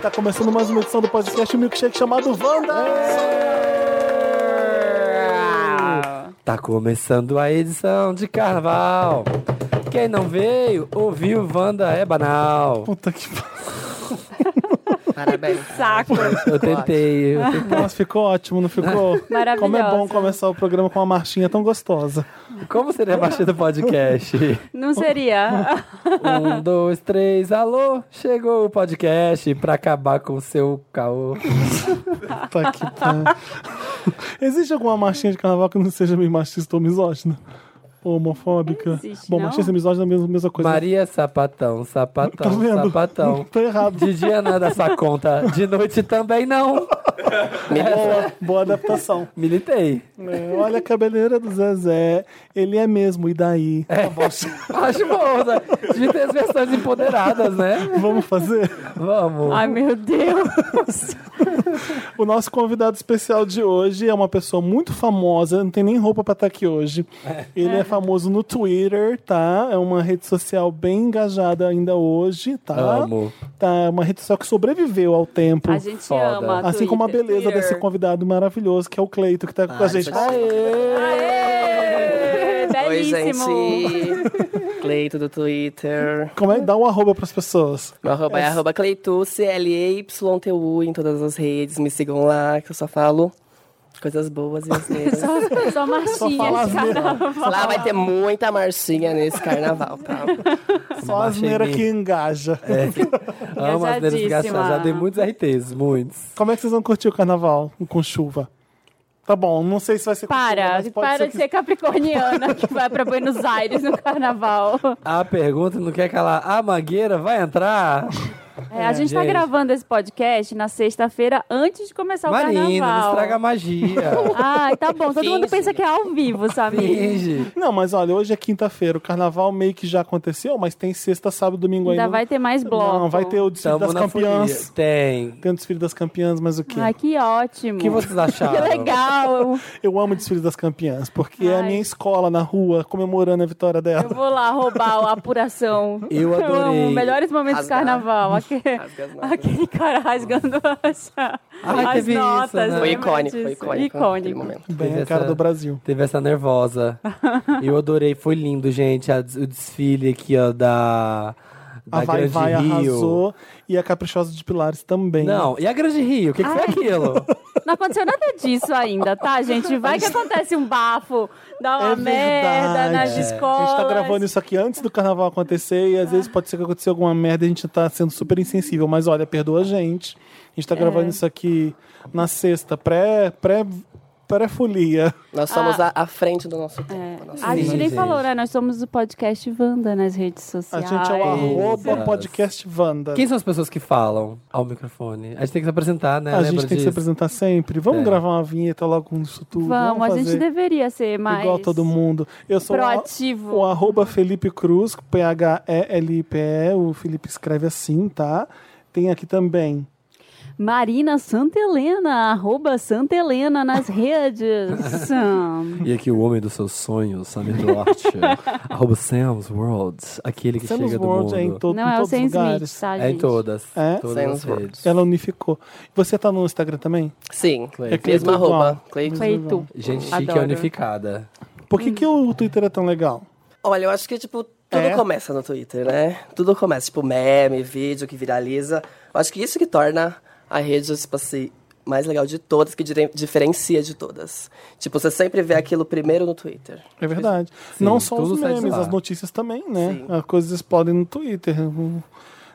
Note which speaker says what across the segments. Speaker 1: Tá começando mais uma edição do podcast Milkshake chamado Wanda!
Speaker 2: Tá começando a edição de carnaval. Quem não veio, ouviu Wanda é banal.
Speaker 1: Puta que pariu.
Speaker 3: Parabéns.
Speaker 4: Um Saco.
Speaker 2: Eu tentei. eu tentei.
Speaker 1: Nossa, ficou ótimo, não ficou?
Speaker 4: Maravilhosa.
Speaker 1: Como é bom começar o programa com uma marchinha tão gostosa.
Speaker 2: Como seria a partir do podcast?
Speaker 4: Não seria.
Speaker 2: Um, dois, três, alô! Chegou o podcast pra acabar com o seu caô.
Speaker 1: Puta que pariu. Existe alguma marchinha de carnaval que não seja meio machista ou misógina? Ou homofóbica?
Speaker 4: Não existe,
Speaker 1: bom,
Speaker 4: não.
Speaker 1: machista e misógina é a mesma, mesma coisa.
Speaker 2: Maria Sapatão,
Speaker 1: tá
Speaker 2: sapatão,
Speaker 1: vendo?
Speaker 2: sapatão.
Speaker 1: Tá errado.
Speaker 2: De dia nada essa conta, de noite também não.
Speaker 1: Boa, boa adaptação.
Speaker 2: Militei.
Speaker 1: É, olha a cabeleira do Zezé. Ele é mesmo, e daí?
Speaker 2: É.
Speaker 1: Tá bom.
Speaker 2: Acho bom, né? Devia ter as versões empoderadas, né?
Speaker 1: Vamos fazer?
Speaker 2: Vamos.
Speaker 4: Ai, meu Deus.
Speaker 1: O nosso convidado especial de hoje é uma pessoa muito famosa, não tem nem roupa pra estar aqui hoje. Ele é famoso no Twitter, tá? É uma rede social bem engajada ainda hoje, tá?
Speaker 2: Amo.
Speaker 1: Tá, é uma rede social que sobreviveu ao tempo.
Speaker 4: Ah, A gente
Speaker 2: Foda.
Speaker 4: ama.
Speaker 1: Assim como a
Speaker 4: Twitter.
Speaker 1: beleza desse convidado maravilhoso, que é o Cleito, que tá com
Speaker 3: Ah,
Speaker 1: a gente.
Speaker 3: isso aqui.
Speaker 4: Aê!
Speaker 3: Oi,
Speaker 4: Belíssimo.
Speaker 3: gente. Cleito do Twitter.
Speaker 1: Como é? Dá um arroba pras pessoas.
Speaker 3: Meu arroba é arroba Cleitu, C-L-E-Y-T-U em todas as redes. Me sigam lá, que eu só falo coisas boas e asneiras.
Speaker 4: Só, só marchinha
Speaker 1: fala
Speaker 4: de
Speaker 1: asneira.
Speaker 4: carnaval.
Speaker 3: lá vai ter muita marchinha nesse carnaval, tá?
Speaker 1: Só a
Speaker 2: Baixa em
Speaker 1: asneira
Speaker 2: mim.
Speaker 1: que engaja.
Speaker 2: É. Amo as neiras
Speaker 4: Engajadíssima.
Speaker 2: engraçadas. Já dei muitos RTs, muitos.
Speaker 1: Como é que vocês vão curtir o carnaval com chuva? Tá bom, não sei se vai ser com chuva,
Speaker 4: Para,
Speaker 1: mas pode
Speaker 4: para
Speaker 1: ser
Speaker 4: de
Speaker 1: que
Speaker 4: ser capricorniana que vai pra Buenos Aires no carnaval.
Speaker 2: A pergunta não quer calar. A mangueira vai entrar?
Speaker 4: É, a gente tá
Speaker 2: gente.
Speaker 4: gravando esse podcast na sexta-feira antes de começar o
Speaker 2: Marina, não
Speaker 4: carnaval.
Speaker 2: estraga a magia.
Speaker 4: Ai, tá bom. Todo mundo
Speaker 3: Finge.
Speaker 4: pensa que é ao vivo, Samir.
Speaker 2: Finge.
Speaker 1: Não, mas olha, hoje é quinta-feira, o carnaval meio que já aconteceu, mas tem sexta, sábado, domingo ainda.
Speaker 4: Ainda vai ter mais bloco.
Speaker 1: Não, vai ter o desfile
Speaker 2: Tamo
Speaker 1: das
Speaker 2: na folia.
Speaker 1: campeãs.
Speaker 2: Tem.
Speaker 1: Tem o desfile das campeãs, mas o quê?
Speaker 4: Ai, que ótimo.
Speaker 2: O que vocês acharam?
Speaker 4: Que legal.
Speaker 1: Eu amo o desfile das campeãs, porque é a
Speaker 4: Ai.
Speaker 1: minha escola na rua comemorando a vitória
Speaker 4: Eu
Speaker 1: dela.
Speaker 4: vou lá roubar a apuração.
Speaker 2: Eu adorei.
Speaker 4: amo. Melhores momentos
Speaker 3: Rasgar.
Speaker 4: do carnaval. Aquele,
Speaker 3: Rasga as notas.
Speaker 4: aquele cara rasgando as, as
Speaker 2: teve isso,
Speaker 4: notas.
Speaker 2: né?
Speaker 4: eu
Speaker 3: Foi
Speaker 4: lembro
Speaker 3: icônico,
Speaker 4: disso.
Speaker 3: foi icônico. aquele
Speaker 4: Icônico.
Speaker 3: momento.
Speaker 1: Bem
Speaker 2: Teve
Speaker 1: a cara
Speaker 2: essa-
Speaker 1: do Brasil.
Speaker 2: Teve essa nervosa. Eu adorei, foi lindo, gente. a des- o desfile aqui, ó, da. Da
Speaker 1: a Vai
Speaker 2: Grande
Speaker 1: Vai
Speaker 2: Rio.
Speaker 1: arrasou e a Caprichosa de Pilares também.
Speaker 2: Não, e a Grande Rio? O que, que foi aquilo?
Speaker 4: Não aconteceu nada disso ainda, tá, gente? Vai que acontece um bafo, dá uma
Speaker 1: É
Speaker 4: merda
Speaker 1: verdade.
Speaker 4: nas
Speaker 1: A
Speaker 4: escolas.
Speaker 1: gente tá gravando isso aqui antes do carnaval acontecer e às vezes pode ser que aconteça alguma merda e a gente tá sendo super insensível. Mas olha, perdoa a gente. A gente tá gravando isso aqui na sexta, pré, pré, pré-folia.
Speaker 3: Nós somos à à frente do nosso tempo. nossa.
Speaker 4: A gente
Speaker 2: Sim,
Speaker 4: nem
Speaker 2: gente.
Speaker 4: falou, né? Nós somos o podcast Wanda nas redes
Speaker 1: A
Speaker 4: sociais.
Speaker 1: gente é o arroba
Speaker 2: Deus.
Speaker 1: podcast Wanda.
Speaker 2: Quem são as pessoas que falam ao microfone? A gente tem que se apresentar, né?
Speaker 1: A
Speaker 2: Lembra
Speaker 1: gente tem que se
Speaker 2: disso?
Speaker 1: apresentar sempre. Vamos
Speaker 2: É.
Speaker 1: gravar uma vinheta logo no futuro.
Speaker 4: Vamos, a gente
Speaker 1: fazer
Speaker 4: deveria ser mais
Speaker 1: Igual todo mundo. Eu sou o a-
Speaker 4: proativo.
Speaker 1: o arroba Felipe Cruz, P-H-E-L-I-P-E. O Felipe escreve assim, tá? Tem aqui também.
Speaker 4: Marina Santa Helena, arroba Santa Helena nas redes. Hum.
Speaker 2: E aqui o homem dos seus sonhos, Samir Duarte. arroba Sam's World. Aquele que
Speaker 1: Samus
Speaker 2: chega do
Speaker 1: World
Speaker 2: mundo.
Speaker 1: é em, to
Speaker 4: Não
Speaker 1: em
Speaker 4: é o
Speaker 1: todos os
Speaker 4: Sam
Speaker 1: lugares.
Speaker 4: Smith, tá, gente?
Speaker 2: É em todas.
Speaker 1: É?
Speaker 2: Todas
Speaker 3: Ah, Sam's
Speaker 2: as
Speaker 3: World.
Speaker 2: redes.
Speaker 1: Ela unificou. Você tá no Instagram também?
Speaker 3: Sim,
Speaker 2: Cleiton.
Speaker 3: mesma
Speaker 1: Cleiton,
Speaker 3: arroba.
Speaker 1: ó.
Speaker 3: Cleiton.
Speaker 4: Feito.
Speaker 2: Gente chique
Speaker 4: Adoro.
Speaker 2: é unificada.
Speaker 1: Por
Speaker 4: Hum.
Speaker 1: que, que o Twitter é tão legal?
Speaker 3: Olha, eu acho que, tipo, tudo
Speaker 1: É?
Speaker 3: começa no Twitter, né? Tudo começa, tipo, meme, vídeo que viraliza. Eu acho que isso que torna a rede, tipo assim, mais legal de todas, que dire- diferencia de todas. Tipo, você sempre vê aquilo primeiro no Twitter.
Speaker 1: É verdade.
Speaker 2: Sim,
Speaker 1: Não só
Speaker 2: tudo
Speaker 1: os
Speaker 2: sai de
Speaker 1: memes,
Speaker 2: lá.
Speaker 1: as notícias também, né?
Speaker 3: Sim.
Speaker 1: As coisas explodem no Twitter, o-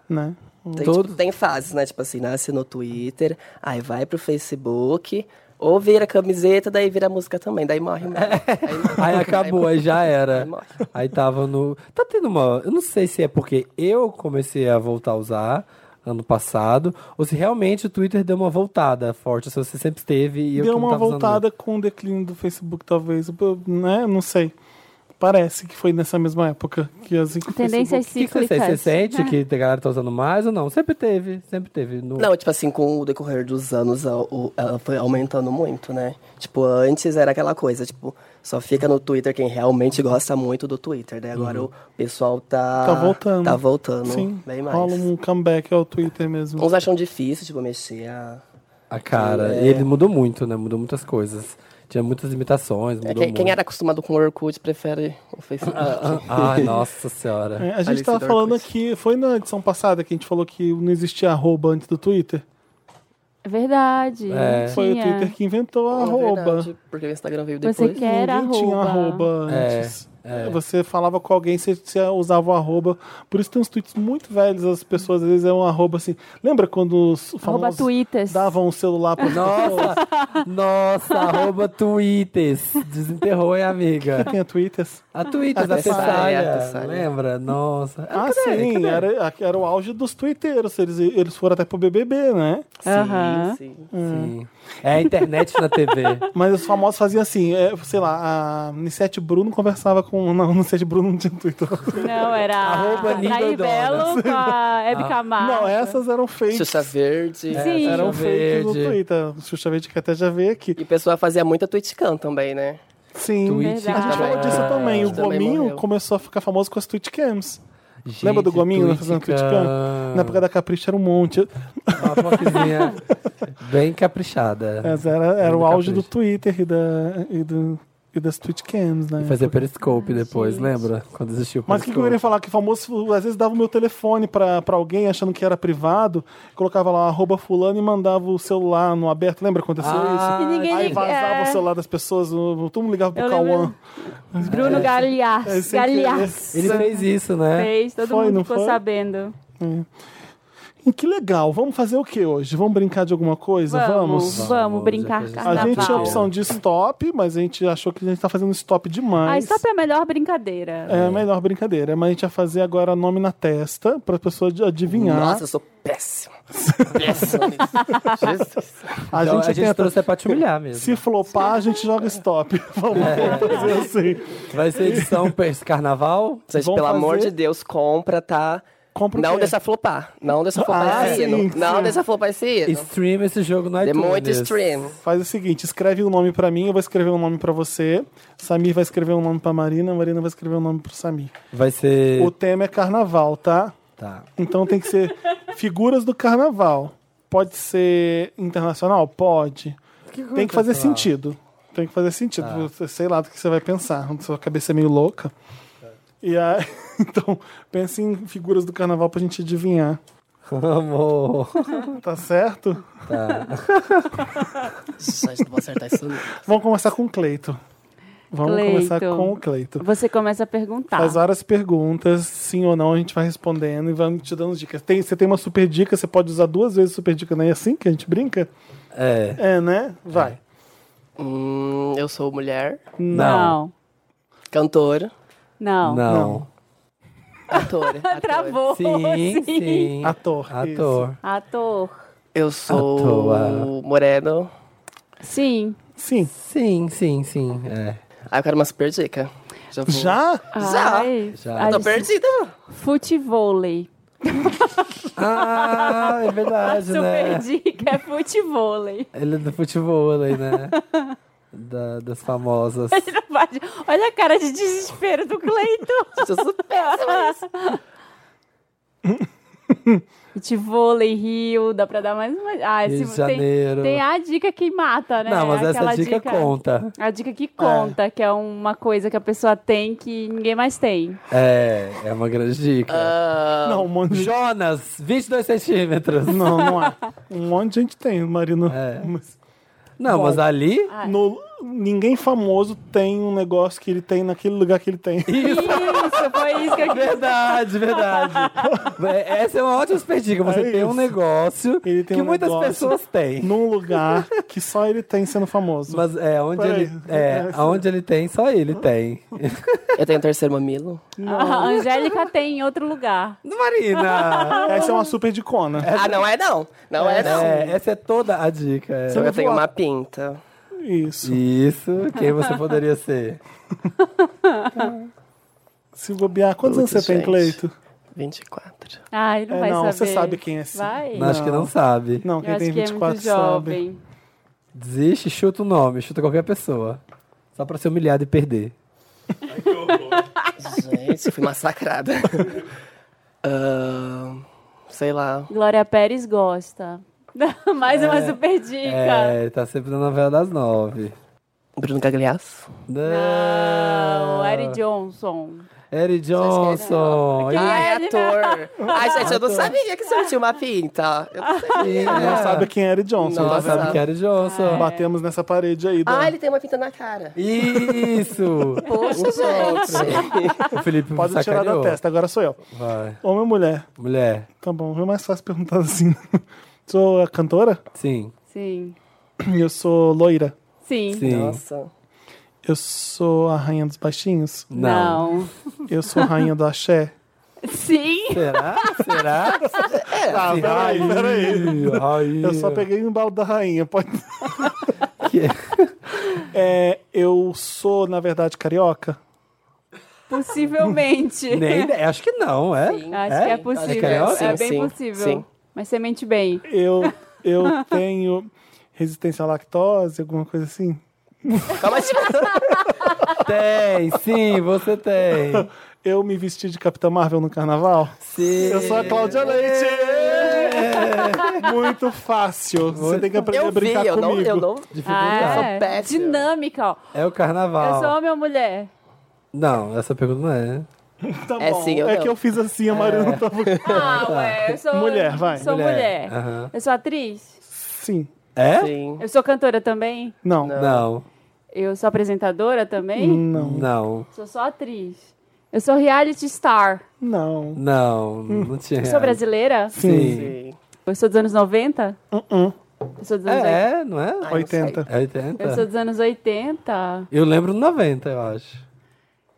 Speaker 1: né? O-
Speaker 3: Tem,
Speaker 2: Todo-
Speaker 3: tipo, tem fases, né? Tipo assim, nasce no Twitter, aí vai pro Facebook, ou vira camiseta, daí vira música também, daí morre. mesmo. Aí, morre.
Speaker 2: Aí acabou, aí já
Speaker 3: Aí
Speaker 2: era.
Speaker 3: morre.
Speaker 2: Aí tava no. Tá tendo uma. Eu não sei se é porque eu comecei a voltar a usar ano passado, ou se realmente o Twitter deu uma voltada forte. Se você sempre esteve e eu que
Speaker 1: Deu
Speaker 2: não
Speaker 1: uma
Speaker 2: tava usando
Speaker 1: voltada com o declínio do Facebook, talvez, eu- né? Não sei. Parece que foi nessa mesma época que as
Speaker 4: é
Speaker 5: Tendências
Speaker 2: muito. O que que você,
Speaker 5: cíclicas.
Speaker 2: você sente que a galera tá usando mais ou não? Sempre teve, sempre teve. No...
Speaker 3: Não, tipo assim, com o decorrer dos anos, a- o- ela foi aumentando muito, né? Tipo, antes era aquela coisa, tipo, só fica no Twitter quem realmente gosta muito do Twitter, né? Agora o pessoal tá...
Speaker 1: Uhum. Tá voltando.
Speaker 3: Tá voltando,
Speaker 1: Sim,
Speaker 3: bem mais.
Speaker 1: rola um comeback ao Twitter mesmo.
Speaker 3: Uns acham difícil, tipo, mexer a...
Speaker 2: A cara.
Speaker 1: É.
Speaker 2: E ele mudou muito, né? Mudou muitas coisas. Tinha muitas limitações, mudou
Speaker 3: É, quem,
Speaker 2: muito.
Speaker 3: quem era acostumado com o Orkut prefere o Facebook.
Speaker 2: Ah, ah, ah, nossa senhora.
Speaker 1: É, a gente
Speaker 3: Alice
Speaker 1: tava
Speaker 3: Dorcas.
Speaker 1: falando aqui, foi na edição passada que a gente falou que não existia arroba antes do Twitter?
Speaker 5: É verdade.
Speaker 2: É.
Speaker 5: não
Speaker 1: Foi o
Speaker 5: tinha.
Speaker 1: Twitter que inventou a
Speaker 3: Na
Speaker 1: arroba.
Speaker 3: É verdade, porque o Instagram veio
Speaker 5: Você
Speaker 3: depois.
Speaker 5: quer- Era
Speaker 1: Ninguém tinha
Speaker 5: arroba.
Speaker 1: arroba
Speaker 2: É,
Speaker 1: antes. Você falava com alguém, você, você usava o arroba. Por isso tem uns tweets muito velhos, as pessoas às vezes é um arroba assim. Lembra quando os
Speaker 5: Arroba
Speaker 1: famosos
Speaker 5: Twitters.
Speaker 1: davam o celular para
Speaker 2: Nossa,
Speaker 1: pessoas?
Speaker 2: nossa, arroba Twitters. Desenterrou, hein, amiga?
Speaker 1: Quem é Twitters?
Speaker 2: A Twitters,
Speaker 1: A
Speaker 2: a
Speaker 3: Tessalha, a
Speaker 2: Tessalha,
Speaker 3: Tessalha.
Speaker 2: lembra? Nossa.
Speaker 1: Ah, sim, Era, era o auge dos twitteiros. Eles, eles foram até pro BBB, né?
Speaker 3: Sim,
Speaker 5: Aham.
Speaker 3: sim.
Speaker 1: Hum.
Speaker 2: Sim. É a internet na TV.
Speaker 1: Mas os famosos faziam assim, é, sei lá, a Nissete Bruno conversava com. Não, Nissete Bruno não tinha Twitter.
Speaker 5: Não, era
Speaker 2: Arroba
Speaker 5: a
Speaker 2: Nina
Speaker 5: Nair
Speaker 2: Dona.
Speaker 5: Belo com a
Speaker 2: Ah.
Speaker 5: Hebe Camargo.
Speaker 1: Não, é essas eram fakes.
Speaker 3: Xuxa Verde.
Speaker 5: Sim.
Speaker 1: Eram
Speaker 2: Xuxa
Speaker 1: fakes um no
Speaker 2: É, um Então Verde.
Speaker 1: Twitter. tá? Xuxa Verde que até já veio aqui.
Speaker 3: E o pessoal fazia muita Twitchcam também, né?
Speaker 1: Sim.
Speaker 2: Twitch.
Speaker 1: A gente
Speaker 5: Verdade.
Speaker 1: falou disso também. O
Speaker 3: Ah, também
Speaker 1: Gominho
Speaker 3: morreu.
Speaker 1: começou a ficar famoso com as Twitch Cams.
Speaker 2: Gente,
Speaker 1: Lembra do Gominho fazendo Twitch Cam?
Speaker 2: Ah.
Speaker 1: Na época da Capricha era um monte.
Speaker 2: Uma foquezinha bem caprichada.
Speaker 1: Mas era, era o
Speaker 2: da
Speaker 1: auge do
Speaker 2: Capricho.
Speaker 1: Twitter e, da, e, do, e das Twitch Cams, né?
Speaker 2: E fazer periscope depois,
Speaker 5: gente.
Speaker 2: lembra? Quando existiu o
Speaker 1: Mas o que, que eu
Speaker 2: periscope.
Speaker 1: queria falar? Que famoso, às vezes dava o meu telefone pra, pra alguém, achando que era privado, colocava lá arroba fulano e mandava o celular no aberto. Lembra quando aconteceu
Speaker 2: Ah,
Speaker 1: isso?
Speaker 5: E ninguém
Speaker 1: Aí
Speaker 5: liga-
Speaker 1: vazava
Speaker 5: é.
Speaker 1: o celular das pessoas, o- todo mundo ligava pro
Speaker 5: Eu
Speaker 1: Cauã.
Speaker 5: lembro. Bruno
Speaker 1: É,
Speaker 5: Galias.
Speaker 1: sem querer.
Speaker 5: Galias.
Speaker 2: Ele fez isso, né?
Speaker 5: Fez, todo
Speaker 1: Foi, não
Speaker 5: mundo ficou
Speaker 1: foi?
Speaker 5: sabendo.
Speaker 1: E Hum, que legal, vamos fazer o que hoje? Vamos brincar de alguma coisa?
Speaker 5: Vamos, vamos,
Speaker 2: Vamos,
Speaker 5: brincar
Speaker 2: já que a
Speaker 1: A
Speaker 5: carnaval.
Speaker 1: gente tinha a
Speaker 2: Carnaval.
Speaker 1: opção de stop, mas a gente achou que a gente tá fazendo stop demais.
Speaker 5: A stop é a melhor brincadeira.
Speaker 1: É a melhor brincadeira, mas a gente ia fazer agora nome na testa pra pessoa de- adivinhar.
Speaker 3: Nossa, eu sou péssimo. Péssimo. nisso. Jesus.
Speaker 1: a
Speaker 2: Então,
Speaker 1: gente tenta.
Speaker 2: trouxe é pra te humilhar mesmo.
Speaker 1: Se flopar, a gente joga stop. Vamos fazer assim.
Speaker 2: Vai ser edição pers- carnaval?
Speaker 3: Gente,
Speaker 1: Vamos
Speaker 3: pelo amor
Speaker 1: fazer-
Speaker 3: de Deus, compra, tá?
Speaker 1: Compra o
Speaker 3: não
Speaker 1: quê?
Speaker 3: deixa flopar. Não deixa flopar
Speaker 1: Ah,
Speaker 3: esse
Speaker 1: sim,
Speaker 3: hino. Não
Speaker 1: sim.
Speaker 3: deixa flopar esse hino.
Speaker 2: Stream esse jogo no
Speaker 3: É
Speaker 2: iTunes.
Speaker 3: muito stream.
Speaker 1: Faz o seguinte, escreve um nome pra mim, eu vou escrever um nome pra você. Samir vai escrever um nome pra Marina, a Marina vai escrever um nome pro Samir.
Speaker 2: Vai ser...
Speaker 1: O tema é carnaval, tá?
Speaker 2: Tá.
Speaker 1: Então tem que ser figuras do carnaval. Pode ser internacional? Pode. tem que Ah. fazer sentido. Tem que fazer sentido. Você- Sei lá do que você vai pensar. Sua cabeça é meio louca. E aí, então, pense em figuras do carnaval pra gente adivinhar.
Speaker 2: Amor.
Speaker 1: Tá certo?
Speaker 3: Gente, não vou acertar isso nunca.
Speaker 1: Vamos começar com o Cleito. Vamos
Speaker 5: Cleito.
Speaker 1: começar com o Cleito.
Speaker 5: Você começa a
Speaker 4: Tá.
Speaker 5: perguntar.
Speaker 1: Faz várias perguntas, sim ou não, a gente vai respondendo e vamos te dando dicas. Tem, você tem uma super dica, você pode usar duas vezes super dica, não é assim que a gente brinca?
Speaker 2: É.
Speaker 1: É, né? Vai.
Speaker 3: Hum, eu sou mulher,
Speaker 2: Não.
Speaker 5: Não.
Speaker 3: cantor,
Speaker 5: Não.
Speaker 2: Não.
Speaker 3: ator.
Speaker 5: Travou.
Speaker 2: Sim, sim.
Speaker 1: Ator.
Speaker 2: Ator.
Speaker 5: Ator.
Speaker 3: Eu sou
Speaker 2: Ator.
Speaker 3: moreno.
Speaker 5: Sim.
Speaker 1: Sim.
Speaker 2: Sim, sim, sim. É.
Speaker 3: Ah, eu quero uma super dica. Já? vou-
Speaker 1: Já?
Speaker 4: Ah,
Speaker 3: Já.
Speaker 4: é
Speaker 5: Ai,
Speaker 2: Já.
Speaker 5: ai,
Speaker 3: Tô perdida.
Speaker 5: Futevôlei.
Speaker 2: Ah, é verdade,
Speaker 5: Super
Speaker 2: né?
Speaker 5: dica é futevôlei.
Speaker 2: Ele é do futebol aí, né? Da- das famosas.
Speaker 4: É
Speaker 5: Ele não vai- Olha a cara de desespero do Cleiton.
Speaker 3: Gente, eu sou péssima nisso.
Speaker 4: Beach vôlei, Rio, dá pra dar mais uma. Ah,
Speaker 2: Rio
Speaker 4: se-
Speaker 2: de Janeiro.
Speaker 4: Tem, tem a dica que mata, né?
Speaker 2: Não, mas
Speaker 4: Aquela
Speaker 2: essa dica, é conta.
Speaker 4: A dica que conta, que é uma coisa que a pessoa tem que ninguém mais tem.
Speaker 2: É, é uma grande
Speaker 3: Ah,
Speaker 2: dica.
Speaker 1: Não, um monte de...
Speaker 2: Jonas, 22 centímetros.
Speaker 1: Não, não é. Um monte de gente tem, Marina.
Speaker 2: É.
Speaker 1: Mas
Speaker 2: Não, mas ali.
Speaker 4: Ah, é.
Speaker 1: no- ninguém famoso tem um negócio que ele tem naquele lugar que ele tem.
Speaker 2: Isso.
Speaker 4: Isso, foi isso que eu quis.
Speaker 2: Verdade, verdade. Essa é uma ótima super dica. Você
Speaker 1: É
Speaker 2: tem um
Speaker 1: isso.
Speaker 2: negócio
Speaker 1: Ele tem
Speaker 2: que
Speaker 1: um
Speaker 2: muitas
Speaker 1: negócio.
Speaker 2: pessoas têm.
Speaker 1: Num lugar que só ele tem sendo famoso.
Speaker 2: Mas é, onde
Speaker 1: Peraí.
Speaker 2: ele, é,
Speaker 1: Essa-
Speaker 2: aonde ele tem, só ele tem.
Speaker 3: Eu tenho um terceiro mamilo.
Speaker 4: A Angélica tem em outro lugar.
Speaker 2: Marina!
Speaker 1: Essa é uma super de Kona.
Speaker 3: Ah, não é não. Não é, não.
Speaker 2: É, essa é toda a dica. é.
Speaker 1: um- Você-
Speaker 3: Eu tenho uma pinta.
Speaker 1: Isso.
Speaker 2: Isso, quem você poderia ser?
Speaker 1: Se bobear, quantos anos
Speaker 3: Putz,
Speaker 1: você tem,
Speaker 3: gente.
Speaker 1: Cleito?
Speaker 3: 24.
Speaker 4: Ai, Ah, não
Speaker 1: É,
Speaker 4: vai
Speaker 1: não,
Speaker 4: saber.
Speaker 1: você sabe quem é esse.
Speaker 4: Vai.
Speaker 2: Não, Acho que não sabe.
Speaker 1: Não,
Speaker 4: Eu
Speaker 1: quem
Speaker 4: acho
Speaker 1: tem
Speaker 4: que é
Speaker 1: 24
Speaker 4: muito
Speaker 1: sabe.
Speaker 4: jovem.
Speaker 2: Desiste, chuta o nome, chuta qualquer pessoa. Só pra ser humilhado e perder.
Speaker 3: Gente, fui massacrada. Ahn, Ah, sei lá.
Speaker 4: Glória Pérez gosta. mais uma
Speaker 1: É.
Speaker 4: super dica.
Speaker 2: É, tá sempre na novela das nove.
Speaker 3: Bruno Gagliasso.
Speaker 2: É.
Speaker 4: Não,
Speaker 2: Não,
Speaker 4: Ah, Eric Johnson.
Speaker 2: Eric Johnson.
Speaker 4: Quem
Speaker 3: Ai,
Speaker 4: é ele,
Speaker 3: ator. Ai, gente, eu não sabia que você tinha uma pinta. Eu não sabia.
Speaker 2: Sim,
Speaker 1: Não
Speaker 2: é.
Speaker 1: sabe quem é Eric Johnson.
Speaker 2: Não
Speaker 1: tá
Speaker 3: Nossa.
Speaker 1: vendo?
Speaker 2: sabe que é Eric Johnson.
Speaker 1: Batemos nessa parede aí. da-
Speaker 3: Ah, ele tem uma pinta na cara.
Speaker 2: Isso!
Speaker 3: Poxa, gente.
Speaker 2: O Felipe
Speaker 1: Pode tirar
Speaker 2: sacaneou.
Speaker 1: da testa, agora sou eu.
Speaker 2: Vai.
Speaker 1: Homem ou mulher?
Speaker 2: Mulher,
Speaker 1: Tá bom, é mais fácil perguntar assim. Sou a cantora?
Speaker 2: sim,
Speaker 4: Sim.
Speaker 1: Eu sou loira.
Speaker 4: Sim.
Speaker 2: sim.
Speaker 3: Nossa.
Speaker 1: Eu sou a rainha dos baixinhos?
Speaker 2: Não.
Speaker 4: Não.
Speaker 1: Eu sou a rainha do axé?
Speaker 4: Sim.
Speaker 2: Será? Será?
Speaker 1: Ah, peraí, peraí.
Speaker 2: Ih, aí.
Speaker 1: Eu só peguei um balde da rainha. Pode...
Speaker 2: Que-
Speaker 1: É, eu sou, na verdade, carioca?
Speaker 4: Possivelmente.
Speaker 2: Nem ideia. Acho que não, é?
Speaker 4: Acho que é
Speaker 3: Acho
Speaker 4: possível.
Speaker 3: que é,
Speaker 4: É,
Speaker 3: sim,
Speaker 4: bem
Speaker 3: sim,
Speaker 4: possível.
Speaker 3: sim.
Speaker 4: Mas você mente bem.
Speaker 1: Eu, eu tenho resistência à lactose, alguma coisa assim?
Speaker 3: Calma, gente.
Speaker 2: Tem, sim, você tem.
Speaker 1: Eu me vesti de Capitã Marvel no carnaval?
Speaker 2: Sim.
Speaker 1: Eu sou a Cláudia Leite! Muito fácil. Você tem que aprender a
Speaker 3: Eu vi,
Speaker 1: brincar
Speaker 3: eu não,
Speaker 1: comigo.
Speaker 3: eu não.
Speaker 2: Dificuldade.
Speaker 4: é.
Speaker 3: péssima.
Speaker 4: Dinâmica, ó.
Speaker 2: É o
Speaker 4: Eu
Speaker 2: carnaval.
Speaker 4: sou homem ou mulher?
Speaker 2: Não, essa pergunta não é.
Speaker 1: Tá
Speaker 3: É
Speaker 1: bom.
Speaker 3: sim, eu
Speaker 1: é
Speaker 3: não.
Speaker 1: que eu fiz assim, a Maria não tava.
Speaker 4: Ah, ué, eu sou
Speaker 1: Mulher, vai.
Speaker 4: Sou mulher.
Speaker 2: Aham.
Speaker 4: Eu sou atriz?
Speaker 1: Sim.
Speaker 2: É?
Speaker 3: Sim.
Speaker 4: Eu sou cantora também?
Speaker 1: Não.
Speaker 2: Não,
Speaker 4: Eu sou apresentadora também?
Speaker 1: Não.
Speaker 2: não,
Speaker 4: Sou só atriz. Eu sou reality star.
Speaker 1: Não.
Speaker 2: não, não tinha.
Speaker 4: Hum. Eu sou brasileira?
Speaker 2: Sim.
Speaker 3: Sim.
Speaker 4: Eu sou dos anos 90?
Speaker 1: Uh-uh.
Speaker 4: Eu sou dos anos oit-
Speaker 2: É, é, não é?
Speaker 3: Ai, não
Speaker 1: 80.
Speaker 2: É 80?
Speaker 4: Eu sou dos anos 80.
Speaker 2: Eu lembro no 90, eu acho.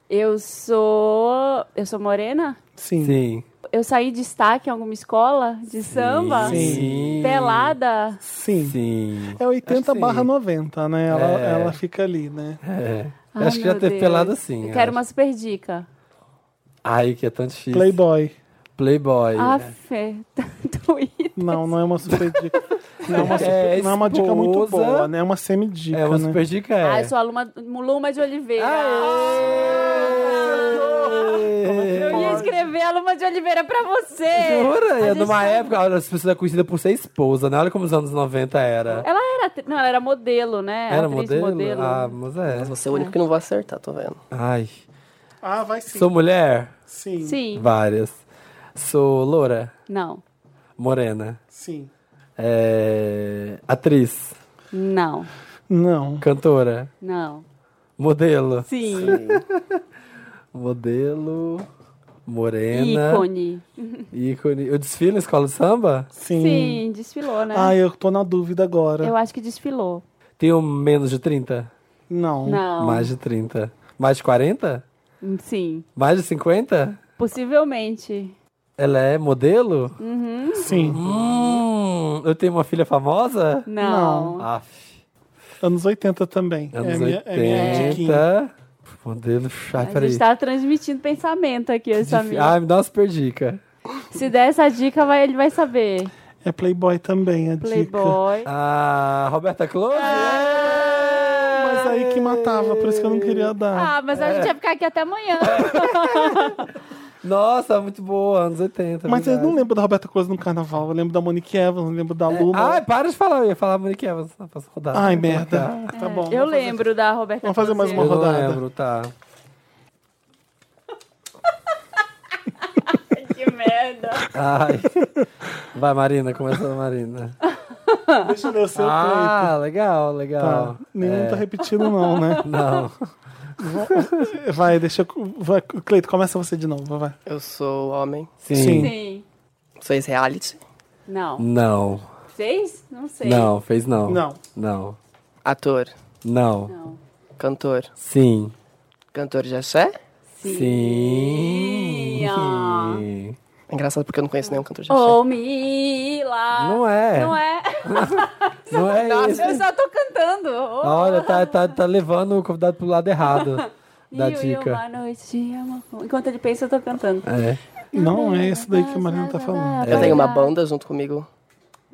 Speaker 4: Eu sou. Eu sou morena?
Speaker 1: Sim.
Speaker 2: Sim.
Speaker 4: Eu saí de destaque em alguma escola de samba?
Speaker 2: Sim.
Speaker 4: Pelada?
Speaker 1: Sim.
Speaker 2: Sim.
Speaker 1: É 80
Speaker 2: Acho que
Speaker 1: barra
Speaker 2: sim.
Speaker 1: 90, né? Ela,
Speaker 2: É.
Speaker 1: ela fica ali, né?
Speaker 2: É.
Speaker 4: Ai,
Speaker 2: acho que já
Speaker 4: meu
Speaker 2: teve
Speaker 4: Deus.
Speaker 2: pelada sim.
Speaker 4: Eu
Speaker 2: eu
Speaker 4: quero
Speaker 2: acho.
Speaker 4: uma super dica.
Speaker 2: Ai, que é tão difícil.
Speaker 1: Playboy.
Speaker 2: Playboy. É.
Speaker 4: Ah, fé. Twitter.
Speaker 1: Não, não é uma super dica. Não é uma, super-
Speaker 2: É,
Speaker 1: não é uma dica muito
Speaker 2: esposa.
Speaker 1: boa, né? É uma semi-dica,
Speaker 2: é uma
Speaker 1: né?
Speaker 2: super dica, é.
Speaker 4: Ah, eu sou aluna Luma de Oliveira.
Speaker 2: Aê!
Speaker 4: Eu ia escrever a Luma de Oliveira pra você.
Speaker 2: Jura?
Speaker 4: é A
Speaker 2: Eu,
Speaker 4: gente
Speaker 2: numa
Speaker 4: tá-
Speaker 2: época, olha, as pessoas eram conhecidas por ser esposa, né? Olha como os anos 90 era.
Speaker 4: Ela era, atri- não, ela era modelo, né?
Speaker 2: Era
Speaker 4: Atriz
Speaker 2: modelo? Ah, mas é.
Speaker 3: Você é o único que não vou acertar, tô vendo.
Speaker 2: Ai.
Speaker 1: Ah, vai sim.
Speaker 2: Sou mulher?
Speaker 1: Sim. Sim.
Speaker 4: Sim.
Speaker 2: Várias. Sou loura?
Speaker 4: Não.
Speaker 2: Morena? É... Atriz?
Speaker 4: Não.
Speaker 1: Não.
Speaker 2: Cantora?
Speaker 4: Não.
Speaker 2: Modelo?
Speaker 4: Sim.
Speaker 2: Modelo... Morena...
Speaker 4: Ícone.
Speaker 2: ícone. Eu desfilo na escola de samba?
Speaker 1: Sim.
Speaker 4: Sim, desfilou, né?
Speaker 1: Ah, eu tô na dúvida agora.
Speaker 4: Eu acho que desfilou.
Speaker 2: Tenho menos de 30?
Speaker 1: Não.
Speaker 4: Não.
Speaker 2: Mais de 30. Mais de 40?
Speaker 4: Sim.
Speaker 2: Mais de 50?
Speaker 4: Possivelmente.
Speaker 2: Ela é modelo?
Speaker 1: Sim.
Speaker 2: Hum, eu tenho uma filha famosa?
Speaker 4: Não.
Speaker 2: Aff.
Speaker 1: Anos 80 também. é
Speaker 2: Anos
Speaker 1: minha, é minha diquinha.
Speaker 2: 80. Modelo. Ai,
Speaker 4: A
Speaker 2: peraí.
Speaker 4: gente tá transmitindo pensamento aqui, eu
Speaker 2: Dif-
Speaker 4: sabia.
Speaker 2: Ai, me dá uma super dica.
Speaker 4: Se der essa dica, vai, ele vai saber.
Speaker 1: É Playboy também, a dica.
Speaker 4: Playboy.
Speaker 2: Ah, Roberta Close?
Speaker 4: Ah.
Speaker 2: é?
Speaker 1: Mas é aí que matava, por isso que eu não queria dar.
Speaker 4: Ah, mas a gente vai ficar aqui até amanhã.
Speaker 2: Nossa, muito boa, anos 80.
Speaker 1: Mas eu
Speaker 2: verdade. É.
Speaker 1: não lembro da Roberta Cruz no carnaval. Eu lembro da Monique Evans, eu lembro da Luma.
Speaker 2: Ai, para de falar, eu ia falar Monique Evans na próxima rodada.
Speaker 1: Ai,
Speaker 2: Vou
Speaker 1: merda.
Speaker 2: marcar.
Speaker 1: Tá bom.
Speaker 4: Eu
Speaker 1: vamos fazer-
Speaker 4: lembro da Roberta
Speaker 1: Vamos fazer mais
Speaker 4: Cruzeiro.
Speaker 1: uma
Speaker 2: Eu não
Speaker 1: rodada.
Speaker 2: lembro, tá.
Speaker 4: Que merda.
Speaker 2: Ai. Vai, Marina, começa a Marina.
Speaker 1: Deixa eu ler o seu clipe.
Speaker 2: ah, legal, legal.
Speaker 1: Tá. Nenhum
Speaker 2: É,
Speaker 1: tá repetindo, não, né?
Speaker 2: Não.
Speaker 1: Vai, deixa eu. Vai, Cleito, começa você de novo, vai.
Speaker 3: Eu sou homem.
Speaker 2: Sim.
Speaker 1: Sim.
Speaker 4: Sim.
Speaker 3: Sou ex-reality.
Speaker 4: Não.
Speaker 2: Não.
Speaker 4: Seis? Não sei.
Speaker 2: Não, fez não.
Speaker 1: Não.
Speaker 2: Não.
Speaker 3: Ator.
Speaker 2: Não.
Speaker 4: Não.
Speaker 3: Cantor.
Speaker 2: Sim.
Speaker 3: Cantor de axé?
Speaker 2: Sim.
Speaker 4: Ah.
Speaker 3: É Engraçado porque eu não conheço nenhum cantor de axé.
Speaker 4: Ô, Mila.
Speaker 2: Não é.
Speaker 4: Não é.
Speaker 2: Não é isso.
Speaker 4: Eu só tô cantando. Ô,
Speaker 2: Olha, tá, tá, tá levando o convidado pro lado errado da
Speaker 4: mil e
Speaker 2: dica.
Speaker 4: uma noite, amor. Enquanto ele pensa, eu tô cantando.
Speaker 2: É.
Speaker 1: Não é esse daí que a Marina tá falando.
Speaker 3: Eu tenho uma banda junto comigo.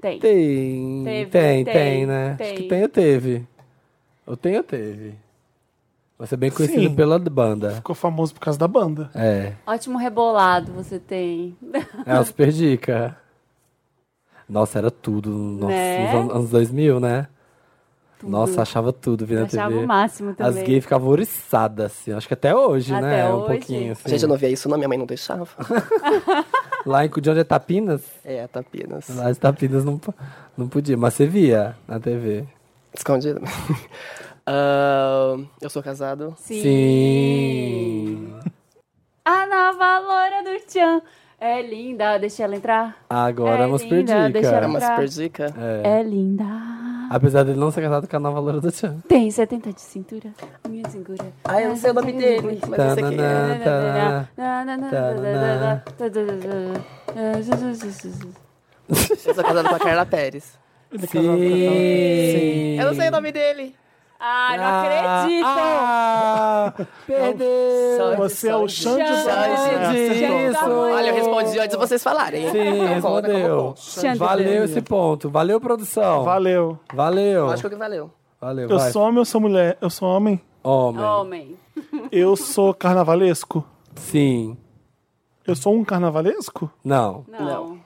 Speaker 4: Tem.
Speaker 2: Tem.
Speaker 4: Teve,
Speaker 2: tem, tem,
Speaker 4: tem,
Speaker 2: né? Acho que
Speaker 4: tem.
Speaker 2: tem ou teve. Ou tem ou teve. Você é bem conhecido
Speaker 1: Sim.
Speaker 2: pela banda.
Speaker 1: Ficou famoso por causa da banda.
Speaker 2: É.
Speaker 4: Ótimo rebolado você tem.
Speaker 2: É uma super dica. Nossa, era tudo. Nossa,
Speaker 4: Né?
Speaker 2: nos an- anos 2000, né? Nossa, achava tudo vindo na
Speaker 4: Achava
Speaker 2: TV.
Speaker 4: o máximo
Speaker 2: As
Speaker 4: também.
Speaker 2: gays ficavam oriçadas, assim. Acho que até hoje,
Speaker 4: Até
Speaker 2: né? Um
Speaker 4: hoje.
Speaker 2: pouquinho, assim.
Speaker 3: Gente, eu não via isso, não. Minha mãe não deixava.
Speaker 2: Lá em de onde é Tapinas?
Speaker 3: é, Tapinas.
Speaker 2: Lá as Tapinas não, po- não podia, mas você via na TV.
Speaker 3: Escondido. Ahn, eu sou casado.
Speaker 4: Sim.
Speaker 2: Sim.
Speaker 4: A nova loira do Tchan. É linda, deixa ela entrar.
Speaker 2: Agora
Speaker 4: É
Speaker 2: é uma super
Speaker 4: linda,
Speaker 2: dica.
Speaker 4: deixa
Speaker 3: Era
Speaker 4: ela-
Speaker 3: uma
Speaker 4: Pra-
Speaker 3: super dica.
Speaker 2: É.
Speaker 4: É, linda.
Speaker 2: Apesar dele não ser casado com a nova loura do Tchan.
Speaker 4: Tem 70 de cintura. Minha cintura.
Speaker 3: Ah, eu não sei o nome dele, mas eu sei quem é.
Speaker 2: Tananã. Tá,
Speaker 3: Eu sou casado com a Carla Pérez.
Speaker 1: Ele casou com aquela-
Speaker 2: Sim.
Speaker 3: Eu não sei o nome dele.
Speaker 4: Ah, não acredito!
Speaker 2: Ah, perdeu!
Speaker 3: Sandy,
Speaker 1: Você é o
Speaker 3: Sandy.
Speaker 1: Xande é
Speaker 2: Xande,
Speaker 1: Sandy.
Speaker 4: Xande.
Speaker 2: isso!
Speaker 3: Olha, eu respondi antes de vocês falarem. hein?
Speaker 2: Sim,
Speaker 3: Então, coloca como
Speaker 2: respondeu.
Speaker 3: ponto.
Speaker 4: Xande
Speaker 2: Valeu
Speaker 4: Pereira.
Speaker 2: esse ponto. Valeu, produção.
Speaker 1: Valeu.
Speaker 2: Valeu.
Speaker 3: Acho que valeu.
Speaker 2: Valeu,
Speaker 1: Eu
Speaker 2: vai.
Speaker 1: sou homem, eu sou mulher. Eu sou homem?
Speaker 2: Homem.
Speaker 3: Oh.
Speaker 4: Homem.
Speaker 1: Eu sou carnavalesco?
Speaker 2: Sim.
Speaker 1: Eu sou um carnavalesco?
Speaker 2: Não.
Speaker 4: Não.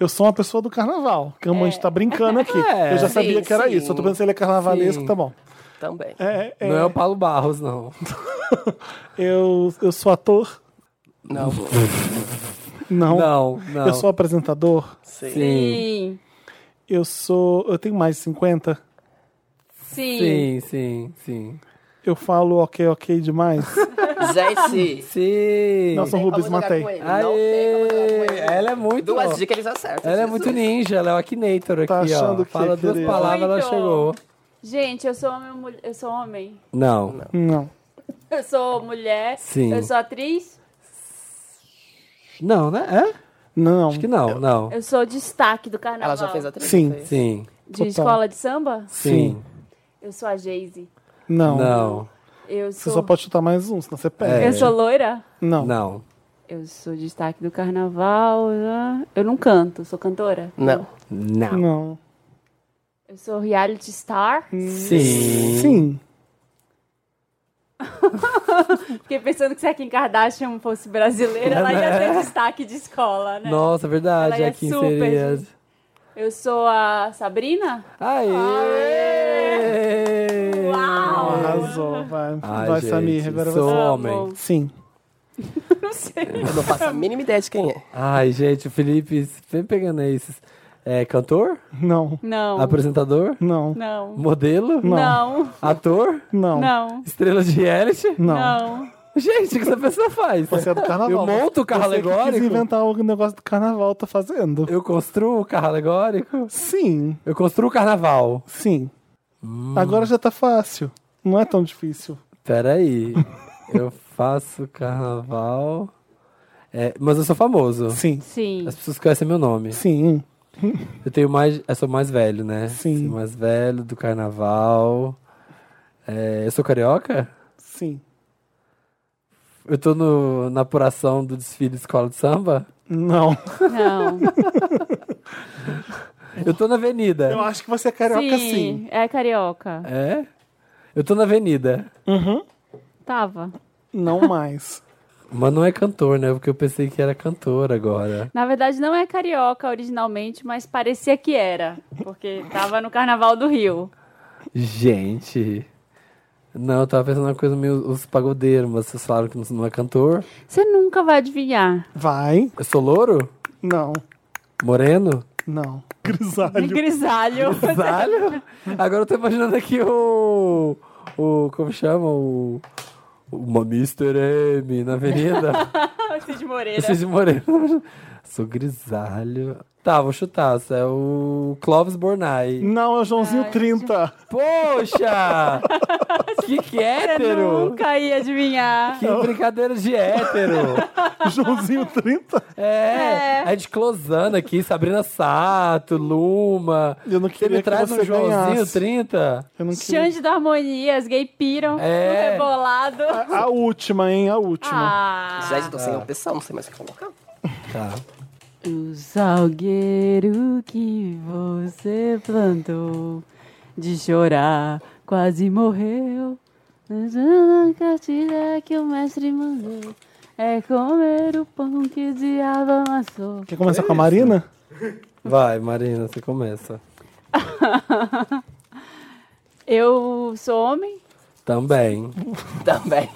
Speaker 1: Eu sou uma pessoa do carnaval. Que a mãe está brincando aqui.
Speaker 2: É.
Speaker 1: Eu já sabia
Speaker 3: Sim,
Speaker 1: que era
Speaker 3: sim.
Speaker 1: isso. Eu tô pensando se ele é carnavalesco,
Speaker 2: Sim.
Speaker 1: tá bom.
Speaker 3: Também.
Speaker 1: É, é,
Speaker 2: Não é o Paulo Barros, não.
Speaker 1: eu, eu sou ator?
Speaker 3: Não,
Speaker 1: Não.
Speaker 2: Não, não.
Speaker 1: Eu sou apresentador?
Speaker 3: sim.
Speaker 2: Sim.
Speaker 4: Sim.
Speaker 1: Eu sou. Eu tenho mais de 50?
Speaker 4: Sim.
Speaker 2: Sim, sim, sim.
Speaker 1: Eu falo ok, ok demais?
Speaker 3: Gente,
Speaker 2: Sim.
Speaker 1: Não sou Rubens,
Speaker 3: como jogar
Speaker 1: matei.
Speaker 3: com ele. Não tem como jogar com ele.
Speaker 2: Aê! Ela é muito.
Speaker 3: Duas dicas eles acertam.
Speaker 2: Ela é
Speaker 3: Jesus.
Speaker 2: muito ninja, ela é o Akinator aqui,
Speaker 1: Tá achando
Speaker 2: ó.
Speaker 1: o quê,
Speaker 2: Fala duas
Speaker 1: querida?
Speaker 2: palavras, ela
Speaker 4: Muito.
Speaker 2: chegou.
Speaker 4: Gente, eu sou homem, ou mulher- eu sou homem.
Speaker 2: Não.
Speaker 1: Não.
Speaker 4: Eu sou mulher.
Speaker 2: Sim.
Speaker 4: Eu sou atriz.
Speaker 2: Não, né? É?
Speaker 1: Não.
Speaker 2: Acho que não, não.
Speaker 4: Eu sou destaque do carnaval.
Speaker 3: Ela já fez a trilha?
Speaker 1: Sim.
Speaker 3: fez.
Speaker 2: Sim.
Speaker 4: De
Speaker 1: Total.
Speaker 4: escola de samba?
Speaker 2: Sim.
Speaker 4: Eu sou a Geise.
Speaker 1: Não.
Speaker 2: Não.
Speaker 4: Eu
Speaker 1: Você
Speaker 4: sou.
Speaker 1: só pode chutar mais um, senão você perde.
Speaker 2: É.
Speaker 4: Eu sou loira?
Speaker 1: Não.
Speaker 2: Não.
Speaker 4: Eu sou destaque do carnaval. né? Eu não canto, sou cantora.
Speaker 3: Não.
Speaker 2: Não.
Speaker 1: Não.
Speaker 4: Eu sou reality star.
Speaker 2: Sim.
Speaker 1: Sim.
Speaker 4: Fiquei pensando que se a Kim Kardashian fosse brasileira, ela ia ter destaque de escola, né?
Speaker 2: Nossa, verdade.
Speaker 4: Ela é
Speaker 2: Aqui
Speaker 4: super,
Speaker 2: seria.
Speaker 4: gente. Eu sou a Sabrina?
Speaker 2: Aê!
Speaker 4: Uau!
Speaker 1: Arrasou, vai.
Speaker 2: Ai,
Speaker 1: vai,
Speaker 2: gente,
Speaker 1: Samir, agora
Speaker 2: sou
Speaker 1: você.
Speaker 2: homem.
Speaker 4: Amo.
Speaker 1: Sim.
Speaker 4: Não sei.
Speaker 3: Eu não faço a mínima ideia de quem é.
Speaker 2: Ai, gente, o Felipe, sempre pegando esses. É cantor?
Speaker 1: Não.
Speaker 4: Não.
Speaker 2: Apresentador?
Speaker 1: Não.
Speaker 4: Não.
Speaker 2: Modelo?
Speaker 4: Não.
Speaker 2: Ator?
Speaker 1: Não.
Speaker 4: Não.
Speaker 2: Estrela de reality?
Speaker 1: Não.
Speaker 4: Não.
Speaker 2: Gente, o que essa pessoa faz?
Speaker 1: Você é do carnaval.
Speaker 2: Eu monto o carro
Speaker 1: Você que quis
Speaker 2: alegórico?
Speaker 1: inventar o negócio do carnaval, tá fazendo.
Speaker 2: Eu construo o carro alegórico?
Speaker 1: Sim,
Speaker 2: Eu construo o carnaval.
Speaker 1: sim.
Speaker 2: Hum.
Speaker 1: Agora já tá fácil. Não é tão difícil.
Speaker 2: Peraí. eu faço carnaval. É, mas eu sou famoso.
Speaker 1: Sim.
Speaker 4: Sim.
Speaker 2: As pessoas conhecem meu nome.
Speaker 1: Sim.
Speaker 2: Eu tenho mais. Eu sou mais velho, né?
Speaker 1: Sim.
Speaker 2: Sou mais velho do carnaval. É, eu sou carioca?
Speaker 1: Sim.
Speaker 2: Eu tô no, na apuração do desfile de escola de samba?
Speaker 1: Não.
Speaker 4: Não.
Speaker 2: Eu tô na avenida.
Speaker 1: Eu acho que você é carioca sim.
Speaker 4: sim. É carioca.
Speaker 2: É? Eu tô na avenida.
Speaker 1: Uhum.
Speaker 4: Tava.
Speaker 1: Não mais.
Speaker 2: Mas não é cantor, né? Porque eu pensei que era cantor agora.
Speaker 4: Na verdade, não é carioca originalmente, mas parecia que era. Porque tava no Carnaval do Rio.
Speaker 2: Gente. Não, eu tava pensando uma coisa meio os pagodeiros, mas vocês falaram que não é cantor.
Speaker 4: Você nunca vai adivinhar.
Speaker 1: Vai.
Speaker 2: Eu sou louro?
Speaker 1: Não.
Speaker 2: Moreno?
Speaker 1: Não. Grisalho.
Speaker 4: Grisalho.
Speaker 2: Zalho? Agora eu tô imaginando aqui o. o como chama? O. Uma Mr. M na avenida.
Speaker 4: Cid é Moreira.
Speaker 2: Vocês de moreno. Sou grisalho. Tá, vou chutar. Essa é o Clóvis Bornai.
Speaker 1: Não, é o Joãozinho 30.
Speaker 2: Poxa! que que é
Speaker 4: Você
Speaker 2: hétero?
Speaker 4: nunca ia adivinhar.
Speaker 2: Que brincadeira de hétero.
Speaker 1: Joãozinho 30?
Speaker 2: É,
Speaker 4: É.
Speaker 2: a gente closando aqui, Sabrina Sato, Luma.
Speaker 1: Eu não
Speaker 2: Você
Speaker 1: queria
Speaker 2: me
Speaker 1: que
Speaker 2: traz
Speaker 1: você
Speaker 2: um Joãozinho
Speaker 1: ganhasse.
Speaker 2: 30?
Speaker 1: Eu não queria.
Speaker 4: Xande da Harmonia, as gay piram
Speaker 2: É.
Speaker 4: no rebolado.
Speaker 1: A última, hein? A última.
Speaker 4: Ah.
Speaker 3: Já estou sem opção, não sei mais o que colocar.
Speaker 2: Tá.
Speaker 4: O salgueiro que você plantou de chorar quase morreu. Mas a cartilha que o mestre mandou é comer o pão que o diabo amassou.
Speaker 1: Quer começar com a Marina?
Speaker 2: Vai, Marina, você começa.
Speaker 4: Eu sou homem?
Speaker 2: Também.
Speaker 3: Também.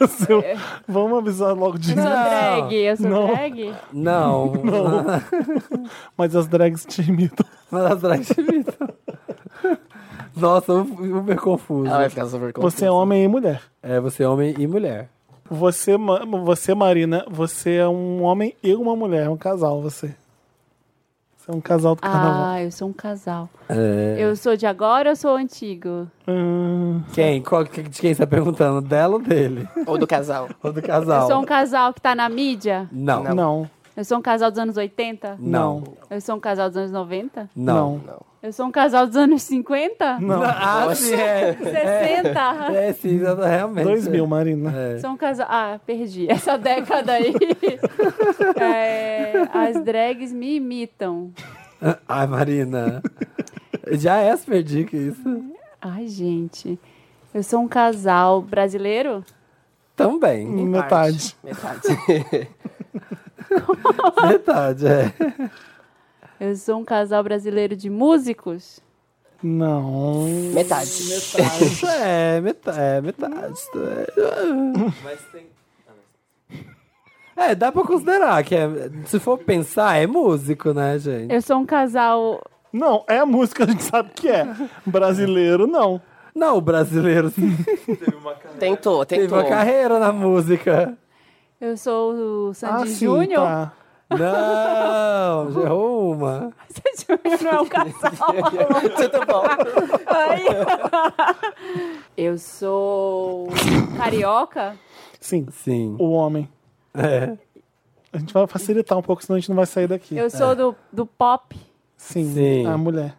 Speaker 1: Você-
Speaker 4: É.
Speaker 1: Vamos avisar logo de
Speaker 4: Sou
Speaker 2: Não.
Speaker 4: drag? Eu sou
Speaker 1: Não.
Speaker 4: drag?
Speaker 2: Não.
Speaker 1: Mas as drags te imitam.
Speaker 2: Mas atrás de mim. tá. Nossa, uber confuso.
Speaker 3: Ela Ah, vai ficar super confusa.
Speaker 1: Você é homem e mulher.
Speaker 2: É, você é homem e mulher.
Speaker 1: Você, Ma- você, Marina, você é um homem e uma mulher. É um casal, você. Você é um casal do carnaval.
Speaker 4: Ah, eu sou um casal.
Speaker 2: É.
Speaker 4: Eu sou de agora ou sou antigo?
Speaker 1: Hum,
Speaker 2: Quem? Qual, que- de quem você tá perguntando? Dela ou dele?
Speaker 3: Ou do casal.
Speaker 2: Ou do
Speaker 4: Eu
Speaker 2: casal?
Speaker 4: sou um casal que tá na mídia?
Speaker 2: Não. Não.
Speaker 1: não.
Speaker 4: Eu sou um casal dos anos 80?
Speaker 2: Não.
Speaker 4: Eu sou um casal dos anos 90?
Speaker 1: Não.
Speaker 2: Não.
Speaker 3: Não.
Speaker 4: Eu sou um casal dos anos 50?
Speaker 2: Ah, sim, é.
Speaker 4: 60?
Speaker 2: É, sim, exato, realmente.
Speaker 1: Dois mil, Marina.
Speaker 2: É.
Speaker 4: Sou um casal. Ah, perdi. Essa década aí. É, as drags me imitam.
Speaker 2: Ai, Marina. Já é, perdi que isso.
Speaker 4: Ai, gente. Eu sou um casal brasileiro?
Speaker 2: Também.
Speaker 1: Metade.
Speaker 3: Metade.
Speaker 2: Metade, é.
Speaker 4: Eu sou um casal brasileiro de músicos?
Speaker 1: Não.
Speaker 3: Metade.
Speaker 2: Isso é, metade. É, metade. Isso é. É, dá pra considerar que é, se for pensar, é músico, né, gente?
Speaker 4: Eu sou um casal.
Speaker 1: Não, é a música, a gente sabe que é. Brasileiro, não.
Speaker 2: Não, o brasileiro sim,
Speaker 3: Tentou,
Speaker 2: teve
Speaker 3: tentou.
Speaker 2: uma carreira na música.
Speaker 4: Eu sou o Sandy
Speaker 1: ah, sim,
Speaker 4: Júnior?
Speaker 1: tá.
Speaker 2: Não, já errou uma.
Speaker 4: Sandy Júnior não é um casal.
Speaker 3: Tudo bom.
Speaker 4: Aí. Eu sou carioca?
Speaker 1: Sim,
Speaker 2: Sim.
Speaker 1: o homem.
Speaker 2: É.
Speaker 1: A gente vai facilitar um pouco, senão a gente não vai sair daqui.
Speaker 4: Eu sou do, do pop.
Speaker 1: Sim,
Speaker 2: Sim.
Speaker 1: a mulher.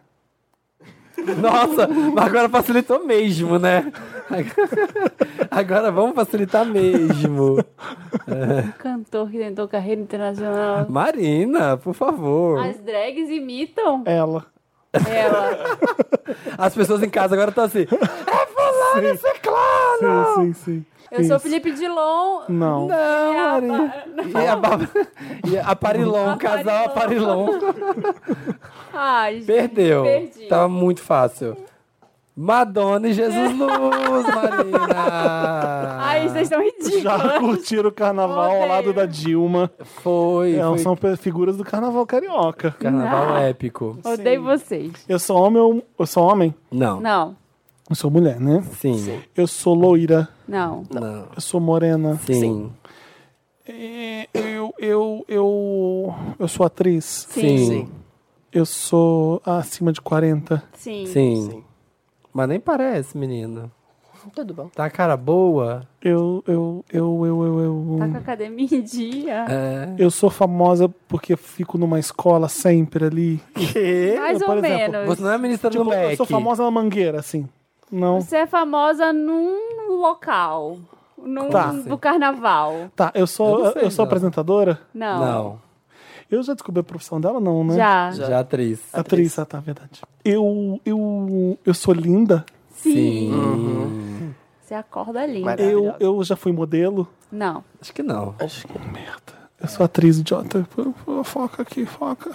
Speaker 2: Nossa, mas agora facilitou mesmo, né? Agora vamos facilitar mesmo.
Speaker 4: Um Cantor que tentou carreira internacional.
Speaker 2: Marina, por favor.
Speaker 4: As drags imitam
Speaker 1: Ela.
Speaker 4: ela.
Speaker 2: As pessoas em casa agora estão assim.
Speaker 1: Sim,
Speaker 2: Isso é claro!
Speaker 1: sim, sim.
Speaker 4: Eu sou
Speaker 1: Isso.
Speaker 4: Felipe Dilon.
Speaker 1: Não.
Speaker 2: Não,
Speaker 4: E a-
Speaker 2: Marina. E a, É Bárbara- e a Parilon, o casal Aparilon.
Speaker 4: Ai, gente,
Speaker 2: Perdeu.
Speaker 4: Perdi.
Speaker 1: Tá
Speaker 2: Tava muito fácil. Madonna e Jesus Luz, Marina.
Speaker 4: Ai, vocês estão ridículos.
Speaker 1: Já curtiram o carnaval ao
Speaker 4: Odeio.
Speaker 1: lado da Dilma.
Speaker 2: Foi.
Speaker 1: É,
Speaker 2: foi
Speaker 1: são pe- figuras do carnaval carioca.
Speaker 2: Carnaval épico.
Speaker 4: Odeio
Speaker 1: Sim.
Speaker 4: vocês.
Speaker 1: Eu sou homem, ou- eu sou homem?
Speaker 2: Não.
Speaker 4: Não,
Speaker 1: Eu sou mulher, né?
Speaker 2: Sim.
Speaker 1: Eu sou loira.
Speaker 4: não.
Speaker 2: Não.
Speaker 1: Eu sou morena.
Speaker 2: Sim.
Speaker 1: É, Eu, eu, eu, eu sou atriz.
Speaker 4: Sim.
Speaker 2: Sim.
Speaker 1: Eu sou acima de 40.
Speaker 4: Sim.
Speaker 2: Sim. Mas nem parece, menino.
Speaker 3: Tudo bom.
Speaker 2: Tá a cara boa?
Speaker 1: Eu, eu, eu, eu, eu,
Speaker 4: Tá com a
Speaker 1: eu.
Speaker 4: academia em dia.
Speaker 2: É.
Speaker 1: Eu sou famosa porque fico numa escola sempre ali.
Speaker 2: Que?
Speaker 4: Mais
Speaker 1: eu,
Speaker 4: ou
Speaker 1: É, por exemplo,
Speaker 4: menos.
Speaker 2: Você não é ministra do
Speaker 1: Tipo,
Speaker 2: MEC.
Speaker 1: eu sou famosa na mangueira, assim. Não.
Speaker 4: Você é famosa num local. Num
Speaker 1: Tá.
Speaker 4: do carnaval.
Speaker 1: Tá, eu
Speaker 2: Eu
Speaker 1: sou,
Speaker 2: não
Speaker 1: eu,
Speaker 2: sei,
Speaker 1: sou
Speaker 2: não.
Speaker 1: apresentadora?
Speaker 4: Não.
Speaker 2: Não.
Speaker 1: Eu já descobri a profissão dela, não, né?
Speaker 4: Já.
Speaker 2: Já, atriz.
Speaker 1: Atriz, ah, tá, verdade. Eu, eu, eu sou linda?
Speaker 4: Sim.
Speaker 2: Hum.
Speaker 4: Você acorda linda.
Speaker 3: Maravilha.
Speaker 1: Eu, eu já fui modelo.
Speaker 4: Não.
Speaker 2: Acho que não.
Speaker 3: Acho que
Speaker 1: Merda. Eu sou atriz idiota. Pô, pô, Foca aqui, foca.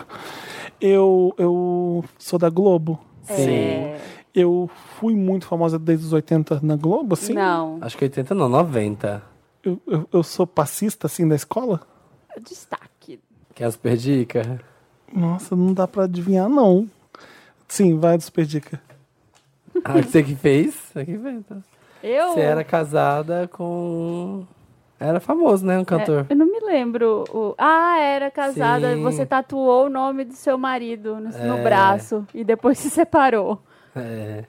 Speaker 1: Eu, eu sou da Globo.
Speaker 4: É.
Speaker 1: Eu fui muito famosa desde os 80 na Globo, assim?
Speaker 4: Não.
Speaker 2: Acho que 80 não, 90.
Speaker 1: Eu, eu, eu sou passista, assim, da escola?
Speaker 4: É Destaque.
Speaker 2: Quer as perdica?
Speaker 1: Nossa, não dá pra adivinhar, não. Sim, vai, Superdica.
Speaker 2: Ah, você que fez? Você que fez. então.
Speaker 4: Eu. é,
Speaker 2: Você era casada com... Era famoso, né? Um cantor.
Speaker 4: É, eu não me lembro. o- Ah, era casada.
Speaker 2: Sim.
Speaker 4: Você tatuou o nome do seu marido no, no
Speaker 2: É.
Speaker 4: braço e depois se separou.
Speaker 2: É.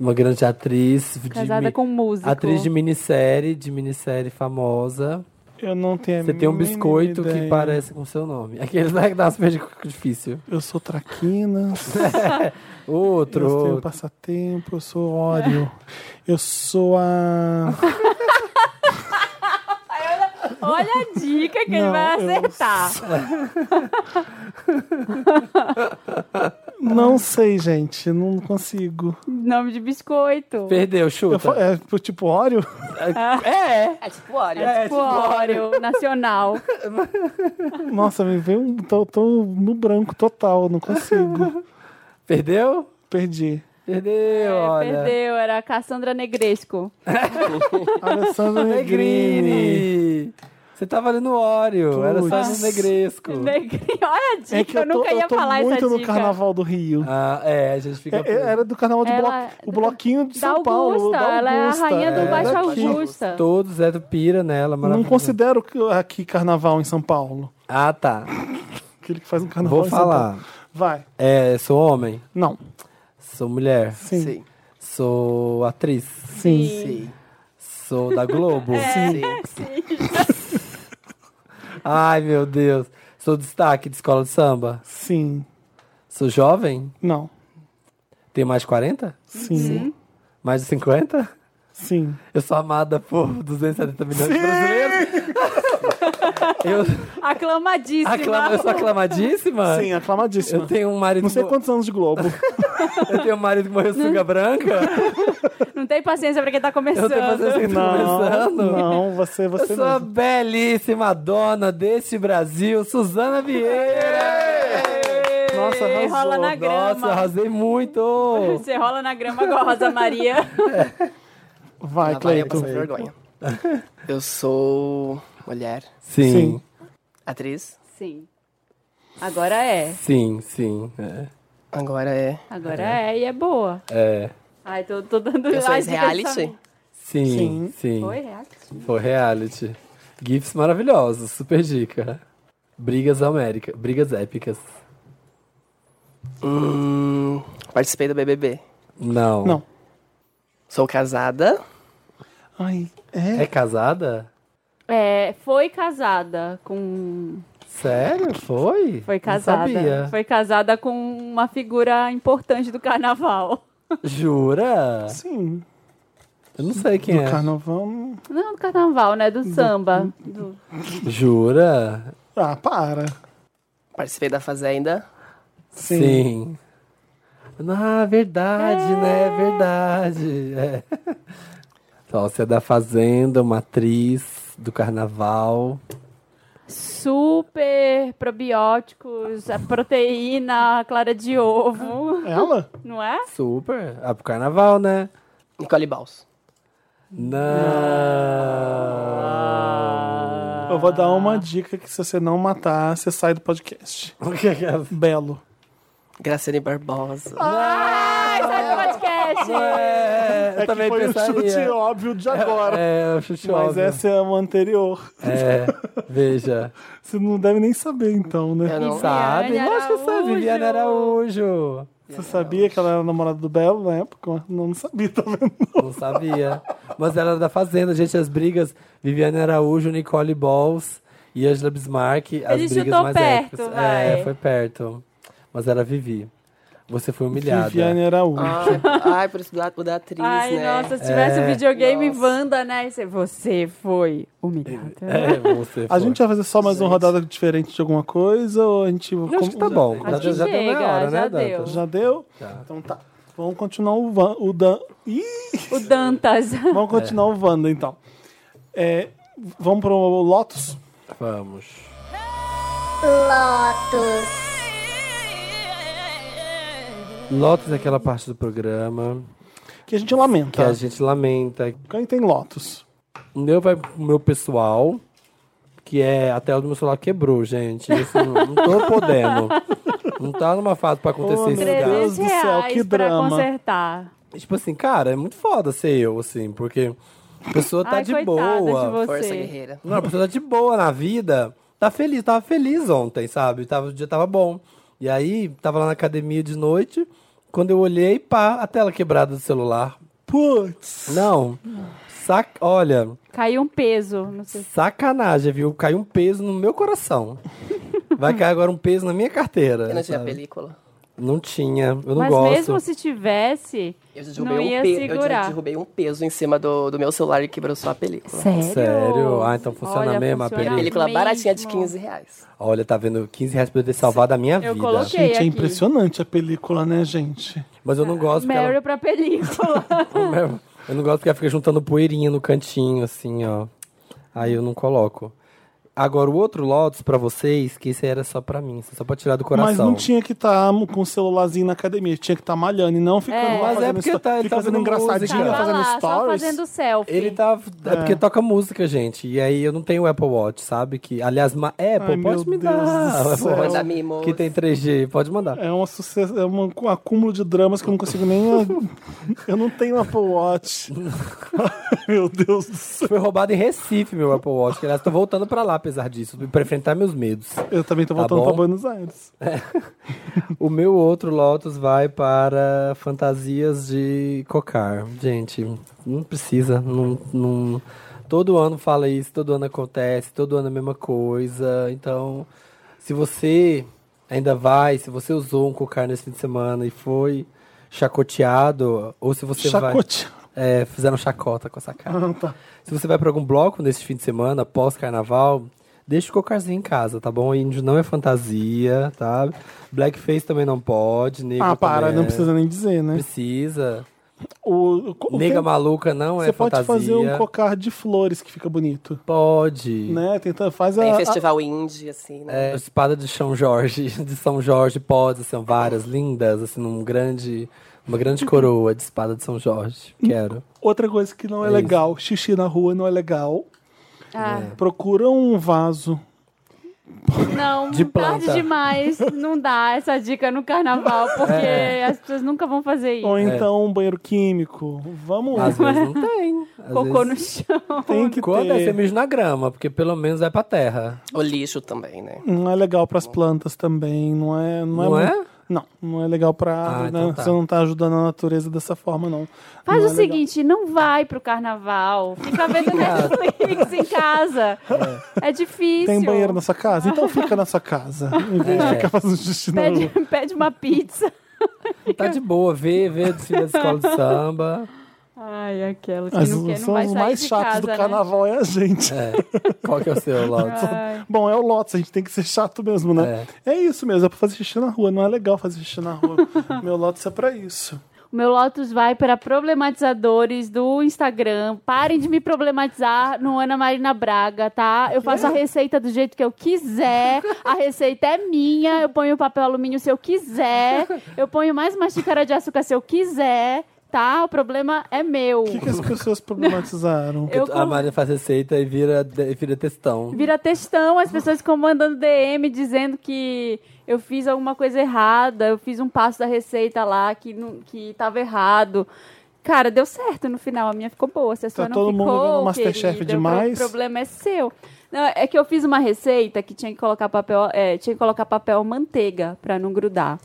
Speaker 2: Uma grande atriz. de
Speaker 4: Casada
Speaker 2: mi-
Speaker 4: com um músico.
Speaker 2: Atriz de minissérie, de minissérie famosa.
Speaker 1: Eu não tenho a
Speaker 2: Você tem um
Speaker 1: mínima
Speaker 2: biscoito
Speaker 1: ideia.
Speaker 2: que parece com seu nome. Aquele lá que dá umas perdidas difícil.
Speaker 1: Eu sou traquina,
Speaker 2: é Outro.
Speaker 1: eu tenho
Speaker 2: outro.
Speaker 1: passatempo, eu sou óleo. Eu sou a...
Speaker 4: Olha a dica que ele
Speaker 1: Não,
Speaker 4: vai
Speaker 1: eu
Speaker 4: acertar.
Speaker 1: Não sei, gente, não consigo.
Speaker 4: Nome de biscoito.
Speaker 2: Perdeu,
Speaker 1: Eu fa-
Speaker 2: chuta.
Speaker 1: é tipo óleo?
Speaker 2: É,
Speaker 3: É tipo, olha.
Speaker 4: É tipo Oreo, nacional.
Speaker 1: Nossa, me veio um... Tô, tô no branco total, não consigo.
Speaker 2: Perdeu?
Speaker 1: Perdi.
Speaker 2: Perdeu,
Speaker 4: É,
Speaker 2: olha.
Speaker 4: perdeu, era a Cassandra Negresco.
Speaker 1: Alessandro Negrini.
Speaker 2: Negrini. Você tava ali no Óleo, era só no
Speaker 1: Putz.
Speaker 2: negresco.
Speaker 4: Negri- Olha a dica, eu,
Speaker 1: tô-
Speaker 4: nunca ia
Speaker 1: É eu tô
Speaker 4: falar
Speaker 1: muito
Speaker 4: essa
Speaker 1: no
Speaker 4: dica.
Speaker 1: Carnaval do Rio.
Speaker 2: Ah, é, a gente fica.
Speaker 1: É, é, era do Carnaval de
Speaker 4: Ela-
Speaker 1: Bloco- o bloquinho de
Speaker 4: Da
Speaker 1: São
Speaker 4: Augusta,
Speaker 1: Paulo. da
Speaker 4: ela é a
Speaker 1: Augusta,
Speaker 4: rainha do
Speaker 1: é,
Speaker 4: Baixo
Speaker 1: daqui.
Speaker 4: Augusta.
Speaker 2: Todos é do Pira nela,
Speaker 1: Não
Speaker 2: maravilhoso.
Speaker 1: considero que- aqui Carnaval em São Paulo.
Speaker 2: Ah, tá.
Speaker 1: Aquele que faz um Carnaval
Speaker 2: Vou
Speaker 1: em São Paulo.
Speaker 2: falar.
Speaker 1: Vai.
Speaker 2: É, sou homem,
Speaker 1: Não.
Speaker 2: sou mulher,
Speaker 1: Sim.
Speaker 3: Sim.
Speaker 2: sou atriz,
Speaker 1: Sim.
Speaker 3: Sim.
Speaker 2: sou da Globo.
Speaker 4: É.
Speaker 3: Sim.
Speaker 2: Ai, meu Deus. Sou destaque de escola de samba.
Speaker 1: Sim.
Speaker 2: Sou jovem,
Speaker 1: Não.
Speaker 2: tenho mais de 40?
Speaker 1: Sim. Sim.
Speaker 2: Mais de 50?
Speaker 1: Sim.
Speaker 2: Eu sou amada por 270 milhões de brasileiros. Eu,
Speaker 4: Aclamadíssima.
Speaker 2: aclama, eu sou aclamadíssima?
Speaker 1: aclamadíssima.
Speaker 2: Ah, Eu tenho um marido.
Speaker 1: Não sei
Speaker 2: que mo-
Speaker 1: quantos anos de Globo.
Speaker 2: Eu tenho um marido que morreu suga branca.
Speaker 4: Não tem paciência pra quem tá
Speaker 2: Eu
Speaker 4: começando.
Speaker 2: tenho fazendo assim,
Speaker 1: não,
Speaker 2: começando.
Speaker 1: não, você,
Speaker 2: Eu
Speaker 1: você
Speaker 2: sou a
Speaker 1: mesmo.
Speaker 2: belíssima dona deste Brasil, Suzana Vieira.
Speaker 1: Nossa, arrasou.
Speaker 4: Rola na grama.
Speaker 2: Nossa, arrasei muito.
Speaker 4: Você rola na grama igual a Rosa Maria.
Speaker 1: Vai,
Speaker 4: Ah,
Speaker 3: Lá vai eu
Speaker 1: Cleiton.
Speaker 3: passar vergonha. Eu sou mulher,
Speaker 2: Sim,
Speaker 3: atriz.
Speaker 4: Sim. Agora é.
Speaker 2: sim, sim. é.
Speaker 3: Agora é.
Speaker 4: Agora é, e é boa.
Speaker 2: É.
Speaker 4: Ai, tô, tô dando
Speaker 3: Eu sou
Speaker 4: as dicas de
Speaker 3: reality.
Speaker 4: Samir.
Speaker 2: Sim, sim.
Speaker 4: Foi reality.
Speaker 2: Foi reality. GIFs maravilhosos, super dica. Brigas América, brigas épicas.
Speaker 3: Hum, participei do BBB.
Speaker 2: Não.
Speaker 1: Não.
Speaker 3: Sou casada.
Speaker 1: Ai,
Speaker 2: É
Speaker 1: é?
Speaker 2: casada?
Speaker 4: É, foi casada com.
Speaker 2: Sério? Foi?
Speaker 4: Foi
Speaker 2: Não
Speaker 4: casada.
Speaker 2: sabia.
Speaker 4: Foi casada com uma figura importante do carnaval.
Speaker 2: Jura?
Speaker 1: Sim.
Speaker 2: Eu não sei quem
Speaker 1: Do
Speaker 2: é.
Speaker 1: Carnaval. não-
Speaker 4: Não, do carnaval, né? Do samba. Do-
Speaker 2: Jura?
Speaker 1: Ah, para.
Speaker 3: Participei da Fazenda.
Speaker 1: Sim.
Speaker 2: Ah, verdade, né? Verdade. É. Nossa, é da Fazenda, uma atriz do carnaval.
Speaker 4: Super probióticos, a proteína, a clara de ovo,
Speaker 1: Ela?
Speaker 4: não é?
Speaker 2: Super. Ah, pro carnaval, né?
Speaker 3: Nicole Baus.
Speaker 2: Não.
Speaker 1: Eu vou dar
Speaker 4: Ah.
Speaker 1: uma dica que se você não matar, você sai do podcast.
Speaker 2: O que que é?
Speaker 1: Belo.
Speaker 3: Graciane Barbosa.
Speaker 4: Ah, Ai, sai do podcast!
Speaker 2: É, eu
Speaker 1: é
Speaker 2: também
Speaker 1: que foi
Speaker 2: pensaria.
Speaker 1: um chute óbvio de agora.
Speaker 2: É, o chute
Speaker 1: Mas
Speaker 2: óbvio.
Speaker 1: essa é uma anterior.
Speaker 2: É, veja.
Speaker 1: Você não deve nem saber, então, né?
Speaker 2: É,
Speaker 3: Eu não.
Speaker 2: Sabe? Lógico que sabe,
Speaker 4: Araújo.
Speaker 2: Viviane Araújo.
Speaker 1: Você sabia que ela era namorada do Belo na época? Não, não sabia, tá vendo?
Speaker 2: Não sabia. Mas ela era da Fazenda, gente. As brigas, Viviane Araújo, Nicole Balls e Angela Bismarck. As
Speaker 4: Ele
Speaker 2: brigas
Speaker 4: chutou
Speaker 2: mais
Speaker 4: perto,
Speaker 2: épicas.
Speaker 4: vai.
Speaker 2: É, foi perto. Mas era Vivi. Você foi humilhada.
Speaker 1: Viviane Araújo.
Speaker 2: Ah,
Speaker 3: Ai, Ah, ai, por isso da, da atriz,
Speaker 4: Ai,
Speaker 3: né?
Speaker 4: nossa, se tivesse o
Speaker 2: É.
Speaker 4: videogame
Speaker 3: Nossa.
Speaker 4: Wanda, né? Você- Você foi humilhada.
Speaker 2: É, você
Speaker 1: A
Speaker 2: foi.
Speaker 1: gente vai fazer só mais uma rodada diferente de alguma coisa? Ou a gente.
Speaker 2: Eu acho que tá bom.
Speaker 4: Acho que
Speaker 2: deu meia
Speaker 4: chega, já
Speaker 2: Danta?
Speaker 4: deu.
Speaker 1: Já deu?
Speaker 2: Tá.
Speaker 1: Então tá. Vamos continuar o, Van, o Dan. Ih!
Speaker 4: O Dantas.
Speaker 1: Vamos continuar o Wanda, então. É, vamos pro Lotus?
Speaker 2: Vamos.
Speaker 6: Lotus,
Speaker 2: Lotus é aquela parte do programa
Speaker 1: Que a gente
Speaker 2: que
Speaker 4: Tá.
Speaker 1: lamenta.
Speaker 2: a gente lamenta.
Speaker 1: Quem tem Lotus?
Speaker 2: O meu vai pro meu pessoal, que é a tela do meu celular quebrou, gente. Isso não, não tô podendo. Não tá numa fase pra
Speaker 1: Oh,
Speaker 2: acontecer esse
Speaker 1: meu
Speaker 2: lugar.
Speaker 1: Deus
Speaker 4: 300
Speaker 1: do céu,
Speaker 4: reais
Speaker 1: que
Speaker 4: pra
Speaker 1: drama.
Speaker 4: consertar.
Speaker 2: Tipo assim, cara, é muito foda ser eu, assim, porque a pessoa tá
Speaker 4: Ai,
Speaker 2: de
Speaker 4: coitada
Speaker 2: boa.
Speaker 4: de você.
Speaker 3: Força guerreira.
Speaker 2: Não, a pessoa tá de boa na vida, tá feliz, tava feliz ontem, sabe? Tava, o dia tava bom. E aí, tava lá na academia de noite, quando eu olhei, pá, a tela quebrada do celular.
Speaker 1: Putz!
Speaker 2: Não, sac... olha,
Speaker 4: Caiu um peso. Não sei.
Speaker 2: sacanagem, viu? Caiu um peso no meu coração. Vai cair agora um peso na minha carteira.
Speaker 3: Porque não tinha
Speaker 2: sabe?
Speaker 3: película.
Speaker 2: Não tinha, eu não
Speaker 4: Mas
Speaker 2: gosto.
Speaker 4: mesmo assim- se tivesse,
Speaker 3: Eu derrubei,
Speaker 4: não
Speaker 3: um
Speaker 4: ia
Speaker 3: pe- eu
Speaker 4: segurar.
Speaker 3: derrubei um peso em cima do, do meu celular e quebrou só a película.
Speaker 4: Sério?
Speaker 2: Sério? Ah, então funciona
Speaker 4: Olha,
Speaker 2: mesmo a
Speaker 4: funciona
Speaker 2: pena.
Speaker 3: Película
Speaker 4: mesmo.
Speaker 3: baratinha é de 15 reais.
Speaker 2: Olha, tá vendo? 15 reais pra eu ter salvado a minha
Speaker 4: Eu
Speaker 2: vida.
Speaker 4: coloquei.
Speaker 1: Gente, é
Speaker 4: aqui.
Speaker 1: impressionante a película, né, gente?
Speaker 2: Mas eu não gosto porque
Speaker 4: Meryl
Speaker 2: ela...
Speaker 4: pra película.
Speaker 2: Eu não gosto porque ela fica juntando poeirinha no cantinho, assim, ó. Aí eu não coloco. Agora, o outro Lotus pra vocês, que esse era só pra mim, só pra tirar do coração.
Speaker 1: Mas não tinha que estar com o celularzinho na academia, tinha que estar malhando e não ficando
Speaker 4: É.
Speaker 1: lá
Speaker 2: Mas é
Speaker 1: fazendo
Speaker 2: porque
Speaker 1: histó-
Speaker 2: tá- ele
Speaker 1: fica
Speaker 2: tá
Speaker 1: fazendo
Speaker 2: ouvindo música.
Speaker 1: engraçadinho,
Speaker 4: Tava
Speaker 1: fazendo
Speaker 4: lá, só
Speaker 1: stories.
Speaker 4: fazendo selfie.
Speaker 2: Ele tá. É. porque toca música, gente. E aí eu não tenho Apple Watch, sabe? Que, aliás, ma... Apple,
Speaker 1: Ai,
Speaker 2: pode
Speaker 1: meu
Speaker 2: me
Speaker 1: Deus
Speaker 2: dar.
Speaker 1: do
Speaker 2: o Apple
Speaker 1: céu.
Speaker 2: Watch
Speaker 3: Manda mimos.
Speaker 2: que tem 3G, pode mandar.
Speaker 1: É, uma sucess... é uma- um acúmulo de dramas que eu não consigo nem. eu não tenho Apple Watch. Meu Deus do céu.
Speaker 2: Foi roubado em Recife, meu Apple Watch. Que, aliás, tô voltando pra lá, apesar disso, pra enfrentar meus medos.
Speaker 1: Eu também tô
Speaker 2: Tá
Speaker 1: voltando
Speaker 2: bom.
Speaker 1: pra Buenos Aires.
Speaker 2: O meu outro Lotus vai para fantasias de cocar. Gente, não precisa. Não, não- Todo ano fala isso, todo ano acontece, todo ano é a mesma coisa. Então, se você ainda vai, se você usou um cocar nesse fim de semana e foi chacoteado, ou se você vai.
Speaker 1: Chacote.
Speaker 2: É, fizeram chacota com essa cara.
Speaker 1: Ah, tá.
Speaker 2: Se você vai pra algum bloco nesse fim de semana, pós-carnaval, deixa o cocarzinho em casa, tá bom? Índio não é fantasia, tá? Blackface também não pode, negro
Speaker 1: Ah, para,
Speaker 2: também
Speaker 1: não
Speaker 2: é.
Speaker 1: precisa nem dizer, né?
Speaker 2: Precisa.
Speaker 1: O, o, o-
Speaker 2: Nega
Speaker 1: tem-
Speaker 2: maluca não é
Speaker 1: Você pode fazer
Speaker 2: fantasia.
Speaker 1: um cocar de flores que fica bonito.
Speaker 2: Pode.
Speaker 1: Né? Tenta, faz
Speaker 3: Tem
Speaker 1: a, a,
Speaker 3: festival indie, assim, né?
Speaker 2: É, espada de São Jorge, de São Jorge pode, são várias lindas, assim, num grande, uma
Speaker 1: Uhum.
Speaker 2: grande coroa de espada de São Jorge. Quero.
Speaker 1: Outra coisa que não é,
Speaker 2: É
Speaker 1: legal, xixi na rua não é legal.
Speaker 4: Ah,
Speaker 1: Procura um vaso.
Speaker 4: Não,
Speaker 2: De
Speaker 4: tarde
Speaker 2: planta.
Speaker 4: demais. Não dá essa dica no carnaval, porque
Speaker 2: É.
Speaker 4: as pessoas nunca vão fazer isso.
Speaker 1: Ou então um banheiro químico. Vamos.
Speaker 2: Às vezes não tem. Às
Speaker 4: Cocô
Speaker 2: vezes...
Speaker 4: no chão.
Speaker 1: Tem que
Speaker 2: Quando é, você
Speaker 1: ter.
Speaker 2: mijo na grama, porque pelo menos vai pra terra.
Speaker 3: O lixo também, né?
Speaker 1: Não é legal pras plantas também. Não é. Não,
Speaker 2: Não
Speaker 1: é?
Speaker 2: é?
Speaker 1: muito- Não, não é legal pra árvore, né?
Speaker 2: então tá.
Speaker 1: Você não tá ajudando a natureza dessa forma, não.
Speaker 4: Faz
Speaker 1: Não
Speaker 4: o
Speaker 1: é legal.
Speaker 4: seguinte, não vai pro carnaval. Fica vendo Netflix em casa. É, difícil.
Speaker 1: Tem banheiro na sua casa? Então fica na sua casa. Em vez de
Speaker 2: É.
Speaker 1: ficar fazendo xixi na rua.
Speaker 4: pede, pede uma pizza.
Speaker 2: Tá de boa, vê, vê a desfile da escola de samba.
Speaker 4: Ai, aquela que
Speaker 1: As-
Speaker 4: não, quer, não
Speaker 1: são
Speaker 4: vai
Speaker 1: os
Speaker 4: sair
Speaker 1: mais
Speaker 4: de
Speaker 1: chatos
Speaker 4: casa,
Speaker 1: do
Speaker 4: né?
Speaker 1: carnaval é a gente.
Speaker 2: É. Qual que é o seu, Lotus?
Speaker 4: Ai.
Speaker 1: Bom, é o Lotus, a gente tem que ser chato mesmo, né? É, isso mesmo, é pra fazer xixi na rua, não é legal fazer xixi na rua. Meu Lotus é pra isso.
Speaker 4: O meu Lotus vai para problematizadores do Instagram. Parem de me problematizar no Ana Marina Braga, tá? Eu faço a receita do jeito que eu quiser. A receita é minha. Eu ponho papel alumínio se eu quiser. Eu ponho mais uma xícara de açúcar se eu quiser, tá? O problema é meu.
Speaker 1: O que, que as pessoas problematizaram?
Speaker 4: Eu
Speaker 2: A
Speaker 4: com-
Speaker 2: Maria faz receita e vira, e vira textão.
Speaker 4: Vira textão, as pessoas ficam mandando DM dizendo que eu fiz alguma coisa errada, eu fiz um passo da receita lá que, não, que tava errado. Cara, deu certo no final, a minha ficou boa. Se a sua
Speaker 1: Tá
Speaker 4: não
Speaker 1: todo
Speaker 4: ficou,
Speaker 1: mundo vendo Masterchef
Speaker 4: querida,
Speaker 1: demais?
Speaker 4: O pro- problema é seu. Não, é que eu fiz uma receita que tinha que colocar papel, é, tinha que colocar papel manteiga para não grudar.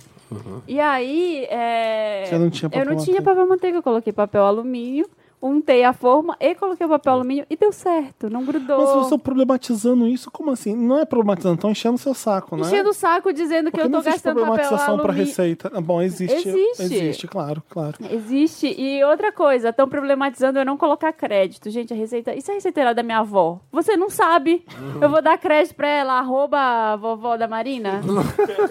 Speaker 4: E aí, é,
Speaker 1: Uhum. Você não tinha papel
Speaker 4: eu não tinha
Speaker 1: manteiga.
Speaker 4: papel manteiga, eu coloquei papel alumínio. untei a forma e coloquei o papel alumínio e deu certo, não grudou.
Speaker 1: Tá. Mas vocês estão problematizando isso, como assim? Não é problematizando, estão enchendo seu saco, né?
Speaker 4: Enchendo o saco dizendo
Speaker 1: Porque
Speaker 4: que eu
Speaker 1: não
Speaker 4: tô
Speaker 1: existe
Speaker 4: gastando papel
Speaker 1: problematização pra
Speaker 4: alumínio.
Speaker 1: receita. Ah, Bom, existe.
Speaker 4: Existe.
Speaker 1: Existe, claro, claro.
Speaker 4: Existe. E outra coisa, estão problematizando eu não colocar crédito. Gente, a receita. Isso é a receita era da minha avó. Você não sabe. Eu vou dar crédito pra ela, arroba vovó da Marina.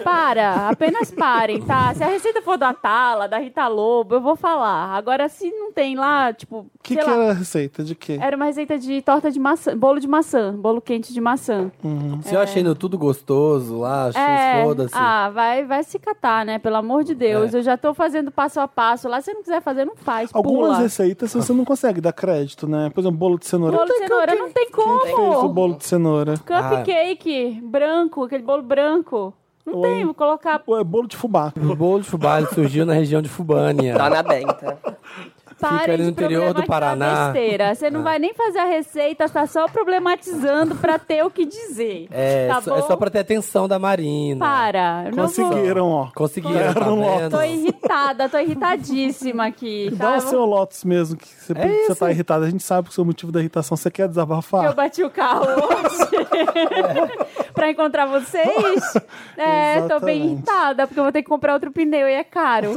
Speaker 4: Para, apenas parem, tá? Se a receita for da Tala, da Rita Lobo, eu vou falar. Agora, se não tem lá, tipo.
Speaker 1: O que,
Speaker 4: sei
Speaker 1: que é?
Speaker 4: lá, É
Speaker 1: era a receita? De quê?
Speaker 4: Era uma receita de torta de maçã, bolo de maçã, bolo quente de maçã.
Speaker 2: Se eu achei no tudo gostoso lá, achei foda-se.
Speaker 4: É.
Speaker 2: É.
Speaker 4: ah, vai, vai se catar, né? Pelo amor de Deus, eu já tô fazendo passo a passo lá. Se não quiser fazer, não faz,
Speaker 1: Algumas
Speaker 2: é assim,
Speaker 4: pula.
Speaker 1: receitas você não consegue dar crédito, né? Por exemplo, bolo de cenoura.
Speaker 4: Bolo de cenoura não tem como.
Speaker 1: Quem fez o bolo de cenoura?
Speaker 2: Ah.
Speaker 4: Cupcake branco, aquele bolo branco. Não
Speaker 1: Ou-
Speaker 4: tem, vou colocar
Speaker 1: Ou é bolo de fubá?
Speaker 2: O bolo de fubá ele surgiu na região de Fubânia.
Speaker 3: Tá na benta.
Speaker 4: Parem
Speaker 2: ali no
Speaker 4: de
Speaker 2: interior do
Speaker 4: problematizar
Speaker 2: Paraná.
Speaker 4: é
Speaker 2: Ah.
Speaker 4: Besteira. Você não vai nem fazer a receita, tá só problematizando pra ter o que dizer.
Speaker 2: É,
Speaker 4: tá
Speaker 2: só, é
Speaker 4: bom?
Speaker 2: só pra ter atenção da Marina.
Speaker 4: Para. eu não vou...
Speaker 1: Conseguiram, ó.
Speaker 2: Conseguiram, tá
Speaker 1: Era um
Speaker 2: vendo?
Speaker 4: Tô irritada, tô irritadíssima aqui.
Speaker 1: Dá
Speaker 4: tá?
Speaker 1: o seu Lotus mesmo, que você, você tá irritado. A gente sabe que o seu motivo da irritação, você quer
Speaker 4: Eu
Speaker 1: desabafar.
Speaker 4: bati o carro hoje pra encontrar vocês. É, tô bem
Speaker 1: Exatamente.
Speaker 4: irritada, porque eu vou ter que comprar outro pneu e é caro.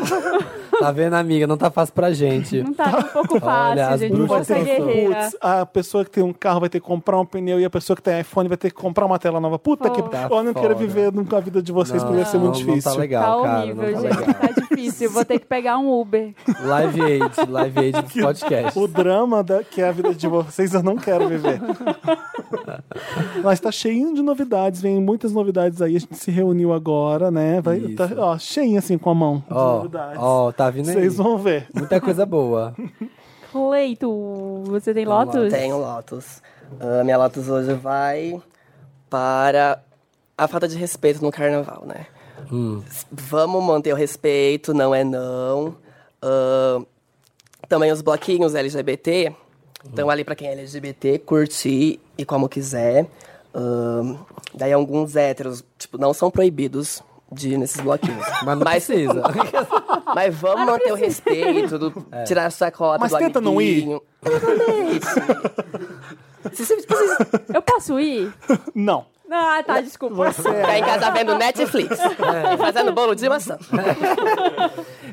Speaker 2: Tá vendo, amiga? Não tá fácil pra gente.
Speaker 4: Não tá um pouco fácil,
Speaker 2: as
Speaker 4: gente.
Speaker 2: bruxas
Speaker 4: Força
Speaker 2: têm força.
Speaker 4: guerreira.
Speaker 1: Putz, a pessoa que tem um carro vai ter que comprar um pneu e a pessoa que tem iPhone vai ter que comprar uma tela nova. Puta que.
Speaker 2: Tá
Speaker 1: eu não quero
Speaker 2: fora.
Speaker 1: viver nunca a vida de vocês, porque
Speaker 2: não,
Speaker 1: ia ser muito
Speaker 2: não
Speaker 1: difícil.
Speaker 2: tá
Speaker 4: Tá
Speaker 2: legal, cara.
Speaker 4: horrível,
Speaker 2: não tá
Speaker 4: gente.
Speaker 2: legal.
Speaker 4: Tá difícil. Vou ter que pegar um Uber.
Speaker 2: Live Aid, Live Aid do podcast.
Speaker 1: O drama da- que é a vida de vocês, eu não quero viver. Mas tá cheio de novidades, vem muitas novidades aí. A gente se reuniu agora, né? Vai,
Speaker 2: Isso.
Speaker 1: tá, ó, cheio assim com a mão de
Speaker 2: Ó,
Speaker 1: novidades.
Speaker 2: ó, tá vindo aí.
Speaker 1: Vocês vão ver.
Speaker 2: Muita coisa boa.
Speaker 4: Cleito, você
Speaker 2: um
Speaker 4: tem Lotus?
Speaker 3: Tenho Lotus. A minha Lotus hoje vai para a falta de respeito no carnaval, né? S- Vamos manter o respeito, não é não. Ahn, também os bloquinhos LGBT. Então, ali para quem é LGBT, curtir e como quiser. Ahn, daí, alguns héteros, tipo, não são proibidos de ir nesses bloquinhos.
Speaker 2: Mas não precisa.
Speaker 3: Mas vamos manter o respeito, do- tirar a chacota
Speaker 1: Mas
Speaker 3: do
Speaker 1: tenta não ir.
Speaker 3: amiguinho. Se você, tipo, você
Speaker 4: Eu posso ir?
Speaker 1: Não.
Speaker 4: Ah, tá, desculpa.
Speaker 3: ficar em casa vendo Netflix, fazendo bolo de maçã.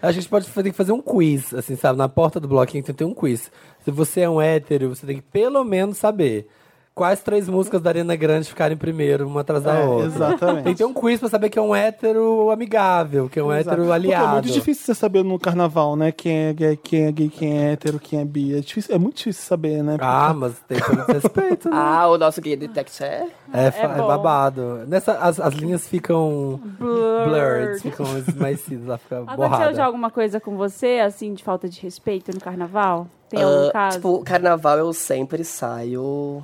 Speaker 2: A gente pode fazer, tem que fazer um quiz, assim, sabe? Na porta do bloquinho tem que ter um quiz. Se você é um hétero, você tem que pelo menos saber quais três músicas da Arena Grande ficarem primeiro, uma atrás da
Speaker 1: É,
Speaker 2: outra.
Speaker 1: exatamente.
Speaker 2: Tem que ter um quiz pra saber que é um hétero amigável, que é um hétero
Speaker 1: Porque É
Speaker 2: aliado.
Speaker 1: muito difícil você saber no carnaval, né? Quem é gay, quem é gay, quem é hétero, quem é bi. É, difícil- é muito difícil saber, né?
Speaker 2: Ah, mas tem pelo menos respeito, né?
Speaker 3: Ah, o nosso guia detective é...
Speaker 2: É, fa- é
Speaker 4: bom.
Speaker 2: babado. Nessa, as, as linhas ficam blurred, ficam esmaecidas, ela fica
Speaker 4: Aconteceu já
Speaker 2: borrada.
Speaker 4: alguma coisa com você, assim, de falta de respeito no carnaval? Tem algum
Speaker 3: Ah,
Speaker 4: caso?
Speaker 3: Tipo, carnaval eu sempre saio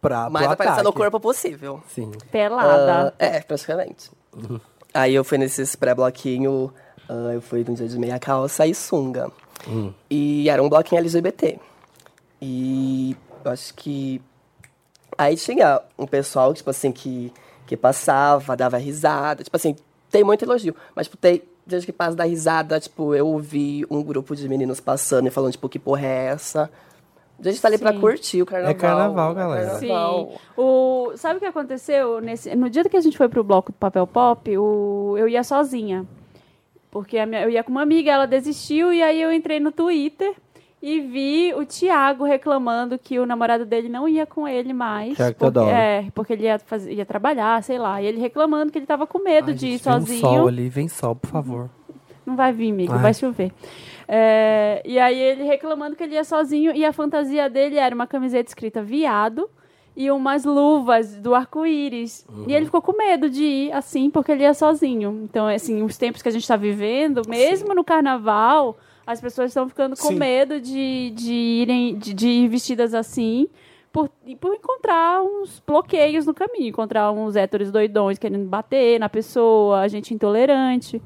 Speaker 2: Pra,
Speaker 3: mais
Speaker 2: pro
Speaker 3: aparecendo o
Speaker 2: ataque.
Speaker 3: corpo possível.
Speaker 2: Sim.
Speaker 4: Pelada.
Speaker 3: Ah, é, praticamente. Aí eu fui nesses pré-bloquinho, ah, eu fui num dia de meia calça e sunga. E era um bloquinho LGBT. E eu acho que. Aí tinha um pessoal, tipo assim, que, que passava, dava risada. Tipo assim, tem muito elogio. Mas, tipo, tem gente que passa da risada. Tipo, eu ouvi um grupo de meninos passando e falando, tipo, que porra é essa? A gente tá ali pra
Speaker 4: Sim.
Speaker 3: curtir o carnaval. né?
Speaker 2: carnaval, galera.
Speaker 3: carnaval.
Speaker 4: Sim. O, sabe o que aconteceu? Nesse, no dia que a gente foi pro bloco do papel pop, o, eu ia sozinha. Porque a minha- eu ia com uma amiga, ela desistiu, e aí eu entrei no Twitter e vi o Thiago reclamando que o namorado dele não ia com ele mais.
Speaker 2: Thiago
Speaker 4: porque,
Speaker 2: Teodoro.
Speaker 4: é, porque ele ia, fazer, ia trabalhar, sei lá. E ele reclamando que ele tava com medo
Speaker 2: Ai,
Speaker 4: de ir
Speaker 2: gente, Vem
Speaker 4: sozinho.
Speaker 2: um sol ali, vem sol, por favor.
Speaker 4: Não vai vir, amigo,
Speaker 2: Ai.
Speaker 4: vai chover. É, e aí ele reclamando que ele ia sozinho e a fantasia dele era uma camiseta escrita viado e umas luvas do arco-íris. E ele ficou com medo de ir assim porque ele ia sozinho. Então, assim, os tempos que a gente está vivendo, mesmo no carnaval, as pessoas estão ficando com
Speaker 1: Sim.
Speaker 4: medo de, de irem de, de ir vestidas assim. Por, e por encontrar uns bloqueios no caminho, encontrar uns héteros doidões querendo bater na pessoa, gente intolerante.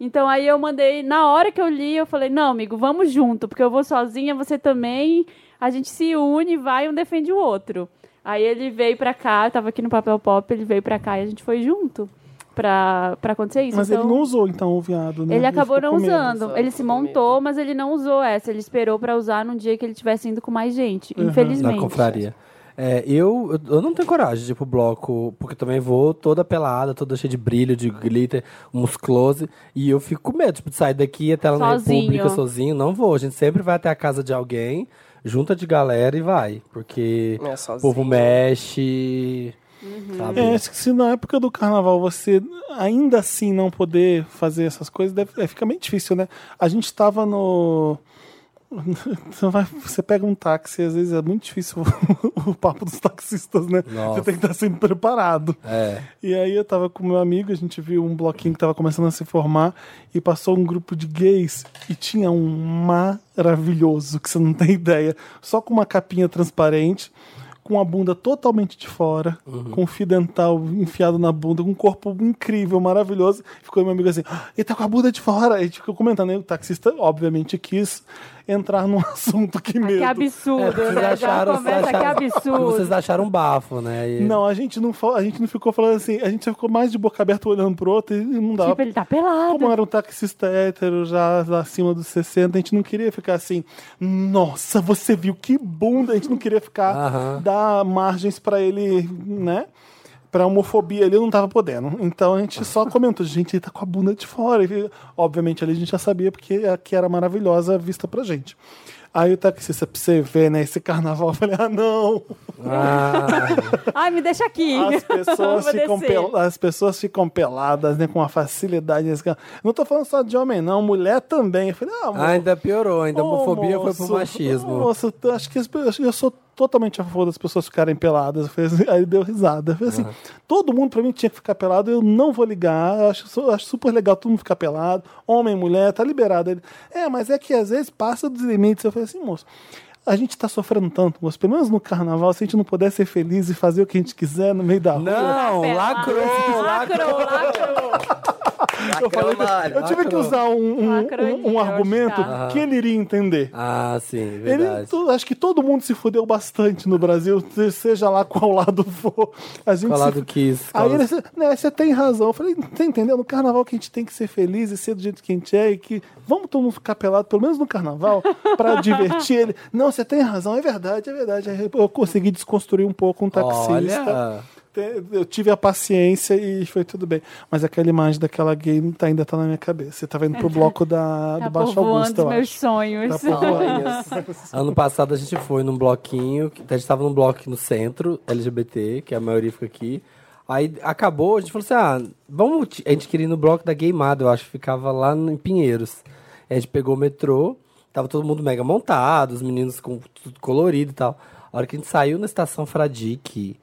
Speaker 4: Então aí eu mandei, na hora que eu li, eu falei, não, amigo, vamos junto, porque eu vou sozinha, você também, a gente se une, vai, um defende o outro. Aí ele veio pra cá, eu tava aqui no Papel Pop, ele veio pra cá e a gente foi junto. pra, pra acontecer isso.
Speaker 1: Mas
Speaker 4: então,
Speaker 1: ele não usou, então, o viado, né?
Speaker 4: ele acabou
Speaker 1: ficou
Speaker 4: não
Speaker 1: com medo.
Speaker 4: usando.
Speaker 3: só,
Speaker 4: ele se
Speaker 3: ficou com
Speaker 4: montou, mas ele não usou essa. Ele esperou pra usar num dia que ele estivesse indo com mais gente.
Speaker 1: Uhum.
Speaker 4: Infelizmente.
Speaker 2: Na confraria. É, eu, eu não tenho coragem de ir pro bloco, porque também vou toda pelada, toda cheia de brilho, de glitter, uns close. E eu fico com medo, tipo, de sair daqui até lá na
Speaker 4: Sozinho.
Speaker 2: República sozinho. Não vou. A gente sempre vai até a casa de alguém, junta de galera e vai. Porque
Speaker 3: É,
Speaker 2: o
Speaker 3: sozinho.
Speaker 2: povo mexe.
Speaker 4: Uhum.
Speaker 2: Sabe?
Speaker 1: É, acho que se na época do carnaval você ainda assim não poder fazer essas coisas, deve, é, fica meio difícil, né? A gente tava no. Você vai- Você pega um táxi, às vezes é muito difícil o, o papo dos taxistas, né?
Speaker 2: Nossa.
Speaker 1: Você tem que estar sempre preparado.
Speaker 2: É.
Speaker 1: E aí eu tava com meu amigo, a gente viu um bloquinho que tava começando a se formar e passou um grupo de gays e tinha um maravilhoso, que você não tem ideia, só com uma capinha transparente, com a bunda totalmente de fora, com o fio dental enfiado na bunda, com um corpo incrível, maravilhoso. Ficou meu amigo assim, "Ah, ele tá com a bunda de fora. Aí a gente ficou comentando, e o taxista obviamente quis entrar num assunto que
Speaker 4: Ah, Que
Speaker 1: mesmo.
Speaker 4: absurdo,
Speaker 2: É,
Speaker 4: né? Já começa
Speaker 2: vocês acharam-
Speaker 4: que absurdo.
Speaker 2: Vocês acharam um bafo, né? E-
Speaker 1: Não, a gente não, fa- a gente não ficou falando assim, a gente ficou mais de boca aberta olhando pro outro e não dava
Speaker 4: Tipo, ele tá pelado.
Speaker 1: Como era um taxista hétero já lá acima dos 60, a gente não queria ficar assim, nossa, você viu que bunda! A gente não queria ficar,
Speaker 2: Aham.
Speaker 1: dar margens pra ele, né? Pra homofobia ele não tava podendo. Então a gente só comentou, gente, ele tá com a bunda de fora. E, obviamente ali a gente já sabia, porque aqui era maravilhosa a vista pra gente. Aí o taxista, pra você ver, né? Esse carnaval, eu falei, ah, não!
Speaker 2: Ah,
Speaker 4: Ai, me deixa aqui.
Speaker 1: As pessoas,
Speaker 4: Vou
Speaker 1: ficam
Speaker 4: descer.
Speaker 1: pel- as pessoas ficam peladas, né? Com uma facilidade. nesse campo. Não tô falando só de homem, não. Mulher também. Eu falei, ah, mo-
Speaker 2: ainda piorou, ainda a
Speaker 1: ô,
Speaker 2: homofobia foi
Speaker 1: moço,
Speaker 2: pro machismo.
Speaker 1: ô, moço, tu- acho que as pe- acho que eu sou totalmente a favor das pessoas ficarem peladas. Eu falei assim, aí deu risada. Eu falei assim, todo mundo pra mim tinha que ficar pelado, eu não vou ligar. Eu acho, eu acho super legal todo mundo ficar pelado. Homem, mulher, tá liberado. Ele, é, mas é que às vezes passa dos limites. Eu falei assim, moço. A gente tá sofrendo tanto, moço. Pelo menos no carnaval, se a gente não puder ser feliz e fazer o que a gente quiser no meio da rua.
Speaker 4: Tá
Speaker 2: Não, lacrou,
Speaker 4: Lacrou, lacrou.
Speaker 1: Eu, falei que-
Speaker 3: Lacrou,
Speaker 1: eu tive que
Speaker 2: lacrou.
Speaker 1: usar um, um-
Speaker 4: Lacrou,
Speaker 1: um- um
Speaker 4: eu acho
Speaker 1: argumento
Speaker 4: que tá.
Speaker 1: que ele iria entender.
Speaker 2: Ah, sim,
Speaker 1: Ele,
Speaker 2: verdade.
Speaker 1: tu- acho que todo mundo se fudeu bastante no Brasil, se- seja lá qual lado for. A gente
Speaker 2: Falar
Speaker 1: se-
Speaker 2: do Kiss.
Speaker 1: Aí
Speaker 2: falar-
Speaker 1: ele, né, você tem razão. Eu falei, você entendeu? No carnaval que a gente tem que ser feliz e ser do jeito que a gente é e que vamos todo mundo ficar pelado, pelo menos no carnaval, pra divertir ele. Não, você tem razão, é verdade, é verdade. Aí Eu consegui desconstruir um pouco um taxista.
Speaker 2: Olha,
Speaker 1: Te- Eu tive a paciência e foi tudo bem. Mas aquela imagem daquela gay não tá- ainda tá na minha cabeça. Você tá vendo pro bloco da,
Speaker 4: Tá
Speaker 1: do Baixo
Speaker 4: povoando
Speaker 1: Augusto,
Speaker 4: os
Speaker 1: eu
Speaker 4: meus
Speaker 1: acho. Tá
Speaker 4: sonhos.
Speaker 1: povoando.
Speaker 2: ano passado a gente foi num bloquinho, que- a gente tava num bloco no centro, LGBT, que a maioria fica aqui. Aí acabou, a gente falou assim, ah, vamos, ti- a gente queria ir no bloco da Gameada, eu acho, que ficava lá no- em Pinheiros. Aí a gente pegou o metrô, tava todo mundo mega montado, os meninos com tudo colorido e tal. A hora que a gente saiu na estação Fradique,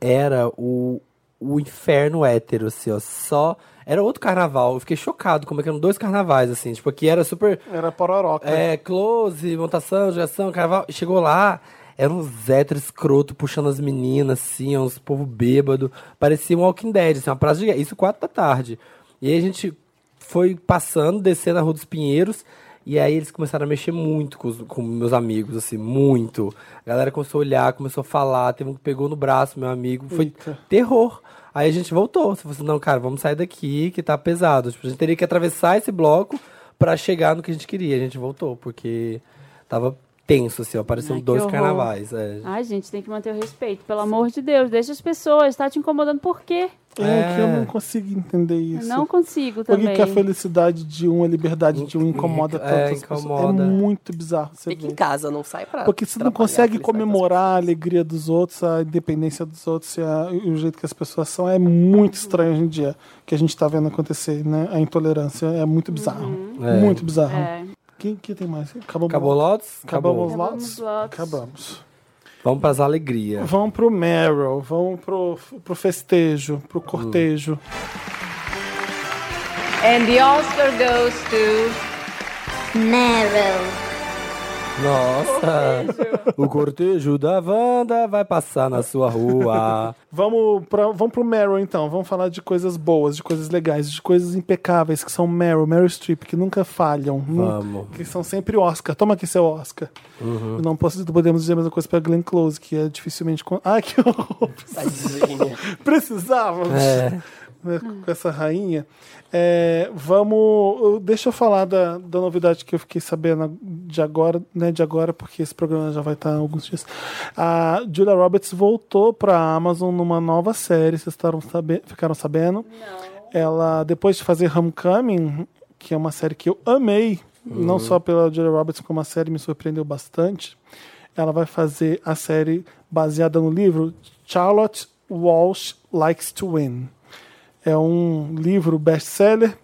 Speaker 2: era o, o inferno hétero, assim, ó, só... Era outro carnaval, eu fiquei chocado como é que eram dois carnavais, assim, tipo, aqui era super...
Speaker 1: Era pororoca.
Speaker 2: É, close, montação, geração, carnaval. Chegou lá, eram uns héteros escroto puxando as meninas, assim, uns povo bêbado. Parecia um Walking Dead, assim, uma praça de guerra. Isso quatro da tarde. E aí a gente foi passando, descendo a Rua dos Pinheiros. E aí eles começaram a mexer muito com, os- com meus amigos, assim, muito. A galera começou a olhar, começou a falar, teve um que pegou no braço, meu amigo. Foi terror. Aí a gente voltou. Você falou assim, não, cara, vamos sair daqui, que tá pesado. Tipo, a gente teria que atravessar esse bloco pra chegar no que a gente queria. A gente voltou, porque tava tenso, assim, ó. Pareciam
Speaker 4: Ai, que
Speaker 2: dois
Speaker 4: horror.
Speaker 2: carnavais.
Speaker 1: Ah,
Speaker 2: É.
Speaker 4: Ai, gente, tem que manter o respeito. Pelo amor de Deus, deixa as pessoas. Tá te incomodando por quê?
Speaker 1: É que eu
Speaker 2: É.
Speaker 1: não consigo entender
Speaker 4: Eu
Speaker 1: isso.
Speaker 4: não consigo
Speaker 1: Por que
Speaker 4: também.
Speaker 1: que a felicidade de um, a liberdade de um incomoda
Speaker 2: É,
Speaker 1: tantas pessoas?
Speaker 2: incomoda.
Speaker 1: É muito bizarro você
Speaker 3: Fica em
Speaker 1: ver.
Speaker 3: casa, não sai pra.
Speaker 1: Porque você não
Speaker 3: atrapalhar
Speaker 1: consegue
Speaker 3: a felicidade das
Speaker 1: comemorar a alegria dos outros, a independência dos outros e, a- e o jeito que as pessoas são. É muito estranho hoje em dia que a gente tá vendo acontecer, né? A intolerância é muito bizarro.
Speaker 2: É.
Speaker 1: Muito bizarro.
Speaker 4: É.
Speaker 1: Quem que tem mais? Acabou,
Speaker 2: Acabou Lotus?
Speaker 1: Acabamos
Speaker 2: Acabou.
Speaker 1: lotes?
Speaker 4: Acabamos lotes.
Speaker 1: Acabamos.
Speaker 2: Vamos pras alegrias.
Speaker 1: Vão pro Meryl, vão pro, pro festejo,
Speaker 2: Hum.
Speaker 1: pro cortejo.
Speaker 7: And the Oscar goes to.
Speaker 6: Meryl.
Speaker 2: Nossa! o cortejo da Wanda vai passar na sua rua.
Speaker 1: Vamos, pra, vamos pro Meryl, então. Vamos falar de coisas boas, de coisas legais, de coisas impecáveis, que são Meryl, Meryl Streep, que nunca falham. nu-
Speaker 2: Vamos.
Speaker 1: Que são sempre Oscar. Toma aqui seu Oscar. Não posso, podemos dizer a mesma coisa pra Glenn Close, que é dificilmente... Con... Ai, que horror.
Speaker 3: pessoas. Tadinha.
Speaker 1: Precisava.
Speaker 2: É.
Speaker 1: né, com essa rainha. É, vamos. eu- Deixa eu falar da, da novidade que eu fiquei sabendo de agora, né? De agora, porque esse programa já vai estar há alguns dias. A Julia Roberts voltou para a Amazon numa nova série, vocês estavam sabe- ficaram sabendo. Ela, depois de fazer Homecoming, que é uma série que eu amei, não só pela Julia Roberts, como a série me surpreendeu bastante. Ela vai fazer a série baseada no livro Charlotte Walsh Likes to Win. É um livro best-seller.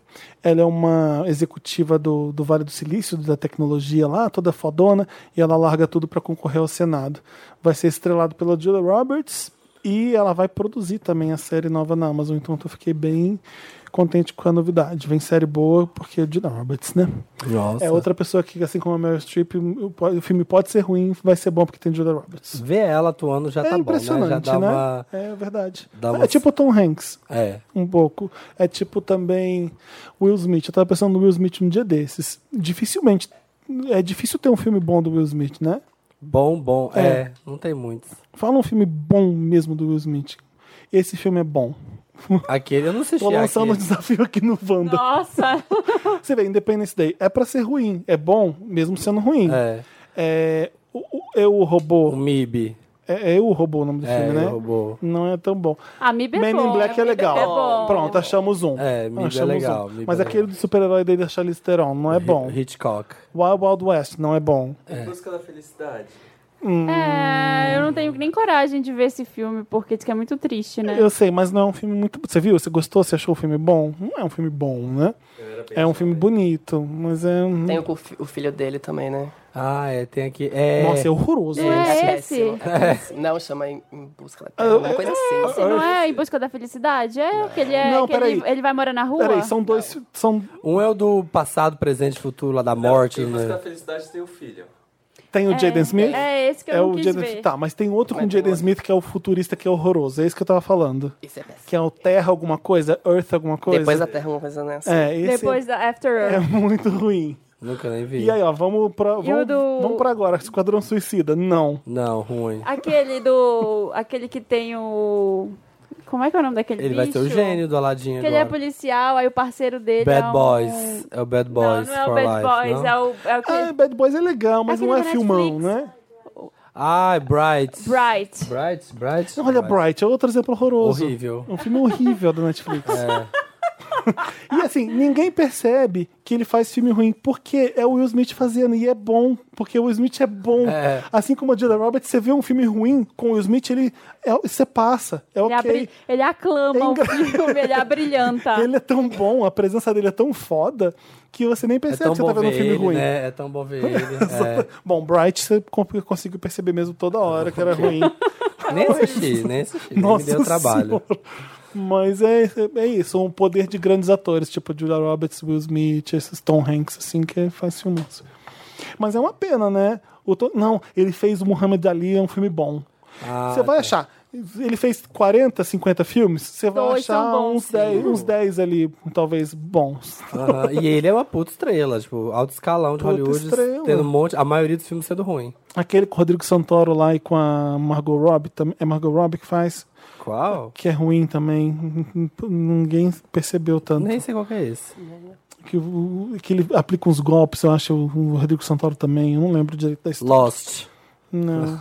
Speaker 1: Ela é uma executiva do, do Vale do Silício, da tecnologia lá, toda fodona, e ela larga tudo para concorrer ao Senado. Vai ser estrelado pela Julia Roberts e ela vai produzir também a série nova na Amazon. Então eu fiquei bem contente com a novidade. Vem série boa, porque é Julia Roberts,
Speaker 2: Tá
Speaker 1: né?
Speaker 2: Nossa.
Speaker 1: É outra pessoa que, assim como a Meryl Streep, o, po- o filme pode ser ruim, vai ser bom porque tem Julia Roberts.
Speaker 2: Ver ela atuando já
Speaker 1: é
Speaker 2: tá bom, né? Já
Speaker 1: impressionante,
Speaker 2: dá uma.
Speaker 1: É verdade.
Speaker 2: dá uma-
Speaker 1: É tipo o Tom Hanks
Speaker 2: É.
Speaker 1: um pouco. É tipo também Will Smith. Eu tava pensando no Will Smith um dia desses. Dificilmente. É difícil ter um filme bom do Will Smith, né?
Speaker 2: Bom, bom. É.
Speaker 1: É.
Speaker 2: não tem muitos.
Speaker 1: Fala um filme bom mesmo do Will Smith. Esse filme é bom.
Speaker 2: Aquele eu não assisti.
Speaker 1: Tô lançando um
Speaker 2: aquele.
Speaker 1: desafio aqui no Wanda.
Speaker 4: Nossa!
Speaker 1: Você vê, Independence Day. É pra ser ruim. É bom, mesmo sendo ruim. É.
Speaker 2: É.
Speaker 1: o, o- eu, o
Speaker 2: O
Speaker 1: robô.
Speaker 2: MIB.
Speaker 1: É, é eu, o robô o nome do
Speaker 2: É,
Speaker 1: filme, né?
Speaker 2: o robô.
Speaker 1: Não é tão bom.
Speaker 4: A Mib é
Speaker 1: Men
Speaker 4: bom.
Speaker 1: in Black é legal.
Speaker 4: É bom.
Speaker 1: Pronto, achamos um.
Speaker 2: É, Mib é
Speaker 1: achamos
Speaker 2: legal,
Speaker 1: Um.
Speaker 2: Mib é
Speaker 1: Mas aquele
Speaker 2: legal.
Speaker 1: do super-herói dele da Charlize Theron não é bom.
Speaker 2: Hitchcock.
Speaker 1: Wild Wild West não é bom.
Speaker 8: Em busca da felicidade.
Speaker 4: É, eu não tenho nem coragem de ver esse filme, porque diz que é muito triste, né?
Speaker 1: Eu sei, mas não é um filme muito. Você viu? Você gostou? Você achou o filme bom? Não é um filme bom, né? É um filme bonito, mas é. um-
Speaker 3: Tem o, fi- o filho dele também, né?
Speaker 2: Ah, é, tem aqui. É,
Speaker 1: Nossa, é horroroso.
Speaker 4: Não é esse?
Speaker 3: péssimo. É péssimo. Não, chama em, em busca da terra. Uma coisa
Speaker 1: Ah,
Speaker 3: assim.
Speaker 4: Esse não é Em Busca da Felicidade? É, que ele é.
Speaker 1: Não,
Speaker 4: que ele,
Speaker 1: peraí.
Speaker 4: ele vai morar na rua?
Speaker 1: Peraí, são dois. São,
Speaker 2: Um é o do passado, presente e futuro, lá da morte.
Speaker 8: Em busca da
Speaker 2: Né?
Speaker 8: felicidade tem o filho.
Speaker 1: tem o Jaden Smith?
Speaker 4: É esse que eu
Speaker 1: É
Speaker 4: não
Speaker 1: o
Speaker 4: quis
Speaker 1: Jaden
Speaker 4: ver.
Speaker 1: Smith. Tá, mas tem outro com o
Speaker 3: Mas tem
Speaker 1: Jaden
Speaker 3: outro.
Speaker 1: Smith que é o futurista que é horroroso. É isso que eu tava falando.
Speaker 3: Isso é péssimo.
Speaker 1: Que é o Terra alguma coisa? Earth alguma coisa?
Speaker 3: Depois da terra, uma coisa né, assim, nessa.
Speaker 1: É, esse
Speaker 4: Depois da After
Speaker 1: é
Speaker 4: Earth.
Speaker 1: muito ruim.
Speaker 2: Nunca nem vi.
Speaker 1: E aí, ó, vamos pra. Vamos,
Speaker 4: do-
Speaker 1: vamos pra agora. Esquadrão Suicida. Não.
Speaker 2: Não, ruim.
Speaker 4: Aquele do. Aquele que tem o. Como é que é o nome daquele
Speaker 2: Ele
Speaker 4: bicho?
Speaker 2: vai ser o gênio do Aladdin
Speaker 4: Que ele é
Speaker 2: agora.
Speaker 4: policial, aí o parceiro dele. é
Speaker 2: Bad
Speaker 4: um-
Speaker 2: Boys. É o Bad Boys
Speaker 4: não, não é o
Speaker 2: for
Speaker 4: Bad
Speaker 2: Life.
Speaker 4: Boys,
Speaker 2: não?
Speaker 4: é o, é o que-
Speaker 1: Ah, Bad Boys é legal, mas
Speaker 4: Aquele
Speaker 1: não é
Speaker 4: da
Speaker 1: filmão,
Speaker 4: Netflix.
Speaker 1: né?
Speaker 2: Ah, é Bright.
Speaker 4: Bright.
Speaker 2: Bright, Bright.
Speaker 1: Olha, Bright é outro exemplo horroroso.
Speaker 2: Horrível. É.
Speaker 1: É um filme horrível da Netflix. e assim, ninguém percebe que ele faz filme ruim, porque é o Will Smith fazendo, e é bom, porque o Will Smith é bom.
Speaker 2: É.
Speaker 1: Assim como a Julia Roberts, você vê um filme ruim com o Will Smith, ele é, você passa, é
Speaker 4: Ele,
Speaker 1: ok.
Speaker 4: abri- ele aclama
Speaker 1: É
Speaker 4: o
Speaker 1: engra-
Speaker 4: filme, ele abrilhanta.
Speaker 1: Ele é tão bom, a presença dele é tão foda, que você nem
Speaker 2: É
Speaker 1: percebe
Speaker 2: tão
Speaker 1: que você tá
Speaker 2: bom
Speaker 1: vendo um
Speaker 2: ver
Speaker 1: filme
Speaker 2: ele,
Speaker 1: ruim.
Speaker 2: né? É tão bom ver ele. é.
Speaker 1: Bom, Bright você con- conseguiu perceber mesmo toda hora que era ruim.
Speaker 2: Nem assisti, nem assisti. nem me
Speaker 1: Nossa
Speaker 2: deu trabalho.
Speaker 1: Senhora. Mas é, é isso, um poder de grandes atores, tipo Julia Roberts, Will Smith, esses Tom Hanks, assim, que faz filmaço. Mas é uma pena, né? O Tom- não, ele fez o Muhammad Ali, é um filme bom.
Speaker 2: Ah,
Speaker 1: Você vai
Speaker 2: tá.
Speaker 1: achar. Ele fez 40, 50 filmes, você vai
Speaker 4: Dois
Speaker 1: achar
Speaker 4: são bons,
Speaker 1: uns, 10, uns 10 ali, talvez, bons.
Speaker 2: Aham, E ele é uma puta estrela, tipo, alto escalão de
Speaker 1: Puta
Speaker 2: Hollywood,
Speaker 1: estrela.
Speaker 2: tendo um monte, a maioria dos filmes sendo ruim.
Speaker 1: Aquele com o Rodrigo Santoro lá e com a Margot Robbie, tam- é Margot Robbie que faz,
Speaker 2: Qual?
Speaker 1: que é ruim também. Ninguém percebeu tanto.
Speaker 2: Nem sei qual que é esse.
Speaker 1: que, o- que ele aplica uns golpes, eu acho, o Rodrigo Santoro também, eu não lembro direito da história.
Speaker 2: Lost.
Speaker 1: Não.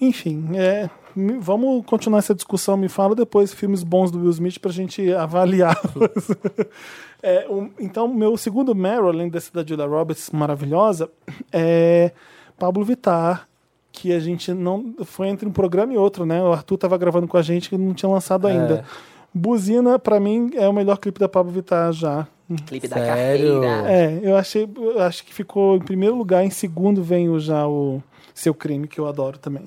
Speaker 1: Enfim, é, me- vamos continuar essa discussão, me fala depois filmes bons do Will Smith pra gente avaliá-los. É, um- então, meu segundo Meryl, além desse da Julia Roberts maravilhosa, é Pablo Vittar, que a gente não... Foi entre um programa e outro, né? O Arthur tava gravando com a gente que não tinha lançado ainda. Buzina, pra mim, é o melhor clipe da Pablo Vittar já.
Speaker 3: Clipe da
Speaker 2: Sério?
Speaker 3: carreira.
Speaker 1: É, eu achei, eu acho que ficou em primeiro lugar, em segundo vem o já o Seu Crime, que eu adoro também.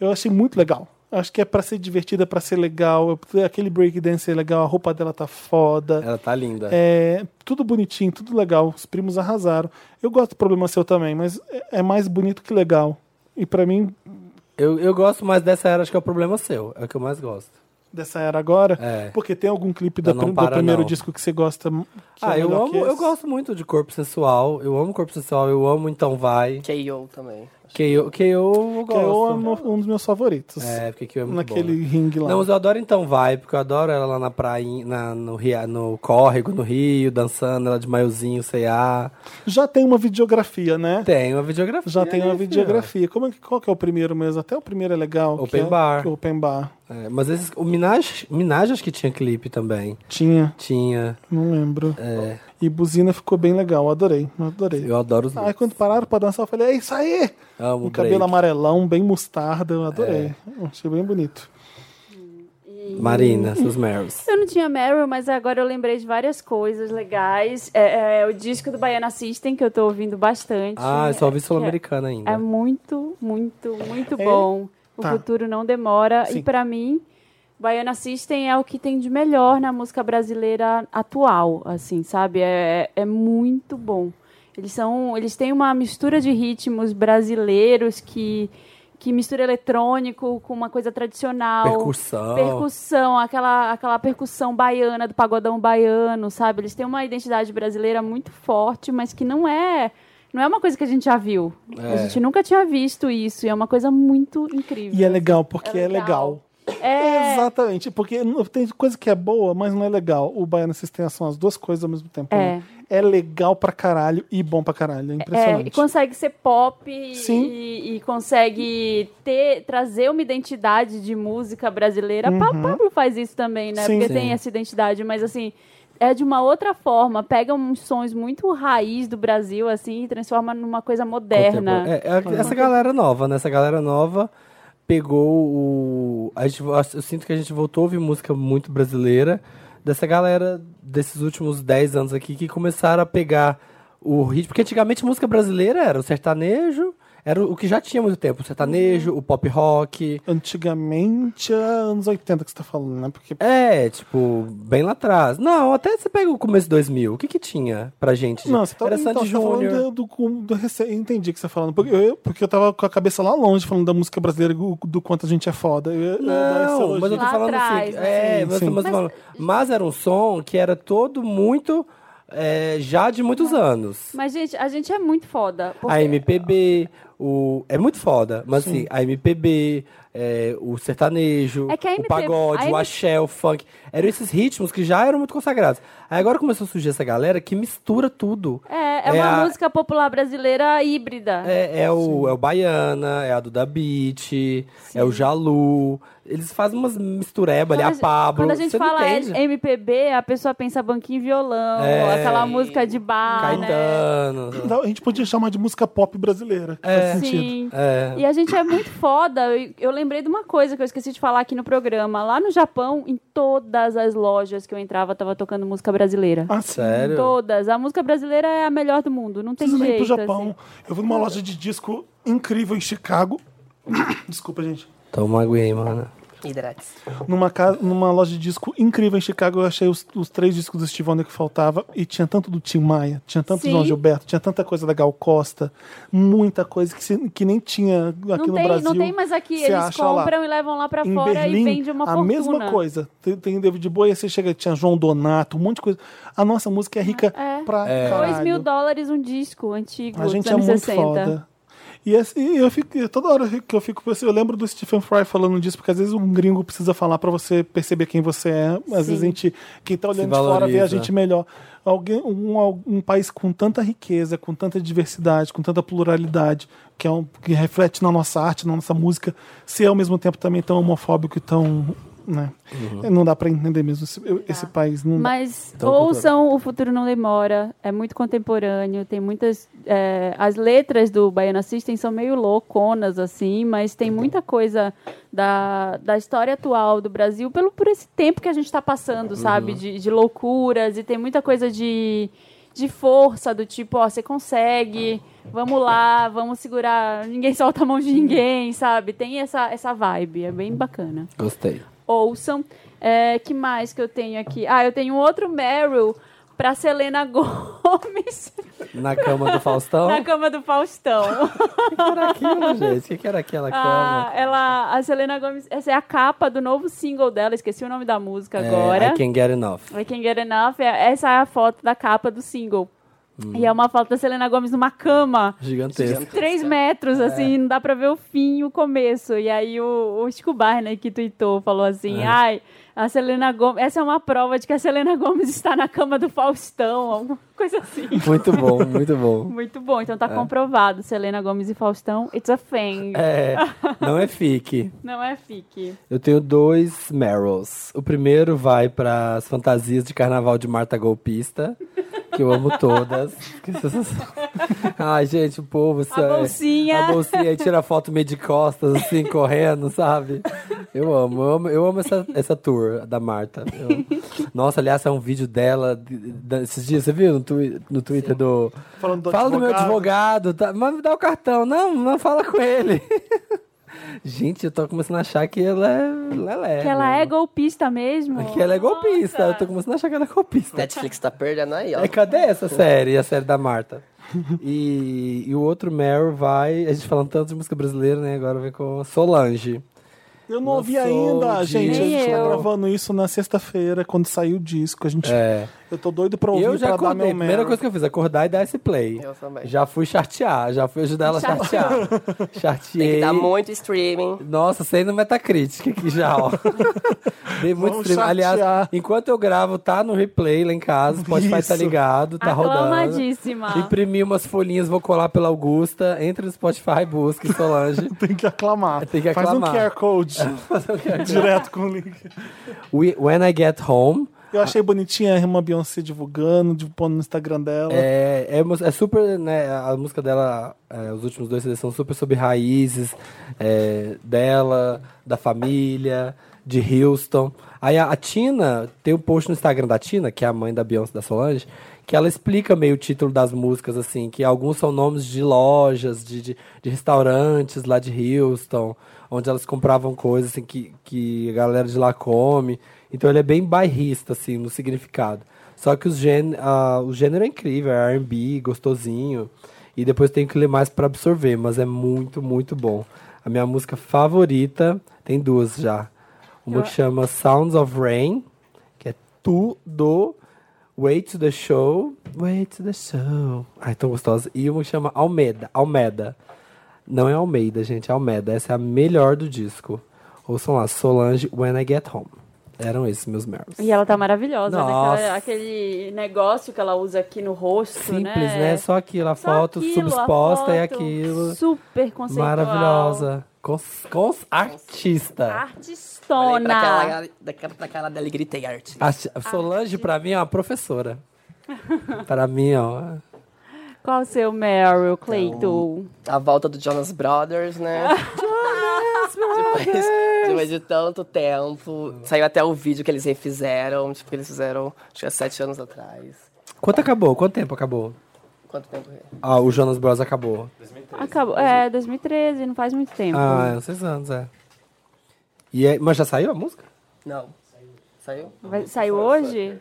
Speaker 1: Eu achei muito legal. Acho que é pra ser divertida, pra ser legal, aquele breakdance é legal, a roupa dela tá foda.
Speaker 2: Ela tá linda.
Speaker 1: É, tudo bonitinho, tudo legal. Os primos arrasaram. Eu gosto do Problema Seu também, mas é- é mais bonito que legal. E pra mim,
Speaker 2: Eu, eu gosto mais dessa era, acho que é o problema seu. É o que eu mais gosto.
Speaker 1: dessa era agora,
Speaker 2: É.
Speaker 1: porque tem algum clipe
Speaker 2: Da
Speaker 1: da
Speaker 2: Não
Speaker 1: prim- do
Speaker 2: Para
Speaker 1: primeiro
Speaker 2: Não.
Speaker 1: disco que você gosta? que é
Speaker 2: ah, eu
Speaker 1: melhor que
Speaker 2: amo, eu
Speaker 1: esse?
Speaker 2: gosto muito de corpo sensual. Eu amo corpo sensual, eu amo então vai.
Speaker 3: K.O. também.
Speaker 1: verdade.
Speaker 2: K.O. K.O. eu
Speaker 1: Que eu
Speaker 2: gosto.
Speaker 1: amo um dos meus favoritos.
Speaker 2: É, porque K.O. é muito
Speaker 1: naquele
Speaker 2: bom. né?
Speaker 1: ringue lá.
Speaker 2: Não, mas eu adoro então vai, porque eu adoro ela lá na praia, na, no, ria, no córrego, no rio, dançando, ela de maiozinho, C.A.
Speaker 1: Já tem uma videografia, né?
Speaker 2: Tem uma videografia.
Speaker 1: Já tem uma
Speaker 2: né,
Speaker 1: videografia. Como é que, qual que é o primeiro mesmo? Até o primeiro é legal. que
Speaker 2: Open
Speaker 1: é-
Speaker 2: Bar.
Speaker 1: que é open Bar.
Speaker 2: filha? É, mas esses, o Minaj, Minaj acho que tinha clipe também.
Speaker 1: Tinha,
Speaker 2: Tinha.
Speaker 1: não lembro.
Speaker 2: É,
Speaker 1: E Buzina ficou bem legal, adorei, adorei.
Speaker 2: eu adoro os
Speaker 1: Aí quando pararam pra dançar, eu falei, é isso aí! Um
Speaker 2: Amo o
Speaker 1: Ah, cabelo
Speaker 2: É. cabelo
Speaker 1: amarelão, bem mostarda, eu adorei. Achei bem bonito.
Speaker 2: Marina, seus Marys.
Speaker 4: Eu não tinha Meryl, mas agora eu lembrei de várias coisas legais. É, é, o disco do Baiana System, que eu tô ouvindo bastante.
Speaker 2: Ah, eu só ouvi
Speaker 4: É,
Speaker 2: sul-americana ainda.
Speaker 4: É muito, muito, muito
Speaker 1: É.
Speaker 4: bom. O
Speaker 1: Tá.
Speaker 4: futuro não demora.
Speaker 1: Sim.
Speaker 4: E pra mim, Baiana System é o que tem de melhor na música brasileira atual, assim, sabe? É, é muito bom. Eles são, eles têm uma mistura de ritmos brasileiros que que mistura eletrônico com uma coisa tradicional
Speaker 2: Percussão.
Speaker 4: percussão, aquela, aquela percussão baiana, do pagodão baiano, sabe? Eles têm uma identidade brasileira muito forte, mas que não é. Não é uma coisa que a gente já viu.
Speaker 2: É.
Speaker 4: A gente nunca tinha visto isso. E é uma coisa muito incrível.
Speaker 1: E é legal, porque é
Speaker 4: É
Speaker 1: legal.
Speaker 4: legal. É,
Speaker 1: Exatamente, porque não- tem coisa que é boa, mas não é legal. O Baiano Sistema são as duas coisas ao mesmo tempo.
Speaker 4: É.
Speaker 1: né? é legal pra caralho e bom pra caralho. É
Speaker 4: é,
Speaker 1: impressionante.
Speaker 4: e consegue ser pop e-
Speaker 1: Sim.
Speaker 4: e, e consegue ter, trazer uma identidade de música brasileira. Pa- Pablo faz isso também, né?
Speaker 1: Sim.
Speaker 4: Porque
Speaker 2: Uhum. Sim.
Speaker 4: tem essa identidade, mas assim, é de uma outra forma. Pega uns sons muito raiz do Brasil, assim, e transforma numa coisa moderna.
Speaker 2: É, é, essa galera nova, né? Essa galera nova pegou o. A gente, eu sinto que a gente voltou a ouvir música muito brasileira dessa galera desses últimos 10 anos aqui que começaram a pegar o ritmo. Porque antigamente música brasileira era o sertanejo, era o que já tinha há muito tempo: o sertanejo, o pop rock.
Speaker 1: Antigamente, é anos 80 que você tá falando, né? Porque
Speaker 2: É, tipo, bem lá atrás. Não, até você pega o começo de 2000. O que que tinha pra gente?
Speaker 1: Não, você tá,
Speaker 2: Era
Speaker 1: então,
Speaker 2: Sandy
Speaker 1: você tá falando
Speaker 2: Júnior.
Speaker 1: do, do, do rece- Entendi o que você tá falando. Porque eu, porque eu tava com a cabeça lá longe falando da música brasileira, do, do quanto a gente é foda. Eu- eu dou esse
Speaker 2: Não,
Speaker 1: elogio.
Speaker 2: mas eu tô
Speaker 4: Lá
Speaker 2: falando
Speaker 4: atrás,
Speaker 2: assim. É,
Speaker 4: né?
Speaker 1: Sim,
Speaker 2: mas,
Speaker 1: sim.
Speaker 2: mas, eu tô falando- mas era um som que era todo muito. é, já de muitos anos.
Speaker 4: Mas, gente, a gente é muito foda. porque-
Speaker 2: A MPB, o. É muito foda, mas assim, a MPB, é, o sertanejo,
Speaker 4: É que a
Speaker 2: o
Speaker 4: MPB
Speaker 2: pagode,
Speaker 4: a
Speaker 2: o
Speaker 4: M-
Speaker 2: axé, o funk. Eram esses ritmos que já eram muito consagrados. Aí agora começou a surgir essa galera que mistura tudo.
Speaker 4: É, é uma
Speaker 2: a-
Speaker 4: música popular brasileira híbrida.
Speaker 2: É, é o, é o Baiana, é a Duda Beat, é o Jalu. Eles fazem umas misturebas ali,
Speaker 4: Quando
Speaker 2: a
Speaker 4: gente-
Speaker 2: Pablo.
Speaker 4: Quando a gente
Speaker 2: você não
Speaker 4: fala
Speaker 2: entende.
Speaker 4: MPB, a pessoa pensa banquinho e violão,
Speaker 2: É.
Speaker 4: aquela música de bar, né?
Speaker 2: Caetano.
Speaker 1: Então, A gente podia chamar de música pop brasileira. que faz sentido.
Speaker 4: Sim.
Speaker 2: É.
Speaker 4: E a gente é muito foda. Eu, eu lembrei de uma coisa que eu esqueci de falar aqui no programa. Lá no Japão, em todas as lojas que eu entrava, tava tocando música brasileira.
Speaker 1: Ah, sim.
Speaker 2: Sério?
Speaker 4: Todas. A música brasileira é a melhor do mundo. Não tem
Speaker 1: Preciso ir
Speaker 4: jeito.
Speaker 1: pro Japão.
Speaker 4: assim.
Speaker 1: Eu vi numa loja de disco incrível em Chicago. Desculpa, gente.
Speaker 2: Toma uma aguinha, aí, mano.
Speaker 3: Hidrates.
Speaker 1: Numa, casa, numa loja de disco incrível em Chicago, eu achei os, os três discos do Steve Wonder que faltava. E tinha tanto do Tim Maia, tinha tanto do
Speaker 4: Sim.
Speaker 1: João Gilberto, tinha tanta coisa da Gal Costa, muita coisa que, se- que nem tinha aqui
Speaker 4: Não
Speaker 1: no
Speaker 4: tem,
Speaker 1: Brasil.
Speaker 4: não tem mais aqui.
Speaker 1: Você
Speaker 4: Eles
Speaker 1: acha lá.
Speaker 4: compram e levam lá pra
Speaker 1: em
Speaker 4: fora
Speaker 1: Berlim,
Speaker 4: e vende uma
Speaker 1: a
Speaker 4: fortuna.
Speaker 1: mesma coisa. Tem, tem David Bowie, você chega, tinha João Donato, um monte de coisa. A nossa música é rica
Speaker 4: É.
Speaker 1: pra caralho.
Speaker 4: 2 mil dólares um disco antigo,
Speaker 1: A gente
Speaker 4: dos
Speaker 1: é
Speaker 4: anos
Speaker 1: muito
Speaker 4: 60.
Speaker 1: foda. E assim, eu fico, toda hora que eu fico, eu lembro do Stephen Fry falando disso, porque às vezes um gringo precisa falar pra você perceber quem você é. Às
Speaker 4: Sim.
Speaker 1: vezes a gente, quem tá olhando de fora
Speaker 2: valoriza.
Speaker 1: vê a gente melhor. Alguém, um, um país com tanta riqueza, com tanta diversidade, com tanta pluralidade, que, é um, que reflete na nossa arte, na nossa música, se é ao mesmo tempo também tão homofóbico e tão. Né?
Speaker 2: Uhum.
Speaker 1: Não dá pra entender mesmo esse, eu- esse país. Não dá.
Speaker 4: Tá. Mas
Speaker 2: Então,
Speaker 4: ouçam O Futuro Não Demora, é muito contemporâneo, tem muitas... é, as letras do Baiana System são meio louconas, assim, mas tem muita coisa da, da história atual do Brasil pelo, por esse tempo que a gente está passando, sabe? De, de loucuras, e tem muita coisa de, de força, do tipo, ó, você consegue... Vamos lá, vamos segurar. Ninguém solta a mão de ninguém, sabe? Tem essa, essa vibe, é bem bacana
Speaker 2: Gostei.
Speaker 4: ouçam. É, que mais que eu tenho aqui? Ah, eu tenho outro Meryl pra Selena Gomes
Speaker 2: Na cama do Faustão?
Speaker 4: na cama do Faustão.
Speaker 2: O que era aquilo, gente? O que que era aquela
Speaker 4: Ah,
Speaker 2: cama?
Speaker 4: ela, a Selena Gomes, essa é a capa do novo single dela, esqueci o nome da música
Speaker 2: É,
Speaker 4: agora.
Speaker 2: I Can't Get Enough.
Speaker 4: I Can't Get Enough, é- essa é a foto da capa do single. E é uma foto da Selena Gomes numa cama.
Speaker 2: Gigantesco.
Speaker 4: Três metros,
Speaker 2: É.
Speaker 4: assim, não dá pra ver o fim e o começo. E aí o, o Chico Barney que tweetou, falou assim,
Speaker 2: É.
Speaker 4: ai, a Selena Gomes... Essa é uma prova de que a Selena Gomes está na cama do Faustão, alguma coisa assim.
Speaker 2: Muito bom, muito bom.
Speaker 4: Muito bom, então tá comprovado. Selena Gomes e Faustão, it's a thing.
Speaker 2: É, não é fique.
Speaker 4: Não é fique.
Speaker 2: Eu tenho dois Merrills. O primeiro vai para as fantasias de carnaval de Marta Golpista, que eu amo todas. Que sensação. Ai, gente, o povo. isso
Speaker 4: A
Speaker 2: é-
Speaker 4: bolsinha.
Speaker 2: A bolsinha aí tira foto meio de costas, assim, correndo, sabe? Eu amo, eu amo, eu amo essa, essa tour da Marta. Eu- Nossa, aliás, é um vídeo dela de- de- esses dias, você viu no, twi- no Twitter do.
Speaker 1: Falando do
Speaker 2: Fala do meu
Speaker 1: advogado.
Speaker 2: advogado, tá, mas me dá o cartão. Não, não fala com ele. Gente, eu tô começando a achar que ela é lelé.
Speaker 4: Que ela é
Speaker 2: mesmo.
Speaker 4: golpista mesmo.
Speaker 2: Que ela é golpista. Eu tô começando a achar que ela é golpista.
Speaker 3: Netflix tá perdendo aí, ó.
Speaker 2: É, cadê essa série? A série da Marta. E, e o outro Meryl vai. A gente falando tanto de música brasileira, né? Agora vem com Solange.
Speaker 1: Eu não ouvi
Speaker 2: Lançou
Speaker 1: ainda,
Speaker 2: o
Speaker 1: gente. A
Speaker 4: disco.
Speaker 1: gente tá
Speaker 4: Eu.
Speaker 1: gravando isso na sexta-feira, quando saiu o disco. A gente,
Speaker 2: É.
Speaker 1: Eu tô doido pra
Speaker 2: E
Speaker 1: ouvir
Speaker 2: eu já
Speaker 1: pra dar
Speaker 2: acordei.
Speaker 1: meu
Speaker 2: A primeira
Speaker 1: mero.
Speaker 2: coisa que eu fiz, acordar e dar esse play.
Speaker 3: Eu também.
Speaker 2: Já fui chartear, já fui ajudar ela a chartear. Charteei.
Speaker 3: Tem que
Speaker 1: é.
Speaker 3: dar muito streaming.
Speaker 2: Nossa, sei no Metacritic aqui já, ó. Dei muito
Speaker 1: Vamos
Speaker 2: stream. Aliás,
Speaker 1: chatear.
Speaker 2: enquanto eu gravo, tá no replay lá em casa. Spotify tá
Speaker 1: Isso.
Speaker 2: ligado, tá rodando.
Speaker 4: Aclamadíssima.
Speaker 2: Imprimi umas folhinhas, vou colar pela Augusta. Entra no Spotify, busque Solange.
Speaker 1: Tem que aclamar.
Speaker 2: Tem que
Speaker 1: Faz um
Speaker 2: aclamar.
Speaker 1: QR
Speaker 2: um
Speaker 1: Code direto com o link.
Speaker 2: We- When I Get Home.
Speaker 1: Eu achei bonitinha a irmã Beyoncé divulgando, de- pondo no Instagram dela.
Speaker 2: É, é, mu- é super, né? A música dela, é, os últimos dois CDs são super sobre raízes é, dela, da família, de Houston. Aí a, a Tina, tem um post no Instagram da Tina, que é a mãe da Beyoncé da Solange, que ela explica meio o título das músicas, assim, que alguns são nomes de lojas, de, de, de restaurantes lá de Houston, onde elas compravam coisas assim, que, que a galera de lá come. Então ele é bem bairrista, assim, no significado. Só que os gên ah, o gênero é incrível, é R&B, gostosinho. E depois tenho que ler mais pra absorver, mas é muito, muito bom. A minha música favorita, tem duas já. Uma que chama Sounds of Rain, que é tudo. Wait to the Show. Wait to the Show. Ai, tão gostosa. E uma que chama Almeda. Almeda. Não é Almeida, gente, é Almeda. Essa é a melhor do disco. Ouçam lá, Solange, When I Get Home. Eram esses meus meros.
Speaker 4: E ela tá maravilhosa,
Speaker 2: Nossa.
Speaker 4: né? Aquela- aquele negócio que ela usa aqui no rosto, né?
Speaker 2: Simples, né? Só aquilo, a
Speaker 4: Só
Speaker 2: foto
Speaker 4: aquilo, a
Speaker 2: subexposta e
Speaker 4: foto
Speaker 2: aquilo.
Speaker 4: Super conceitual.
Speaker 2: Maravilhosa. Cons, cons artista.
Speaker 3: Falei pra
Speaker 4: Artistona.
Speaker 3: aquela, daquela- pra aquela dela e gritei arte.
Speaker 2: A Solange, pra mim, é uma professora. pra mim, ó.
Speaker 4: Qual o seu Meryl, Clayton?
Speaker 3: A volta do Jonas Brothers, né? Tipo, depois, depois de tanto tempo. Saiu até o vídeo que eles refizeram. Tipo, que eles fizeram, acho que há sete anos atrás.
Speaker 2: Quanto acabou? Quanto tempo acabou?
Speaker 3: Quanto tempo é?
Speaker 2: Ah, o Jonas Bros acabou.
Speaker 4: Acabou. É, 2013, não faz muito tempo.
Speaker 2: Ah, é uns seis anos, é. E é- mas já saiu a música?
Speaker 3: Não. Saiu?
Speaker 2: é.
Speaker 4: Vai- saiu hoje?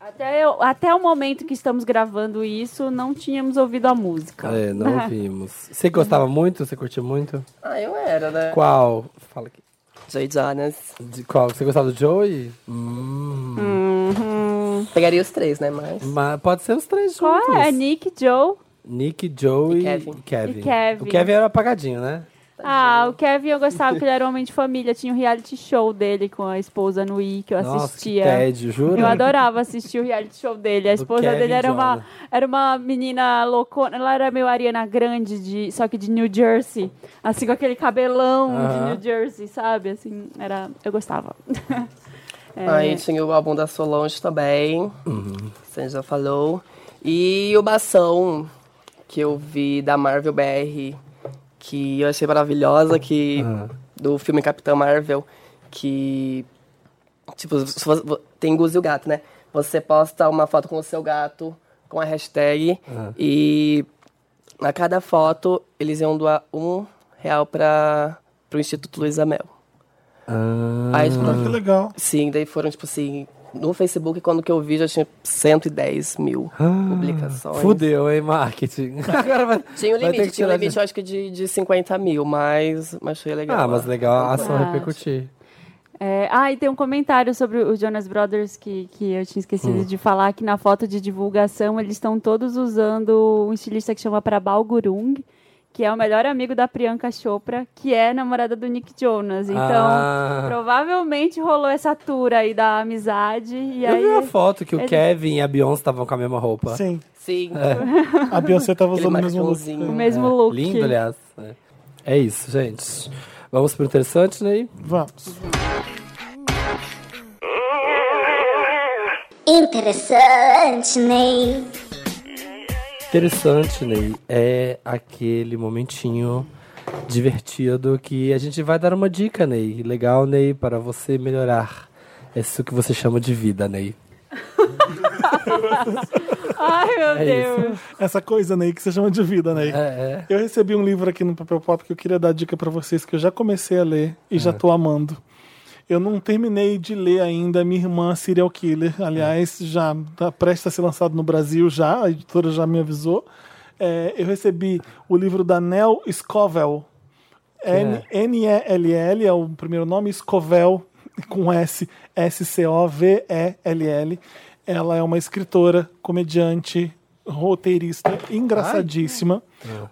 Speaker 4: Até, eu- até o momento que estamos gravando isso, não tínhamos ouvido a música.
Speaker 2: É, não ouvimos. Você gostava muito? Você curtiu muito?
Speaker 3: Ah, eu era, né?
Speaker 2: Qual? Fala aqui.
Speaker 3: Joy Jonas.
Speaker 2: De qual? Você gostava do Joey? Hum.
Speaker 3: Pegaria os três, né? Mas.
Speaker 2: Mas pode ser os três juntos.
Speaker 4: Qual é? Nick, Joe?
Speaker 2: Nick, Joey
Speaker 3: E Kevin.
Speaker 2: e Kevin.
Speaker 4: E Kevin.
Speaker 2: O Kevin era apagadinho, né?
Speaker 4: Ah, o Kevin eu gostava que ele era um homem de família. Tinha o reality show dele com a esposa no I que eu
Speaker 2: Nossa, que
Speaker 4: assistia.
Speaker 2: tédio, jura?
Speaker 4: Eu adorava assistir o reality show dele. A
Speaker 2: Do
Speaker 4: esposa
Speaker 2: Kevin
Speaker 4: dele era uma,
Speaker 2: Jordan.
Speaker 4: era uma menina loucona. Ela era meio Ariana Grande, de, só que de New Jersey. Assim, com aquele cabelão
Speaker 2: Aham.
Speaker 4: de New Jersey, sabe? Assim, era... Eu gostava. É,
Speaker 3: Aí tinha o álbum da Solange também, você já falou. E o Bação, que eu vi da Marvel BR, que eu achei maravilhosa, que do filme Capitão Marvel, que tipo, se você- vo- tem Guzi e o gato, né? Você posta uma foto com o seu gato com a hashtag e a cada foto eles iam doar um real para o Instituto Luísa Mel.
Speaker 2: Ah,
Speaker 3: Aí, tipo,
Speaker 1: Ah, que legal.
Speaker 3: Sim, daí foram, tipo assim, no Facebook, quando que eu vi, já tinha 110 mil publicações.
Speaker 2: Ah, Fudeu, hein, marketing. Agora vai,
Speaker 3: Tinha um
Speaker 2: vai
Speaker 3: limite,
Speaker 2: ter que
Speaker 3: tinha um
Speaker 2: tirar de-
Speaker 3: limite, eu acho que de, de 50 mil, mas, mas foi legal.
Speaker 2: Ah, mas legal a ação
Speaker 4: Ah,
Speaker 2: repercutir.
Speaker 4: É, ah, e tem um comentário sobre o Jonas Brothers que, que eu tinha esquecido
Speaker 2: Hum.
Speaker 4: de falar, que na foto de divulgação eles estão todos usando um estilista que chama Prabal Gurung, que é o melhor amigo da Priyanka Chopra, que é namorada do Nick Jonas. Então,
Speaker 2: Ah.
Speaker 4: provavelmente rolou essa tour aí da amizade. E
Speaker 2: Eu
Speaker 4: aí,
Speaker 2: vi uma foto que o
Speaker 4: ele-
Speaker 2: Kevin e a Beyoncé estavam com a mesma roupa.
Speaker 1: Sim.
Speaker 3: Sim.
Speaker 2: É.
Speaker 1: A Beyoncé tava
Speaker 3: Aquele
Speaker 1: usando o mesmo look.
Speaker 3: macacãozinho.
Speaker 4: o
Speaker 1: É,
Speaker 4: mesmo look.
Speaker 2: Lindo, aliás. né? É isso, gente. Vamos pro interessante, Ney?
Speaker 1: Vamos.
Speaker 6: Interessante, Ney.
Speaker 2: Interessante, Ney, é aquele momentinho divertido que a gente vai dar uma dica, Ney. Legal, Ney, para você melhorar. É isso que você chama de vida, Ney.
Speaker 4: Ai, meu
Speaker 2: É
Speaker 4: Deus.
Speaker 2: isso.
Speaker 1: Essa coisa, Ney, que você chama de vida, Ney.
Speaker 2: É, é.
Speaker 1: Eu recebi um livro aqui no Papel Pop que eu queria dar dica pra vocês, que eu já comecei a ler e
Speaker 2: É.
Speaker 1: já tô amando. Eu não terminei de ler ainda Minha Irmã Serial Killer. Aliás,
Speaker 2: É.
Speaker 1: já tá prestes a ser lançado no Brasil já, a editora já me avisou. É, eu recebi o livro da Nell Scovell.
Speaker 2: É.
Speaker 1: N- N-E-L-L é o primeiro nome, Scovell, com S, S-C-O-V-E-L-L. Ela é uma escritora, comediante, roteirista, engraçadíssima.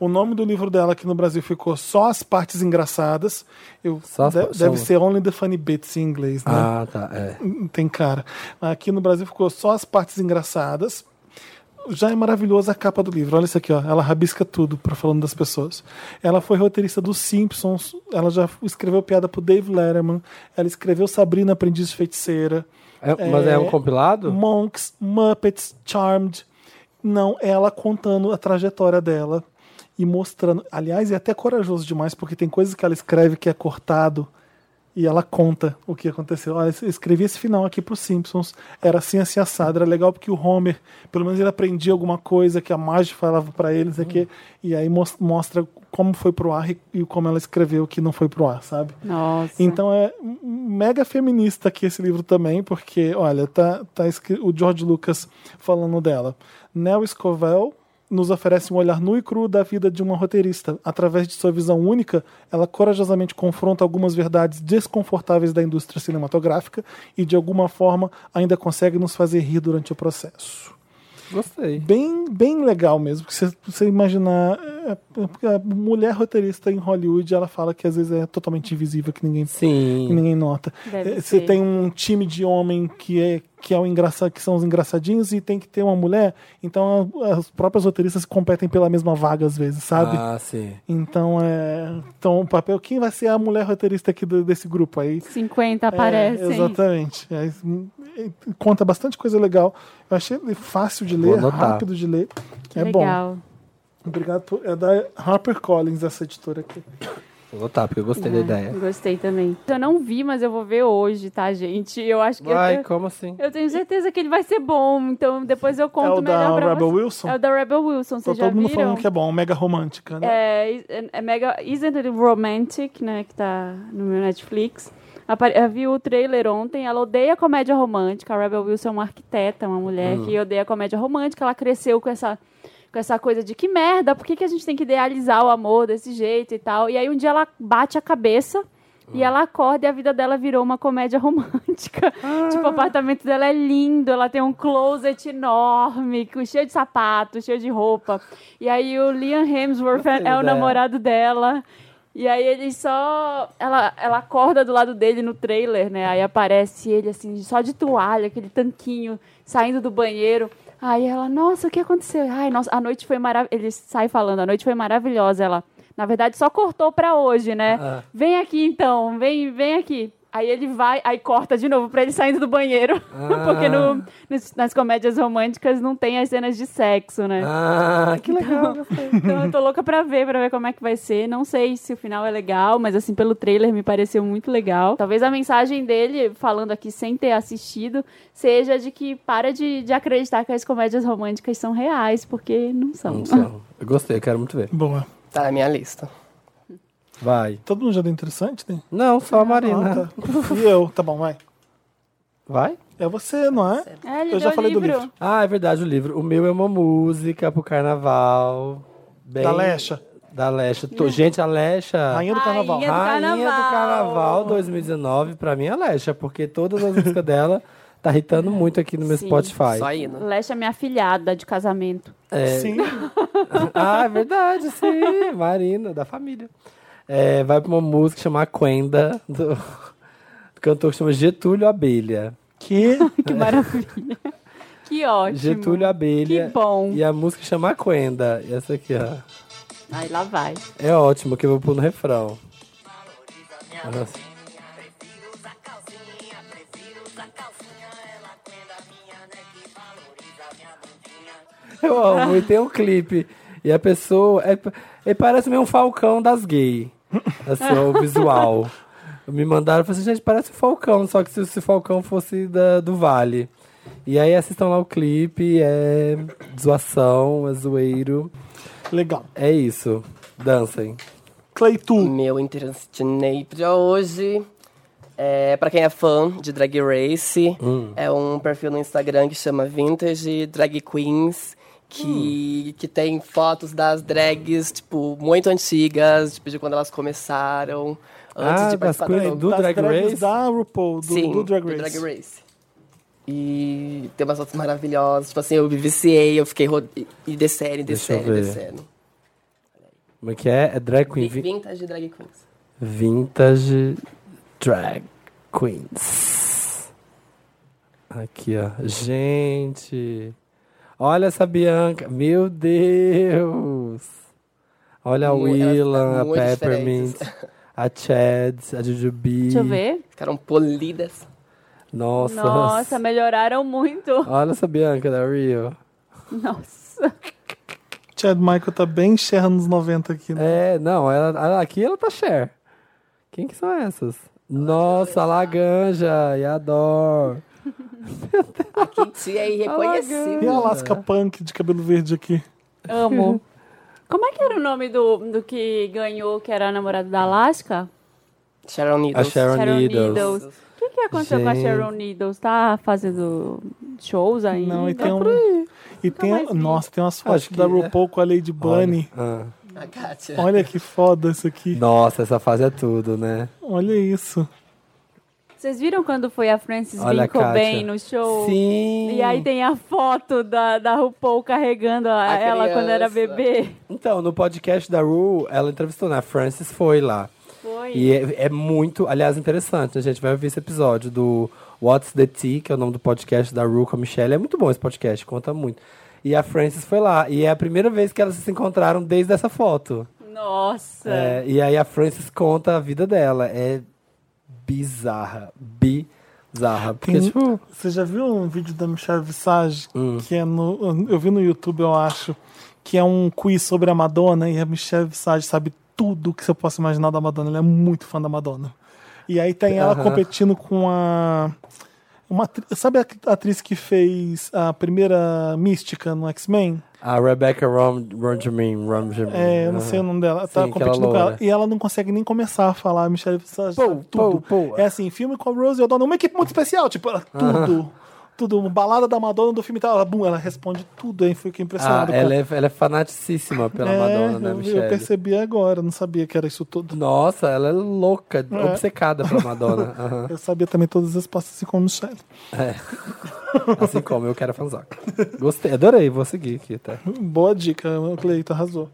Speaker 1: O nome do livro dela aqui no Brasil ficou Só as Partes Engraçadas. Eu,
Speaker 2: Só as
Speaker 1: de-
Speaker 2: pa-
Speaker 1: deve
Speaker 2: são-
Speaker 1: ser Only the Funny Bits em inglês, né?
Speaker 2: Ah, tá. É.
Speaker 1: tem cara. Aqui no Brasil ficou só as partes engraçadas. Já é maravilhosa a capa do livro. Olha isso aqui, ó. Ela rabisca tudo para falando das pessoas. Ela foi roteirista dos Simpsons. Ela já escreveu piada pro Dave Letterman. Ela escreveu Sabrina Aprendiz de Feiticeira.
Speaker 2: É- mas é um compilado?
Speaker 1: Monks, Muppets, Charmed. Não, ela contando a trajetória dela e mostrando. Aliás, é até corajoso demais, porque tem coisas que ela escreve que é cortado e ela conta o que aconteceu. Olha, eu escrevi esse final aqui pro Simpsons. Era assim, assim, assado. Era legal porque o Homer, pelo menos ele aprendia alguma coisa que a Marge falava para eles aqui. E aí mos- mostra como foi pro ar e- e como ela escreveu que não foi pro ar, sabe?
Speaker 4: Nossa.
Speaker 1: Então é m- mega feminista aqui esse livro também, porque, olha, tá, tá escri- o George Lucas falando dela. Nell Scovell nos oferece um olhar nu e cru da vida de uma roteirista. Através de sua visão única, ela corajosamente confronta algumas verdades desconfortáveis da indústria cinematográfica e, de alguma forma, ainda consegue nos fazer rir durante o processo
Speaker 2: Gostei.
Speaker 1: bem, bem legal mesmo. Porque você, você imaginar. é, é, porque a mulher roteirista em Hollywood, ela fala que às vezes é totalmente invisível, que ninguém. Que
Speaker 2: Sim.
Speaker 1: ninguém nota.
Speaker 4: Deve
Speaker 1: É, Você
Speaker 4: ser.
Speaker 1: tem um time de homem que é que é o engraçado, que são os engraçadinhos e tem que ter uma mulher. Então a- as próprias roteiristas competem pela mesma vaga às vezes, sabe?
Speaker 2: Ah, sim.
Speaker 1: Então é, então o papel quem vai ser a mulher roteirista aqui do- desse grupo aí?
Speaker 4: 50
Speaker 1: É,
Speaker 4: aparecem.
Speaker 1: exatamente. É, hum, é, conta bastante coisa legal. Eu achei ele fácil de
Speaker 2: Vou
Speaker 1: ler,
Speaker 2: anotar.
Speaker 1: rápido de ler.
Speaker 4: Que
Speaker 1: é bom.
Speaker 4: legal.
Speaker 1: Obrigado por. É da HarperCollins, essa editora aqui.
Speaker 2: Vou botar, porque eu gostei da
Speaker 4: É,
Speaker 2: ideia.
Speaker 4: Gostei também. Eu não vi, mas eu vou ver hoje, tá, gente? Eu acho que eu
Speaker 2: Vai,
Speaker 4: tenho-
Speaker 2: como assim?
Speaker 4: eu, tenho certeza que ele vai ser bom, então depois eu
Speaker 1: É
Speaker 4: conto
Speaker 1: o da
Speaker 4: melhor pra
Speaker 1: Rebel
Speaker 4: vocês.
Speaker 1: Wilson?
Speaker 4: É o da Rebel Wilson,
Speaker 1: Tá
Speaker 4: vocês já
Speaker 1: todo mundo
Speaker 4: viram?
Speaker 1: falando que é bom, mega romântica, né?
Speaker 4: É, is- é, é mega Isn't It Romantic, né, que tá no meu Netflix. Apare- Eu vi o trailer ontem, ela odeia comédia romântica. A Rebel Wilson é uma arquiteta, uma mulher que odeia comédia romântica. Ela cresceu com essa, com essa coisa de que merda, por que, que a gente tem que idealizar o amor desse jeito e tal. E aí um dia ela bate a cabeça e ela acorda e a vida dela virou uma comédia romântica. Tipo, o apartamento dela é lindo, ela tem um closet enorme, com- cheio de sapato, cheio de roupa. E aí o Liam Hemsworth é, é o
Speaker 2: ideia.
Speaker 4: namorado dela. E aí ele só. Ela, ela acorda do lado dele no trailer, né? Aí aparece ele assim, só de toalha, aquele tanquinho, saindo do banheiro. Aí ela, nossa, o que aconteceu? Ai, nossa, a noite foi maravilhosa. Ele sai falando, a noite foi maravilhosa. Ela, na verdade, só cortou pra hoje, né? Vem aqui então, vem, vem aqui. Aí ele vai, aí corta de novo pra ele saindo do banheiro. Porque no, nos- nas comédias românticas não tem as cenas de sexo, né?
Speaker 2: Ah, que legal.
Speaker 4: Então eu tô louca pra ver, pra ver como é que vai ser. Não sei se o final é legal, mas assim, pelo trailer me pareceu muito legal. Talvez a mensagem dele, falando aqui sem ter assistido, seja de que para de, de acreditar que as comédias românticas são reais, porque não são.
Speaker 2: Não sou. Eu gostei, eu quero muito
Speaker 4: É.
Speaker 2: ver.
Speaker 1: Boa.
Speaker 3: Tá na minha lista.
Speaker 2: Vai.
Speaker 1: Todo mundo já deu interessante, né?
Speaker 2: Não, só a Marina.
Speaker 1: Ah, tá. E eu, tá bom, vai.
Speaker 2: Vai?
Speaker 1: É você, não é?
Speaker 4: É, ele
Speaker 1: Eu já
Speaker 4: deu
Speaker 1: falei do
Speaker 4: livro.
Speaker 1: livro.
Speaker 2: Ah, é verdade, o livro. O meu é uma música pro carnaval. Bem...
Speaker 1: Da Lecha.
Speaker 2: Da Alexa. Tô- gente, a Alexa.
Speaker 1: Rainha do carnaval.
Speaker 4: Rainha do
Speaker 2: Rainha do
Speaker 4: Carnaval.
Speaker 2: Carnaval 2019, pra mim, é a Alexa, porque todas as músicas dela tá irritando muito aqui no meu
Speaker 4: Sim,
Speaker 2: Spotify.
Speaker 3: Só indo.
Speaker 4: Leste é minha filhada de casamento.
Speaker 1: Sim.
Speaker 2: Ah, é verdade, sim. Marina, da família. É, vai pra uma música chamada Quenda, do, do cantor que chama Getúlio Abelha.
Speaker 1: Que
Speaker 4: Que maravilha. Que ótimo.
Speaker 2: Getúlio Abelha.
Speaker 4: Que bom.
Speaker 2: E é- a música chama Quenda. E Essa aqui, ó.
Speaker 4: Aí lá vai.
Speaker 2: É ótimo, que eu vou pôr no refrão. Nossa. Eu amo, e tem um clipe. E a pessoa. É, ele parece meio um falcão das gay. Assim, ó, o visual. Me mandaram e falaram assim, gente, parece um falcão, só que se esse falcão fosse da, do vale. E aí assistam lá o clipe, é zoação, é zoeiro.
Speaker 1: legal.
Speaker 2: É isso. Dancem.
Speaker 1: Cleitu.
Speaker 3: Meu Interestinator pra hoje. É, pra quem é fã de Drag Race,
Speaker 2: Hum.
Speaker 3: é um perfil no Instagram que chama Vintage Drag Queens, que,
Speaker 2: Hum.
Speaker 3: que tem fotos das drags, tipo, muito antigas, tipo, de quando elas começaram, antes
Speaker 2: Ah,
Speaker 3: de
Speaker 2: das
Speaker 3: participar
Speaker 2: queens
Speaker 3: da-
Speaker 2: do
Speaker 1: das
Speaker 2: Drag
Speaker 1: drags
Speaker 2: Race?
Speaker 1: Da RuPaul, do,
Speaker 3: Sim,
Speaker 1: do Drag Race.
Speaker 3: Race. E tem umas fotos maravilhosas, tipo assim, eu me viciei, eu fiquei ro... e- e descendo, e
Speaker 2: Deixa eu
Speaker 3: descendo,
Speaker 2: ver.
Speaker 3: e descendo.
Speaker 2: Como é que é? É drag queen. vi-
Speaker 3: Vintage Drag Queens.
Speaker 2: Vintage Drag Queens. Aqui, ó. Gente. Olha essa Bianca. Meu Deus. Olha a
Speaker 3: Mu- elas estão
Speaker 2: Willan, a
Speaker 3: muito
Speaker 2: Peppermint, a Chad, a Jujubee.
Speaker 4: Deixa eu ver.
Speaker 3: Ficaram polidas.
Speaker 2: Nossa.
Speaker 4: Nossa, melhoraram muito.
Speaker 2: Olha essa Bianca da Rio.
Speaker 4: Nossa.
Speaker 1: Chad Michael tá bem Cher nos 90 aqui. né?
Speaker 2: É, não, ela, ela- aqui ela tá share. Quem que são essas? Nossa, a Laganja e a Dor.
Speaker 3: Tia é irreconhecível.
Speaker 1: E a Alaska Punk de cabelo verde aqui?
Speaker 4: Amo. Como é que era o nome do, do que ganhou, que era namorado da Alaska?
Speaker 3: Sharon
Speaker 2: A
Speaker 3: Needles.
Speaker 2: Sharon Needles.
Speaker 4: Needles. O que, que aconteceu com a
Speaker 2: Gente.
Speaker 4: Sharon Needles? Tá fazendo shows Tá ainda?
Speaker 1: Não, e tem um. E tem,
Speaker 4: mais vi.
Speaker 1: nossa, tem umas fotos
Speaker 2: Acho que
Speaker 1: da
Speaker 2: é.
Speaker 1: RuPaul com a Lady Bunny.
Speaker 2: Ah.
Speaker 3: A Kátia.
Speaker 1: Olha, que foda isso aqui.
Speaker 2: Nossa, essa fase é tudo, né?
Speaker 1: Olha isso.
Speaker 4: Vocês viram quando foi a Frances
Speaker 2: Olha a
Speaker 4: Bem
Speaker 2: Kátia.
Speaker 4: no show?
Speaker 2: Sim.
Speaker 4: E aí tem a foto da, da RuPaul carregando a-
Speaker 3: A
Speaker 4: ela quando era
Speaker 3: criança.
Speaker 4: bebê.
Speaker 2: Então, no podcast da Ru, ela entrevistou, né? A Francis foi lá.
Speaker 4: Foi.
Speaker 2: E é, é muito, aliás, interessante. né? A gente vai ouvir esse episódio do What's the Tea, que é o nome do podcast da Ru com a Michelle. É muito bom esse podcast, conta muito. E a Francis foi lá. E é a primeira vez que elas se encontraram desde essa foto.
Speaker 4: Nossa.
Speaker 2: É, e aí a Francis conta a vida dela. É bizarra. Bizarra. Porque,
Speaker 1: Tem- um-
Speaker 2: tipo,
Speaker 1: Você já viu um vídeo da Michelle Visage? Que é no. Eu vi no YouTube, eu acho. Que é um quiz sobre a Madonna. E a Michelle Visage sabe tudo que você possa imaginar da Madonna. Ela é muito fã da Madonna. E aí tem ela
Speaker 2: Aham.
Speaker 1: competindo com a. Uma, atri- sabe a atriz que fez a primeira mística no X-Men?
Speaker 2: a Rebecca Rom, né? Romjamin. Romjamin.
Speaker 1: É, eu não sei o nome dela. Tá
Speaker 2: Sim,
Speaker 1: competindo
Speaker 2: aquela
Speaker 1: com ela.
Speaker 2: loura.
Speaker 1: E ela não consegue nem começar a falar. A Michelle Visage
Speaker 2: Pô,
Speaker 1: sabe tudo.
Speaker 2: pô, pô.
Speaker 1: É assim, filme com a Rose e O'Donnell, uma equipe muito especial. Tipo, ela, tudo. Tudo. Uma balada da Madonna do filme e tal. Ela, bum, ela responde tudo, hein? Fico
Speaker 2: Ah,
Speaker 1: impressionado.
Speaker 2: ela é, ela é fanaticíssima pela
Speaker 1: É,
Speaker 2: Madonna, né,
Speaker 1: eu-
Speaker 2: Michelle?
Speaker 1: Eu percebi agora, não sabia que era isso tudo.
Speaker 2: Nossa, ela é louca, obcecada pela Madonna. Aham.
Speaker 1: Eu sabia também todas as respostas, assim como Michelle.
Speaker 2: Assim como eu quero a fanzoca. Gostei, adorei, vou seguir aqui tá? até.
Speaker 1: Boa dica, o Cleito arrasou.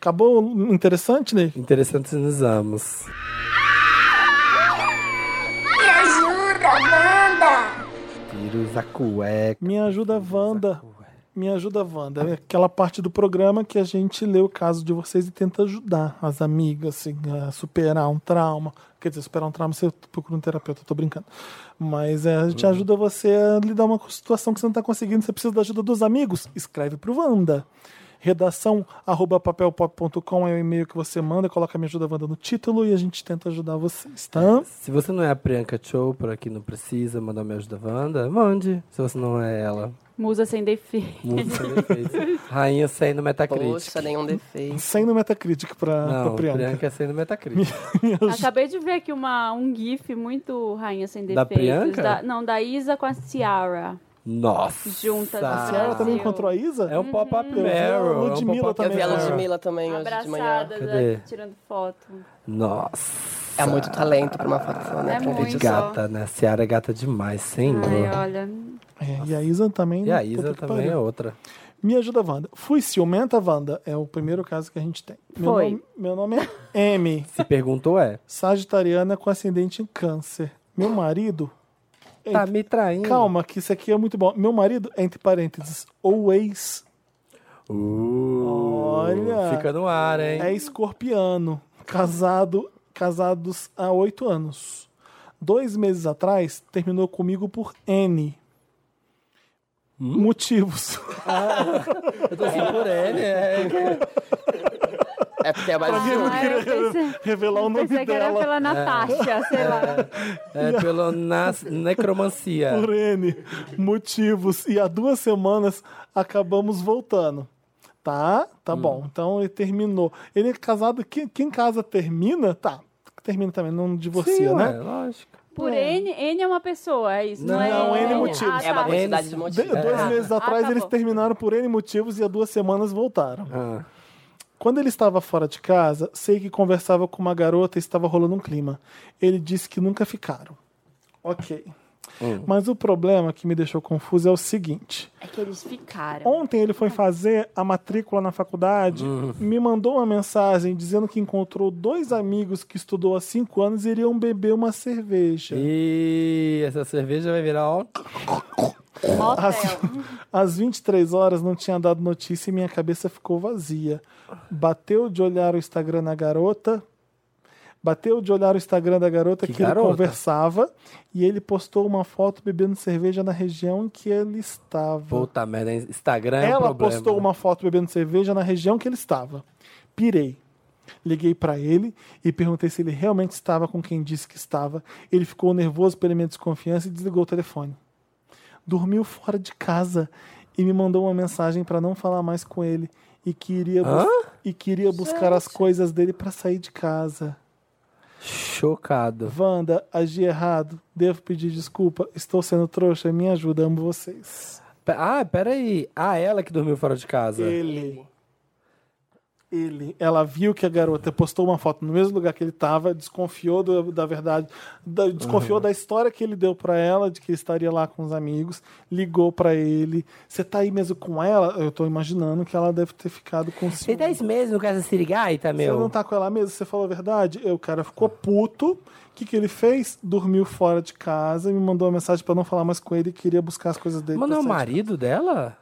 Speaker 1: Acabou o interessante, né?
Speaker 2: Interessantes nos amos.
Speaker 6: Me ajuda, Wanda!
Speaker 2: Vírus, a cueca.
Speaker 1: Me ajuda, Wanda. Me ajuda, Wanda. É aquela parte do programa que a gente lê o caso de vocês e tenta ajudar as amigas assim, a superar um trauma. Quer dizer, superar um trauma você procura um terapeuta, eu tô brincando. Mas é, a gente
Speaker 2: Uhum.
Speaker 1: ajuda você a lidar uma situação que você não tá conseguindo, você precisa da ajuda dos amigos. Escreve pro Wanda. Redação arroba papelpop.com é o e-mail que você manda, coloca Me Ajuda Wanda no título e a gente tenta ajudar vocês, tá?
Speaker 2: Se você não é a Priyanka Chopra, que não precisa mandar me ajuda Wanda, mande. Se você não é ela.
Speaker 4: Musa sem defeito.
Speaker 2: Muito sem defeito. Rainha sem no Metacritic.
Speaker 3: Poxa, nenhum defeito.
Speaker 1: Sem no Metacritic pra, pra
Speaker 2: Não,
Speaker 1: Priyanka.
Speaker 2: Priyanka é sem no Metacritic.
Speaker 4: Acabei de ver aqui uma, um gif muito rainha sem defeitos.
Speaker 2: Da Priyanka?
Speaker 4: Da- não, da Isa com a Ciara.
Speaker 2: Nossa.
Speaker 4: Juntas,
Speaker 1: A Ciara também encontrou a Isa?
Speaker 2: É um pop-up
Speaker 1: Eu vi a
Speaker 2: Meryl. é um
Speaker 1: Uhum. Ludmilla
Speaker 2: pop-up
Speaker 1: também,
Speaker 3: Eu vi a
Speaker 1: né?
Speaker 2: Meryl.
Speaker 3: Ludmilla também hoje de manhã.
Speaker 4: Abraçadas,
Speaker 2: Cadê?
Speaker 4: é, tirando foto.
Speaker 2: Nossa.
Speaker 3: É muito talento pra uma foto só, né?
Speaker 4: É
Speaker 3: pra um vídeo
Speaker 4: muito.
Speaker 3: só.
Speaker 2: Gata, né? Ciara é gata demais, senhor.
Speaker 4: Ai, olha.
Speaker 1: É, e a Isa também.
Speaker 2: Tá E a
Speaker 1: né?
Speaker 2: Isa
Speaker 1: Puta que
Speaker 2: também
Speaker 1: pariu.
Speaker 2: é outra.
Speaker 1: Me ajuda, Wanda. Fui ciumenta, Wanda? É o primeiro caso que a gente tem. Meu
Speaker 4: Foi.
Speaker 1: nome- meu nome é M.
Speaker 2: Se perguntou, é.
Speaker 1: Sagitariana com ascendente em câncer. Meu marido.
Speaker 2: Tá me traindo.
Speaker 1: Calma, que isso aqui é muito bom. Meu marido, entre parênteses, ou ex,
Speaker 2: Uh,
Speaker 1: Olha.
Speaker 2: Fica no ar, hein?
Speaker 1: é escorpiano. Casado, casados há oito anos. Dois meses atrás, terminou comigo por N.
Speaker 2: Hum?
Speaker 1: Motivos.
Speaker 2: Eu tô assim por ele, é.
Speaker 3: É porque é mais
Speaker 4: Ah,
Speaker 3: junto.
Speaker 4: eu pensei,
Speaker 1: Revelar o nome
Speaker 4: pensei que era
Speaker 1: dela
Speaker 4: pela Natasha, sei lá.
Speaker 2: É pelo nas- necromancia.
Speaker 1: por N. Motivos. E há duas semanas acabamos voltando. Tá,
Speaker 2: Hum.
Speaker 1: tá bom. Então ele terminou. Ele é casado. Quem, quem casa termina, tá. Termina também, não divorcia,
Speaker 2: Sim,
Speaker 1: né?
Speaker 2: ué, lógico.
Speaker 4: Por N, N é uma pessoa, é isso? Não, é
Speaker 1: Não, N
Speaker 4: é
Speaker 1: motivos.
Speaker 4: Ah,
Speaker 3: É uma
Speaker 4: tá.
Speaker 3: quantidade de
Speaker 1: De-
Speaker 3: motivos.
Speaker 1: dois
Speaker 3: É.
Speaker 1: meses atrás
Speaker 4: tá
Speaker 1: eles
Speaker 4: bom.
Speaker 1: terminaram por N motivos e há duas semanas voltaram.
Speaker 2: Ah,
Speaker 1: Quando ele estava fora de casa, sei que conversava com uma garota e estava rolando um clima. Ele disse que nunca ficaram. Ok. Mas o problema que me deixou confuso é o seguinte.
Speaker 4: É que eles ficaram.
Speaker 1: Ontem ele foi fazer a matrícula na faculdade, me mandou uma mensagem dizendo que encontrou dois amigos que estudou há cinco anos e iriam beber uma cerveja.
Speaker 2: E essa cerveja vai virar ó.
Speaker 4: Motel.
Speaker 1: Às 23 horas não tinha dado notícia e minha cabeça ficou vazia. Bateu de olhar o Instagram na garota. Bateu de olhar o Instagram da garota
Speaker 2: Que
Speaker 1: que,
Speaker 2: garota?
Speaker 1: ele conversava e ele postou uma foto bebendo cerveja na região em que ele estava.
Speaker 2: Puta merda, Instagram é um
Speaker 1: Ela
Speaker 2: problema.
Speaker 1: postou uma foto bebendo cerveja na região que ele estava. Pirei. Liguei pra ele e perguntei se ele realmente estava com quem disse que estava. Ele ficou nervoso pela minha desconfiança e desligou o telefone. Dormiu fora de casa e me mandou uma mensagem pra não falar mais com ele e queria
Speaker 2: Hã?
Speaker 1: e queria buscar as coisas dele pra sair de casa.
Speaker 2: Chocado.
Speaker 1: Wanda, agi errado. Devo pedir desculpa. Estou sendo trouxa. Me ajuda, amo vocês.
Speaker 2: Pe- Ah, peraí. Ah, ela que dormiu fora de casa.
Speaker 1: Ele. Ele. Ela viu que a garota postou uma foto no mesmo lugar que ele estava, desconfiou do- da verdade, da- desconfiou da história que ele deu para ela, de que ele estaria lá com os amigos, ligou para ele. Você tá aí mesmo com ela? Eu tô imaginando que ela deve ter ficado com
Speaker 2: Tem
Speaker 1: ciúme.
Speaker 2: 10 meses no caso desse ligaita,
Speaker 1: Você
Speaker 2: tá meu.
Speaker 1: não tá com ela mesmo? Você falou a verdade? E o cara ficou puto. O que, que ele fez? Dormiu fora de casa e me mandou uma mensagem para não falar mais com ele e queria buscar as coisas dele.
Speaker 2: Mas
Speaker 1: pra
Speaker 2: não é o
Speaker 1: sair de
Speaker 2: marido dela?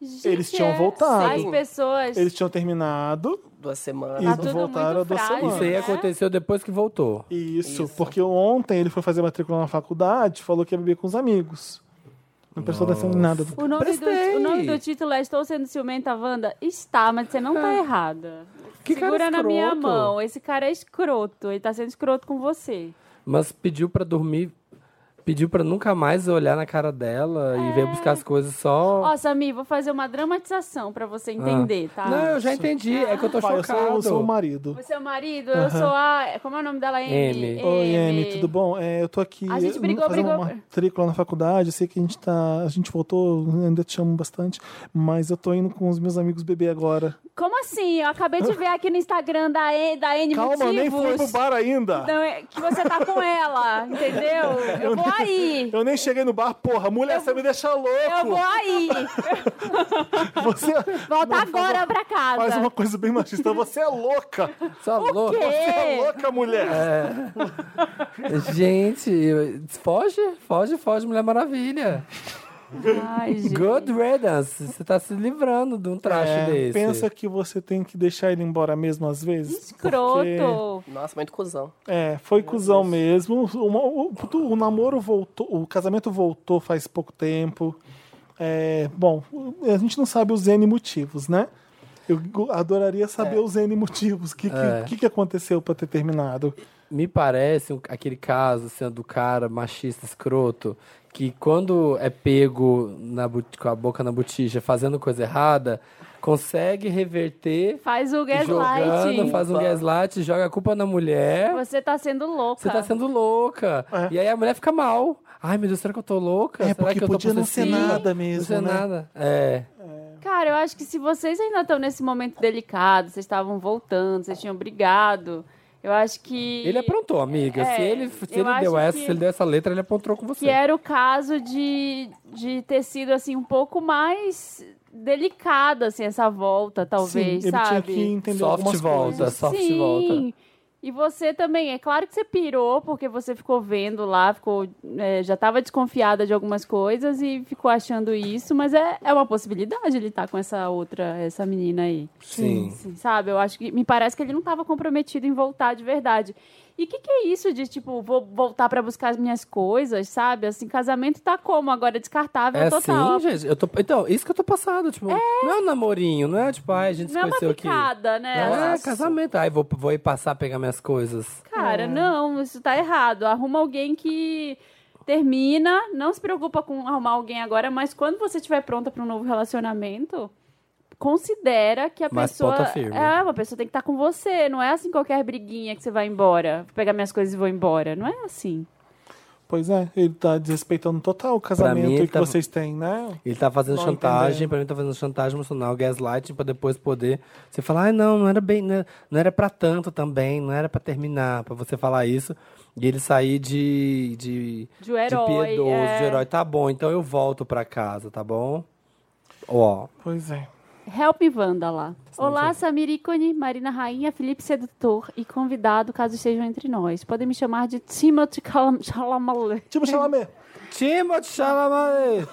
Speaker 4: Gente,
Speaker 1: Eles tinham
Speaker 4: é-
Speaker 1: voltado.
Speaker 4: As pessoas.
Speaker 1: casa. Eles tinham terminado.
Speaker 3: É, Duas
Speaker 1: E-
Speaker 3: semanas.
Speaker 4: Tá tudo
Speaker 1: voltaram há
Speaker 4: muito
Speaker 1: duas
Speaker 4: frágil,
Speaker 1: semanas.
Speaker 2: Isso aí
Speaker 4: né?
Speaker 2: aconteceu depois que voltou.
Speaker 1: Isso, porque ontem ele foi fazer matrícula na faculdade, falou que ia beber com os amigos. Não prestou atenção em nada.
Speaker 4: O nome, do,
Speaker 2: Prestei.
Speaker 4: o nome do título é Estou Sendo Ciumenta, Wanda? Está, mas você não tá
Speaker 1: É.
Speaker 4: errada.
Speaker 2: Que cara
Speaker 4: Segura na minha
Speaker 2: escroto.
Speaker 4: mão. Esse cara é escroto. Ele tá sendo escroto com você.
Speaker 2: Mas pediu pra dormir. Pediu pra nunca mais olhar na cara dela e veio buscar as coisas só.
Speaker 4: É. Ó, Samir, vou fazer uma dramatização pra você
Speaker 2: Ah.
Speaker 4: entender, tá?
Speaker 2: Não, eu já entendi. É que eu tô
Speaker 1: Pai, Tá eu sou,
Speaker 2: chocado.
Speaker 1: eu sou o marido.
Speaker 4: Você é o marido, eu sou a... Como é o nome dela?
Speaker 2: M.
Speaker 4: M.
Speaker 1: Oi, M, tudo bom? É, eu tô aqui
Speaker 4: A gente brigou,
Speaker 1: fazendo
Speaker 4: brigou.
Speaker 1: uma matrícula na faculdade, eu sei que a gente tá. A gente voltou, ainda te amo bastante, mas eu tô indo com os meus amigos beber agora.
Speaker 4: Como assim? Eu acabei de ver aqui no Instagram da, e, da N
Speaker 1: Calma, eu
Speaker 4: Motivos.
Speaker 1: nem fui pro bar ainda.
Speaker 4: Não, é que você tá com ela, entendeu? Eu vou aí.
Speaker 1: Eu nem cheguei no bar, porra, mulher, você me deixa louco.
Speaker 4: Eu vou aí.
Speaker 1: Você Não,
Speaker 4: Volta
Speaker 1: faz
Speaker 4: agora pra casa.
Speaker 1: faz uma coisa bem machista, você é louca.
Speaker 2: Só louco.
Speaker 1: Você é
Speaker 4: Quê?
Speaker 1: louca,
Speaker 4: É.
Speaker 1: mulher.
Speaker 2: Gente, eu- foge, foge, foge, Mulher Maravilha.
Speaker 4: Ai, gente.
Speaker 2: Good riddance. Você tá se livrando de um traste
Speaker 1: É,
Speaker 2: desse.
Speaker 1: pensa que você tem que deixar ele embora mesmo às vezes? porque-
Speaker 4: Escroto.
Speaker 3: Nossa, muito cuzão.
Speaker 1: É, foi cuzão mesmo. Uma- o, o- o namoro voltou, o casamento voltou faz pouco tempo. É, bom, a gente não sabe os N motivos, né? Eu go- adoraria saber os N motivos. O que, que,
Speaker 2: É.
Speaker 1: que que aconteceu pra ter terminado?
Speaker 2: Me parece um- aquele caso sendo do cara machista escroto que quando é pego na bu- com a boca na botija fazendo coisa errada, consegue reverter
Speaker 4: Faz o gaslighting.
Speaker 2: jogando, faz um gaslight, joga a culpa na mulher.
Speaker 4: Você tá sendo louca.
Speaker 2: Você tá sendo louca.
Speaker 1: É.
Speaker 2: E aí a mulher fica mal. Ai, meu Deus, será que eu tô louca?
Speaker 1: É,
Speaker 2: será
Speaker 1: porque
Speaker 2: que eu tô
Speaker 1: podia não ser
Speaker 2: possessiva?
Speaker 1: nada mesmo,
Speaker 2: Não ser
Speaker 1: né?
Speaker 2: nada. É.
Speaker 4: Cara, eu acho que se vocês ainda estão nesse momento delicado, vocês estavam voltando, vocês tinham brigado, eu acho que.
Speaker 2: Ele aprontou, amiga.
Speaker 4: É,
Speaker 2: se ele, se
Speaker 4: eu
Speaker 2: ele deu
Speaker 4: acho
Speaker 2: essa,
Speaker 4: que- é
Speaker 2: se ele deu essa letra, ele aprontou com você.
Speaker 4: Que era o caso de, de ter sido, assim, um pouco mais delicado, assim, essa volta, talvez,
Speaker 1: Sim, ele
Speaker 4: sabe?
Speaker 1: tinha que entender
Speaker 2: Soft
Speaker 1: algumas
Speaker 2: volta.
Speaker 1: coisas.
Speaker 2: soft
Speaker 4: Sim.
Speaker 2: volta.
Speaker 4: E você também, é claro que você pirou, porque você ficou vendo lá, ficou, é, já estava desconfiada de algumas coisas e ficou achando isso, mas é, é uma possibilidade ele estar com essa outra, essa menina aí.
Speaker 2: Sim.
Speaker 4: Assim, sabe? Eu acho que. Me parece que ele não estava comprometido em voltar de verdade. E o que, que é isso de, tipo, vou voltar para buscar as minhas coisas, sabe? Assim, casamento tá como? Agora descartável
Speaker 2: É
Speaker 4: total.
Speaker 2: assim, gente. Eu tô, então, isso que eu tô passado. Tipo, não é um namorinho, não é tipo, ai, a gente se
Speaker 4: não é uma
Speaker 2: conheceu aqui.
Speaker 4: picada, né?
Speaker 2: Não, é
Speaker 4: Assim,
Speaker 2: casamento. Ai, vou, vou ir passar pegar minhas coisas.
Speaker 4: Cara, não, isso tá errado. Arruma alguém que termina, não se preocupa com arrumar alguém agora, mas quando você estiver pronta para um novo relacionamento, considera que a
Speaker 2: Mas
Speaker 4: pessoa
Speaker 2: ponta firme.
Speaker 4: é uma pessoa tem que estar com você, não é assim qualquer briguinha que você vai embora, vou pegar minhas coisas e vou embora, não é assim.
Speaker 1: Pois é, ele tá desrespeitando total o casamento
Speaker 2: mim, ele
Speaker 1: que
Speaker 2: tá-
Speaker 1: vocês têm, né?
Speaker 2: Ele tá fazendo
Speaker 1: Tô
Speaker 2: chantagem,
Speaker 1: entendendo.
Speaker 2: pra mim tá fazendo chantagem emocional, gaslighting, pra depois poder. Você falar, ai não, não era bem, não era, não era pra tanto também, não era pra terminar, pra você falar isso. E ele sair de. de,
Speaker 4: De um herói,
Speaker 2: de piedoso,
Speaker 4: é.
Speaker 2: de herói. Tá bom, então eu volto pra casa, tá bom? Ó.
Speaker 1: Pois é.
Speaker 4: Help me, Wanda lá.
Speaker 2: não
Speaker 4: Olá, Samir Ícone, Marina Rainha, Felipe Sedutor e convidado, caso estejam entre nós. Podem me chamar de Timothy Calam- Chalamet.
Speaker 1: Tipo, Chalamet.
Speaker 2: Timothy Chalamet!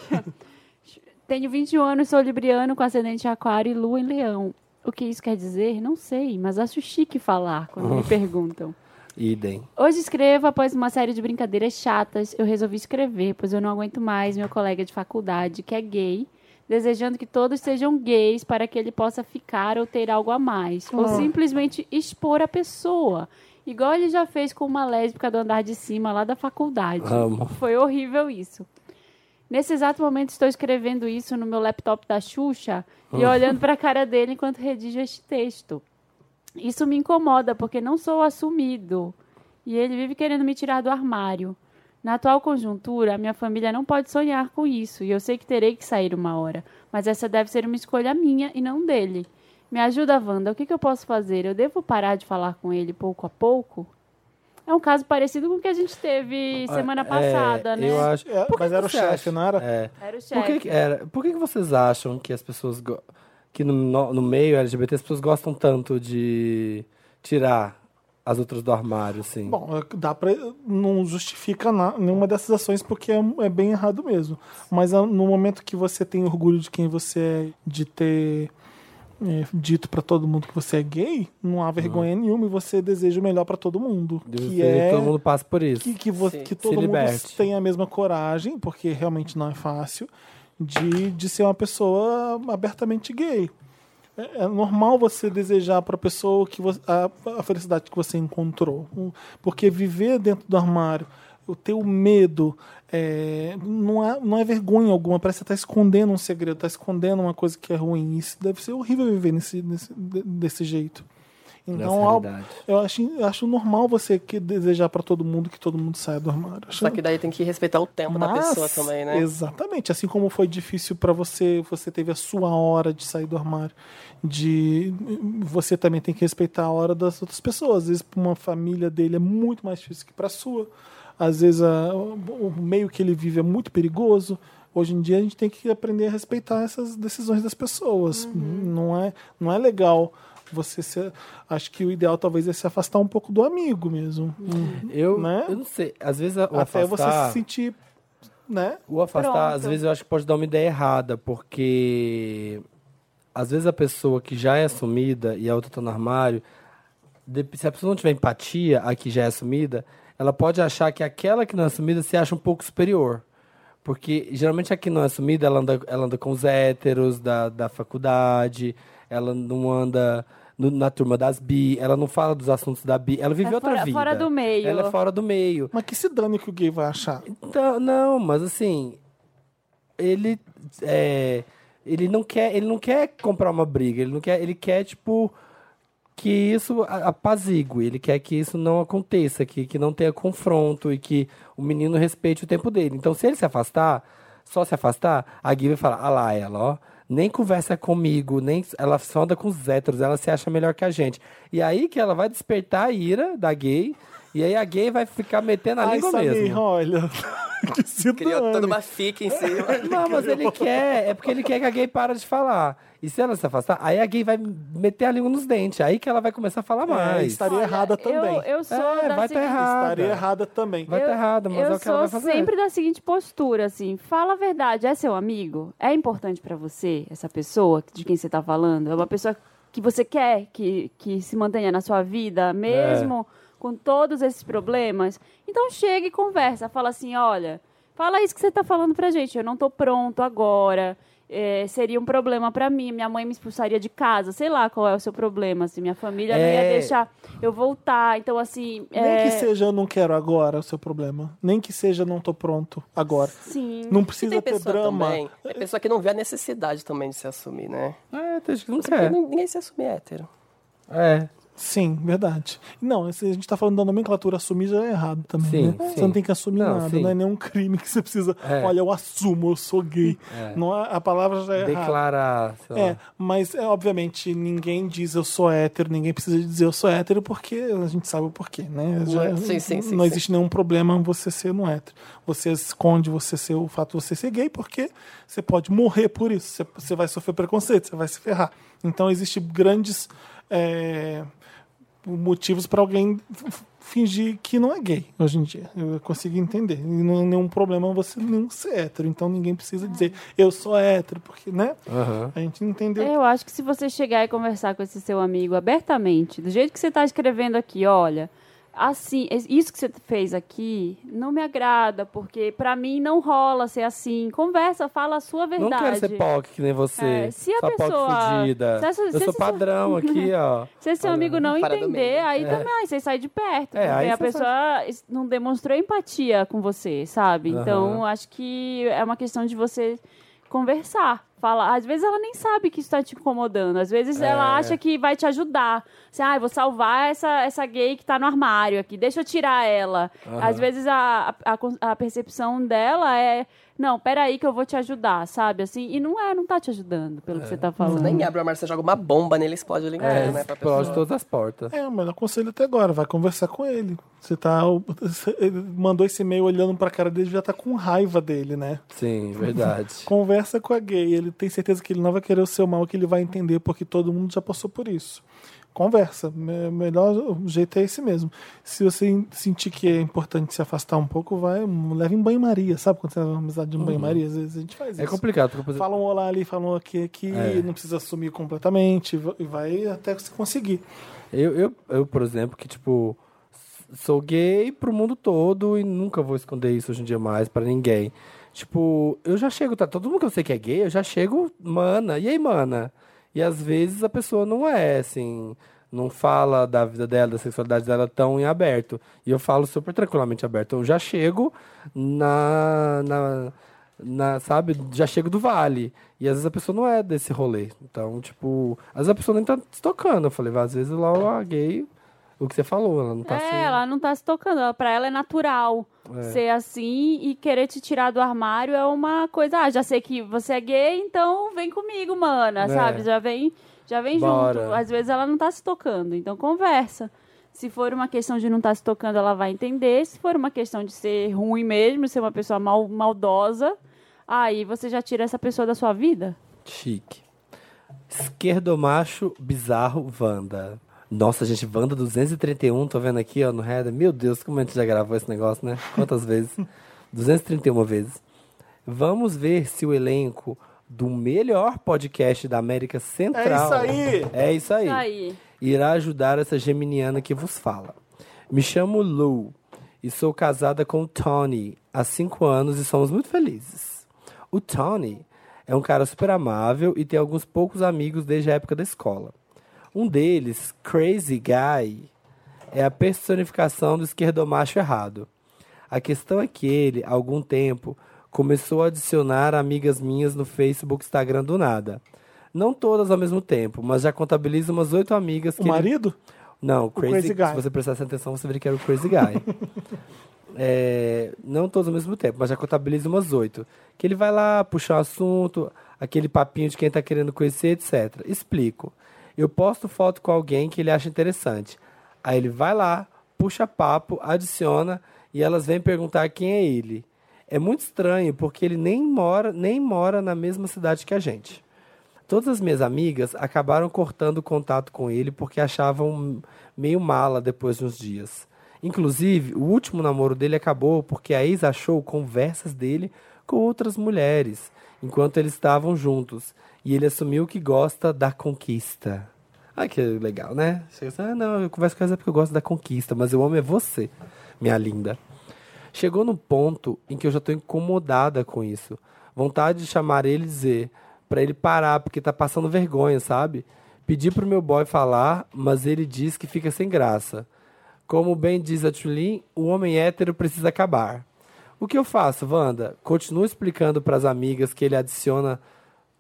Speaker 4: Tenho 21 anos, sou libriano com ascendente em aquário e lua em leão. O que isso quer dizer? Não sei, mas acho chique falar quando me perguntam.
Speaker 2: Idem.
Speaker 4: Hoje escrevo após uma série de brincadeiras chatas. Eu resolvi escrever, pois eu não aguento mais meu colega de faculdade, que é gay, desejando que todos sejam gays para que ele possa ficar ou ter algo a mais, ou simplesmente expor a pessoa. Igual ele já fez com uma lésbica do andar de cima lá da faculdade.
Speaker 2: Amo.
Speaker 4: Foi horrível isso. Nesse exato momento estou escrevendo isso no meu laptop da Xuxa e olhando para a cara dele enquanto redijo este texto. Isso me incomoda porque não sou assumido e ele vive querendo me tirar do armário. Na atual conjuntura, a minha família não pode sonhar com isso e eu sei que terei que sair uma hora, mas essa deve ser uma escolha minha e não dele. Me ajuda, Wanda, o que, que eu posso fazer? Eu devo parar de falar com ele pouco a pouco? É um caso parecido com o que a gente teve semana
Speaker 2: É,
Speaker 4: passada, né?
Speaker 2: Eu acho.
Speaker 1: É,
Speaker 2: Por que
Speaker 1: mas era o
Speaker 2: você
Speaker 1: chefe,
Speaker 2: acha?
Speaker 1: não era?
Speaker 2: É.
Speaker 4: Era o
Speaker 2: Por que,
Speaker 4: chefe.
Speaker 2: que era, por que, que vocês acham que as pessoas. go- que no, no, no meio LGBT as pessoas gostam tanto de tirar as outras do armário, assim?
Speaker 1: Bom, é dá pra, não justifica na- nenhuma dessas ações porque é, é bem errado mesmo. Mas a- no momento que você tem orgulho de quem você é, de ter é, dito pra todo mundo que você é gay, não há vergonha nenhuma e você deseja o melhor pra todo mundo.
Speaker 2: De
Speaker 1: que
Speaker 2: você-
Speaker 1: é
Speaker 2: todo mundo passa por isso.
Speaker 1: que, que, vo-
Speaker 3: Sim.
Speaker 1: que
Speaker 2: Se
Speaker 1: todo mundo
Speaker 2: liberte.
Speaker 1: tenha a mesma coragem, porque realmente não é fácil, de, de ser uma pessoa abertamente gay. É é normal você desejar para a pessoa que vo- a, a felicidade que você encontrou. Um- Porque viver dentro do armário, o teu medo, é, não, é, não é vergonha alguma. Parece que você está escondendo um segredo, está escondendo uma coisa que é ruim. Isso deve ser horrível viver nesse, nesse, de- desse jeito. Então,
Speaker 2: Nessa
Speaker 1: ao-
Speaker 2: realidade.
Speaker 1: eu acho, eu acho normal você que desejar para todo mundo que todo mundo saia do armário. Acho-
Speaker 3: Só que daí tem que respeitar o tempo da
Speaker 1: Mas,
Speaker 3: pessoa também, né?
Speaker 1: Exatamente. Assim como foi difícil para você, você teve a sua hora de sair do armário. De você também tem que respeitar a hora das outras pessoas. Às vezes para uma família dele é muito mais difícil que para sua. Às vezes a- o o meio que ele vive é muito perigoso. Hoje em dia a gente tem que aprender a respeitar essas decisões das
Speaker 3: Uhum.
Speaker 1: pessoas. Não é, não é legal. Você se, acho que o ideal talvez é se afastar um pouco do amigo mesmo.
Speaker 3: Uhum.
Speaker 2: Eu,
Speaker 1: né?
Speaker 2: eu não sei. Às vezes a- o
Speaker 1: Até você
Speaker 2: afastar,
Speaker 1: se sentir, né?
Speaker 2: o afastar,
Speaker 4: Pronto.
Speaker 2: às vezes eu acho que pode dar uma ideia errada, porque às vezes a pessoa que já é assumida e a outra tá no armário, de- se a pessoa não tiver empatia, a que já é assumida, ela pode achar que aquela que não é assumida se acha um pouco superior. Porque geralmente a que não é assumida, ela anda, ela anda com os héteros da, da faculdade, ela não anda no- na turma das bi, ela não fala dos assuntos da bi, ela vive
Speaker 4: É
Speaker 2: outra
Speaker 4: fora-
Speaker 2: vida.
Speaker 4: fora do meio.
Speaker 2: Ela é fora do meio.
Speaker 1: Mas que se dane que o gay vai achar.
Speaker 2: Então, não, mas assim, ele é, Ele não quer, ele não quer comprar uma briga, ele não quer, ele quer tipo que isso a- apazigue, ele quer que isso não aconteça, que, que não tenha confronto e que o menino respeite o tempo dele. Então, se ele se afastar, só se afastar, a Gui vai falar, ah lá ela, ó, nem conversa comigo, nem ela só anda com os héteros, ela se acha melhor que a gente. E aí que ela vai despertar a ira da gay, e aí a gay vai ficar metendo a
Speaker 1: Ai,
Speaker 2: Tá língua
Speaker 1: Samir,
Speaker 2: mesmo.
Speaker 1: olha. que se
Speaker 3: Criou
Speaker 1: dane.
Speaker 3: toda uma fica em
Speaker 1: É,
Speaker 3: cima.
Speaker 2: Não, mas ele quer. É porque ele quer que a gay para de falar. E se ela se afastar, aí a gay vai meter a língua nos dentes. Aí que ela vai começar a falar
Speaker 1: É,
Speaker 2: mais.
Speaker 1: estaria errada também.
Speaker 4: Eu, eu sou
Speaker 2: É,
Speaker 4: da
Speaker 2: vai tá
Speaker 4: seguinte-
Speaker 2: errada.
Speaker 1: Estaria errada também.
Speaker 2: Vai
Speaker 4: eu,
Speaker 2: tá errada, mas
Speaker 4: eu
Speaker 2: é o que
Speaker 4: sou
Speaker 2: ela vai fazer.
Speaker 4: sempre da seguinte postura, assim, fala a verdade, é seu amigo? É importante pra você, essa pessoa de quem você tá falando? É uma pessoa que você quer que, que se mantenha na sua vida, mesmo
Speaker 2: É.
Speaker 4: com todos esses problemas? Então chega e conversa, fala assim, olha, fala isso que você tá falando pra gente, eu não tô pronto agora... é, seria um problema pra mim, minha mãe me expulsaria de casa, sei lá qual é o seu problema, assim, minha família não
Speaker 2: É.
Speaker 4: ia deixar eu voltar, então assim.
Speaker 1: Nem
Speaker 4: é,
Speaker 1: que seja eu não quero agora o seu problema. Nem que seja eu não tô pronto agora.
Speaker 4: Sim.
Speaker 1: Não
Speaker 3: E
Speaker 1: precisa
Speaker 3: tem
Speaker 1: ter
Speaker 3: pessoa
Speaker 1: drama.
Speaker 3: também. É pessoa que não vê a necessidade também de se assumir, né?
Speaker 2: É, tem gente que não
Speaker 3: Porque
Speaker 2: quer.
Speaker 3: nin- Ninguém se assume hétero.
Speaker 2: É.
Speaker 1: Sim, verdade. Não, se a gente tá falando da nomenclatura assumir já é errado também.
Speaker 2: Sim,
Speaker 1: né?
Speaker 2: sim.
Speaker 1: Você não tem que assumir
Speaker 2: Não,
Speaker 1: nada,
Speaker 2: sim.
Speaker 1: não é nenhum crime que você precisa.
Speaker 2: É.
Speaker 1: Olha, eu assumo, eu sou gay. Não, é- a palavra já é errada.
Speaker 2: Declarar. sei lá.
Speaker 1: É, mas é, obviamente ninguém diz eu sou hétero, ninguém precisa dizer eu sou hétero porque a gente sabe o porquê, né? Já-
Speaker 3: Sim, sim, sim,
Speaker 1: não
Speaker 3: sim.
Speaker 1: existe nenhum problema você ser não hétero. Você esconde você ser, o fato de você ser gay porque você pode morrer por isso, você, você vai sofrer preconceito, você vai se ferrar. Então existem grandes é, motivos para alguém f- f- fingir que não é gay hoje em dia. Eu consigo entender. E não é nenhum problema você não ser hétero. Então ninguém precisa dizer eu sou hétero, porque, né?
Speaker 2: Aham.
Speaker 1: A gente entendeu.
Speaker 4: É, Eu acho que se você chegar e conversar com esse seu amigo abertamente, do jeito que você está escrevendo aqui, olha, assim, es- isso que você fez aqui não me agrada, porque pra mim não rola ser assim. Conversa, fala a sua
Speaker 2: Não
Speaker 4: verdade.
Speaker 2: quero ser POC que nem você.
Speaker 4: É, se a
Speaker 2: Sua
Speaker 4: pessoa-
Speaker 2: POC fudida.
Speaker 4: se essa-
Speaker 2: Eu
Speaker 4: se
Speaker 2: sou
Speaker 4: esse-
Speaker 2: padrão aqui, ó.
Speaker 4: Se esse seu amigo não
Speaker 3: fora do
Speaker 4: entender,
Speaker 3: meio.
Speaker 4: aí também aí você sai de perto.
Speaker 2: É, aí
Speaker 4: porque a
Speaker 2: você
Speaker 4: pessoa es- não demonstrou empatia com você, sabe? Então,
Speaker 2: Aham.
Speaker 4: acho que é uma questão de você conversar. Falar. Às vezes ela nem sabe que isso tá te incomodando. Às vezes ela acha que vai te ajudar. Assim, ah, eu vou salvar essa, essa gay que tá no armário aqui. Deixa eu tirar ela. Às vezes a, a, a con- a percepção dela é... Não, peraí que eu vou te ajudar, sabe? Assim, e não é, não tá te ajudando, pelo que você tá falando.
Speaker 3: Nem abre uma arma, você joga uma bomba nele, explode ele
Speaker 4: É.
Speaker 3: inteiro, né? Pra pessoa.
Speaker 2: É, Explode todas as portas.
Speaker 1: É, mas aconselho até agora, vai conversar com ele. Você tá. Ele mandou esse e-mail olhando pra cara dele, já tá com raiva dele, né?
Speaker 2: Sim, verdade.
Speaker 1: Conversa com a gay, ele tem certeza que ele não vai querer o seu mal, que ele vai entender, porque todo mundo já passou por isso. Conversa, me- melhor jeito é esse mesmo. Se você in- sentir que é importante se afastar um pouco, vai, leva em banho-maria, sabe? Quando você leva uma amizade em banho-maria, às vezes a gente faz
Speaker 2: Uhum. é
Speaker 1: isso.
Speaker 2: complicado. Porque, por exemplo,
Speaker 1: Falam olá ali, falam aqui, aqui,
Speaker 2: É.
Speaker 1: não precisa assumir completamente, va- e vai até se conseguir.
Speaker 2: Eu, eu, eu, por exemplo, que, tipo, s- sou gay pro mundo todo e nunca vou esconder isso hoje em dia mais pra ninguém. Tipo, eu já chego, tá? Todo mundo que eu sei que é gay, eu já chego, mana, e aí, mana? E às vezes a pessoa não é, assim, não fala da vida dela, da sexualidade dela tão em aberto. E eu falo super tranquilamente aberto. Eu já chego na. na na, sabe, já chego do vale. E às vezes a pessoa não é desse rolê. Então, tipo, às vezes a pessoa nem tá se tocando. Eu falei, "Vá, às vezes lá eu larguei o que você falou, ela não tá
Speaker 4: é,
Speaker 2: assim.
Speaker 4: ela não tá se tocando. Ela, pra ela é natural ser assim e querer te tirar do armário é uma coisa. Ah, já sei que você é gay, então vem comigo, mana,
Speaker 2: É.
Speaker 4: sabe? Já vem, já vem
Speaker 2: Bora.
Speaker 4: junto. Às vezes ela não tá se tocando, então conversa. Se for uma questão de não estar se tocando, ela vai entender. Se for uma questão de ser ruim mesmo, ser uma pessoa mal, maldosa, aí você já tira essa pessoa da sua vida.
Speaker 2: Chique. Esquerdomacho, bizarro, Wanda. Nossa, gente, Wanda 231, tô vendo aqui, ó, no Header. Meu Deus, como a gente já gravou esse negócio, né? Quantas vezes? 231 vezes. Vamos ver se o elenco do melhor podcast da América Central.
Speaker 1: É isso aí!
Speaker 2: É isso aí.
Speaker 4: Isso aí.
Speaker 2: irá ajudar essa geminiana que vos fala. Me chamo Lou e sou casada com o Tony há cinco anos e somos muito felizes. O Tony é um cara super amável e tem alguns poucos amigos desde a época da escola. Um deles, Crazy Guy, é a personificação do esquerdomacho errado. A questão é que ele, há algum tempo, Começou a adicionar amigas minhas no Facebook, Instagram do nada. Não todas ao mesmo tempo, mas já contabilizo umas oito amigas que
Speaker 1: O
Speaker 2: ele-
Speaker 1: marido?
Speaker 2: não, o Crazy,
Speaker 1: Crazy Guy.
Speaker 2: Se você prestasse atenção, você veria que era o Crazy Guy. É, não todos ao mesmo tempo, mas já contabiliza umas oito. Que ele vai lá puxar um assunto, aquele papinho de quem tá querendo conhecer, etc. Explico. Eu posto foto com alguém que ele acha interessante. Aí ele vai lá, puxa papo, adiciona e elas vêm perguntar quem é ele. É muito estranho porque ele nem mora, nem mora na mesma cidade que a gente. Todas as minhas amigas acabaram cortando o contato com ele porque achavam meio mala depois de uns dias. Inclusive, o último namoro dele acabou porque a ex achou conversas dele com outras mulheres enquanto eles estavam juntos. E ele assumiu que gosta da conquista. Ah, que legal, né? Chega assim, ah, não, eu converso com ela porque eu gosto da conquista, mas eu amo é você, minha linda. Chegou no ponto em que eu já tô incomodada com isso. Vontade de chamar ele e dizer pra ele parar, porque tá passando vergonha, sabe? Pedi pro meu boy falar, mas ele diz que fica sem graça. Como bem diz a Tulin, o homem hétero precisa acabar. O que eu faço, Wanda? Continuo explicando pras amigas que ele adiciona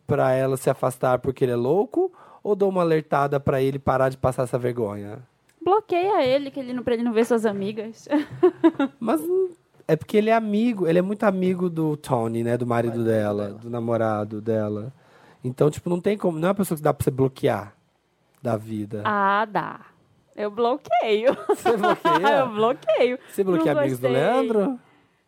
Speaker 2: pra ela se afastar porque ele é louco? Ou dou uma alertada pra ele parar de passar essa vergonha?
Speaker 4: Bloqueia ele, que ele não, pra ele não ver suas amigas.
Speaker 2: Mas hum, é porque ele é amigo, ele é muito amigo do Tony, né? Do marido, dela, do namorado dela. Então, tipo, não tem como. Não é uma pessoa que dá pra você bloquear da vida.
Speaker 4: ah, dá. Eu bloqueio.
Speaker 2: Tá.
Speaker 4: Ah,
Speaker 2: Você
Speaker 4: eu
Speaker 2: bloqueia?
Speaker 4: bloqueia.
Speaker 2: Você bloqueia
Speaker 4: Não
Speaker 2: amigos do
Speaker 4: gostei.
Speaker 2: Leandro?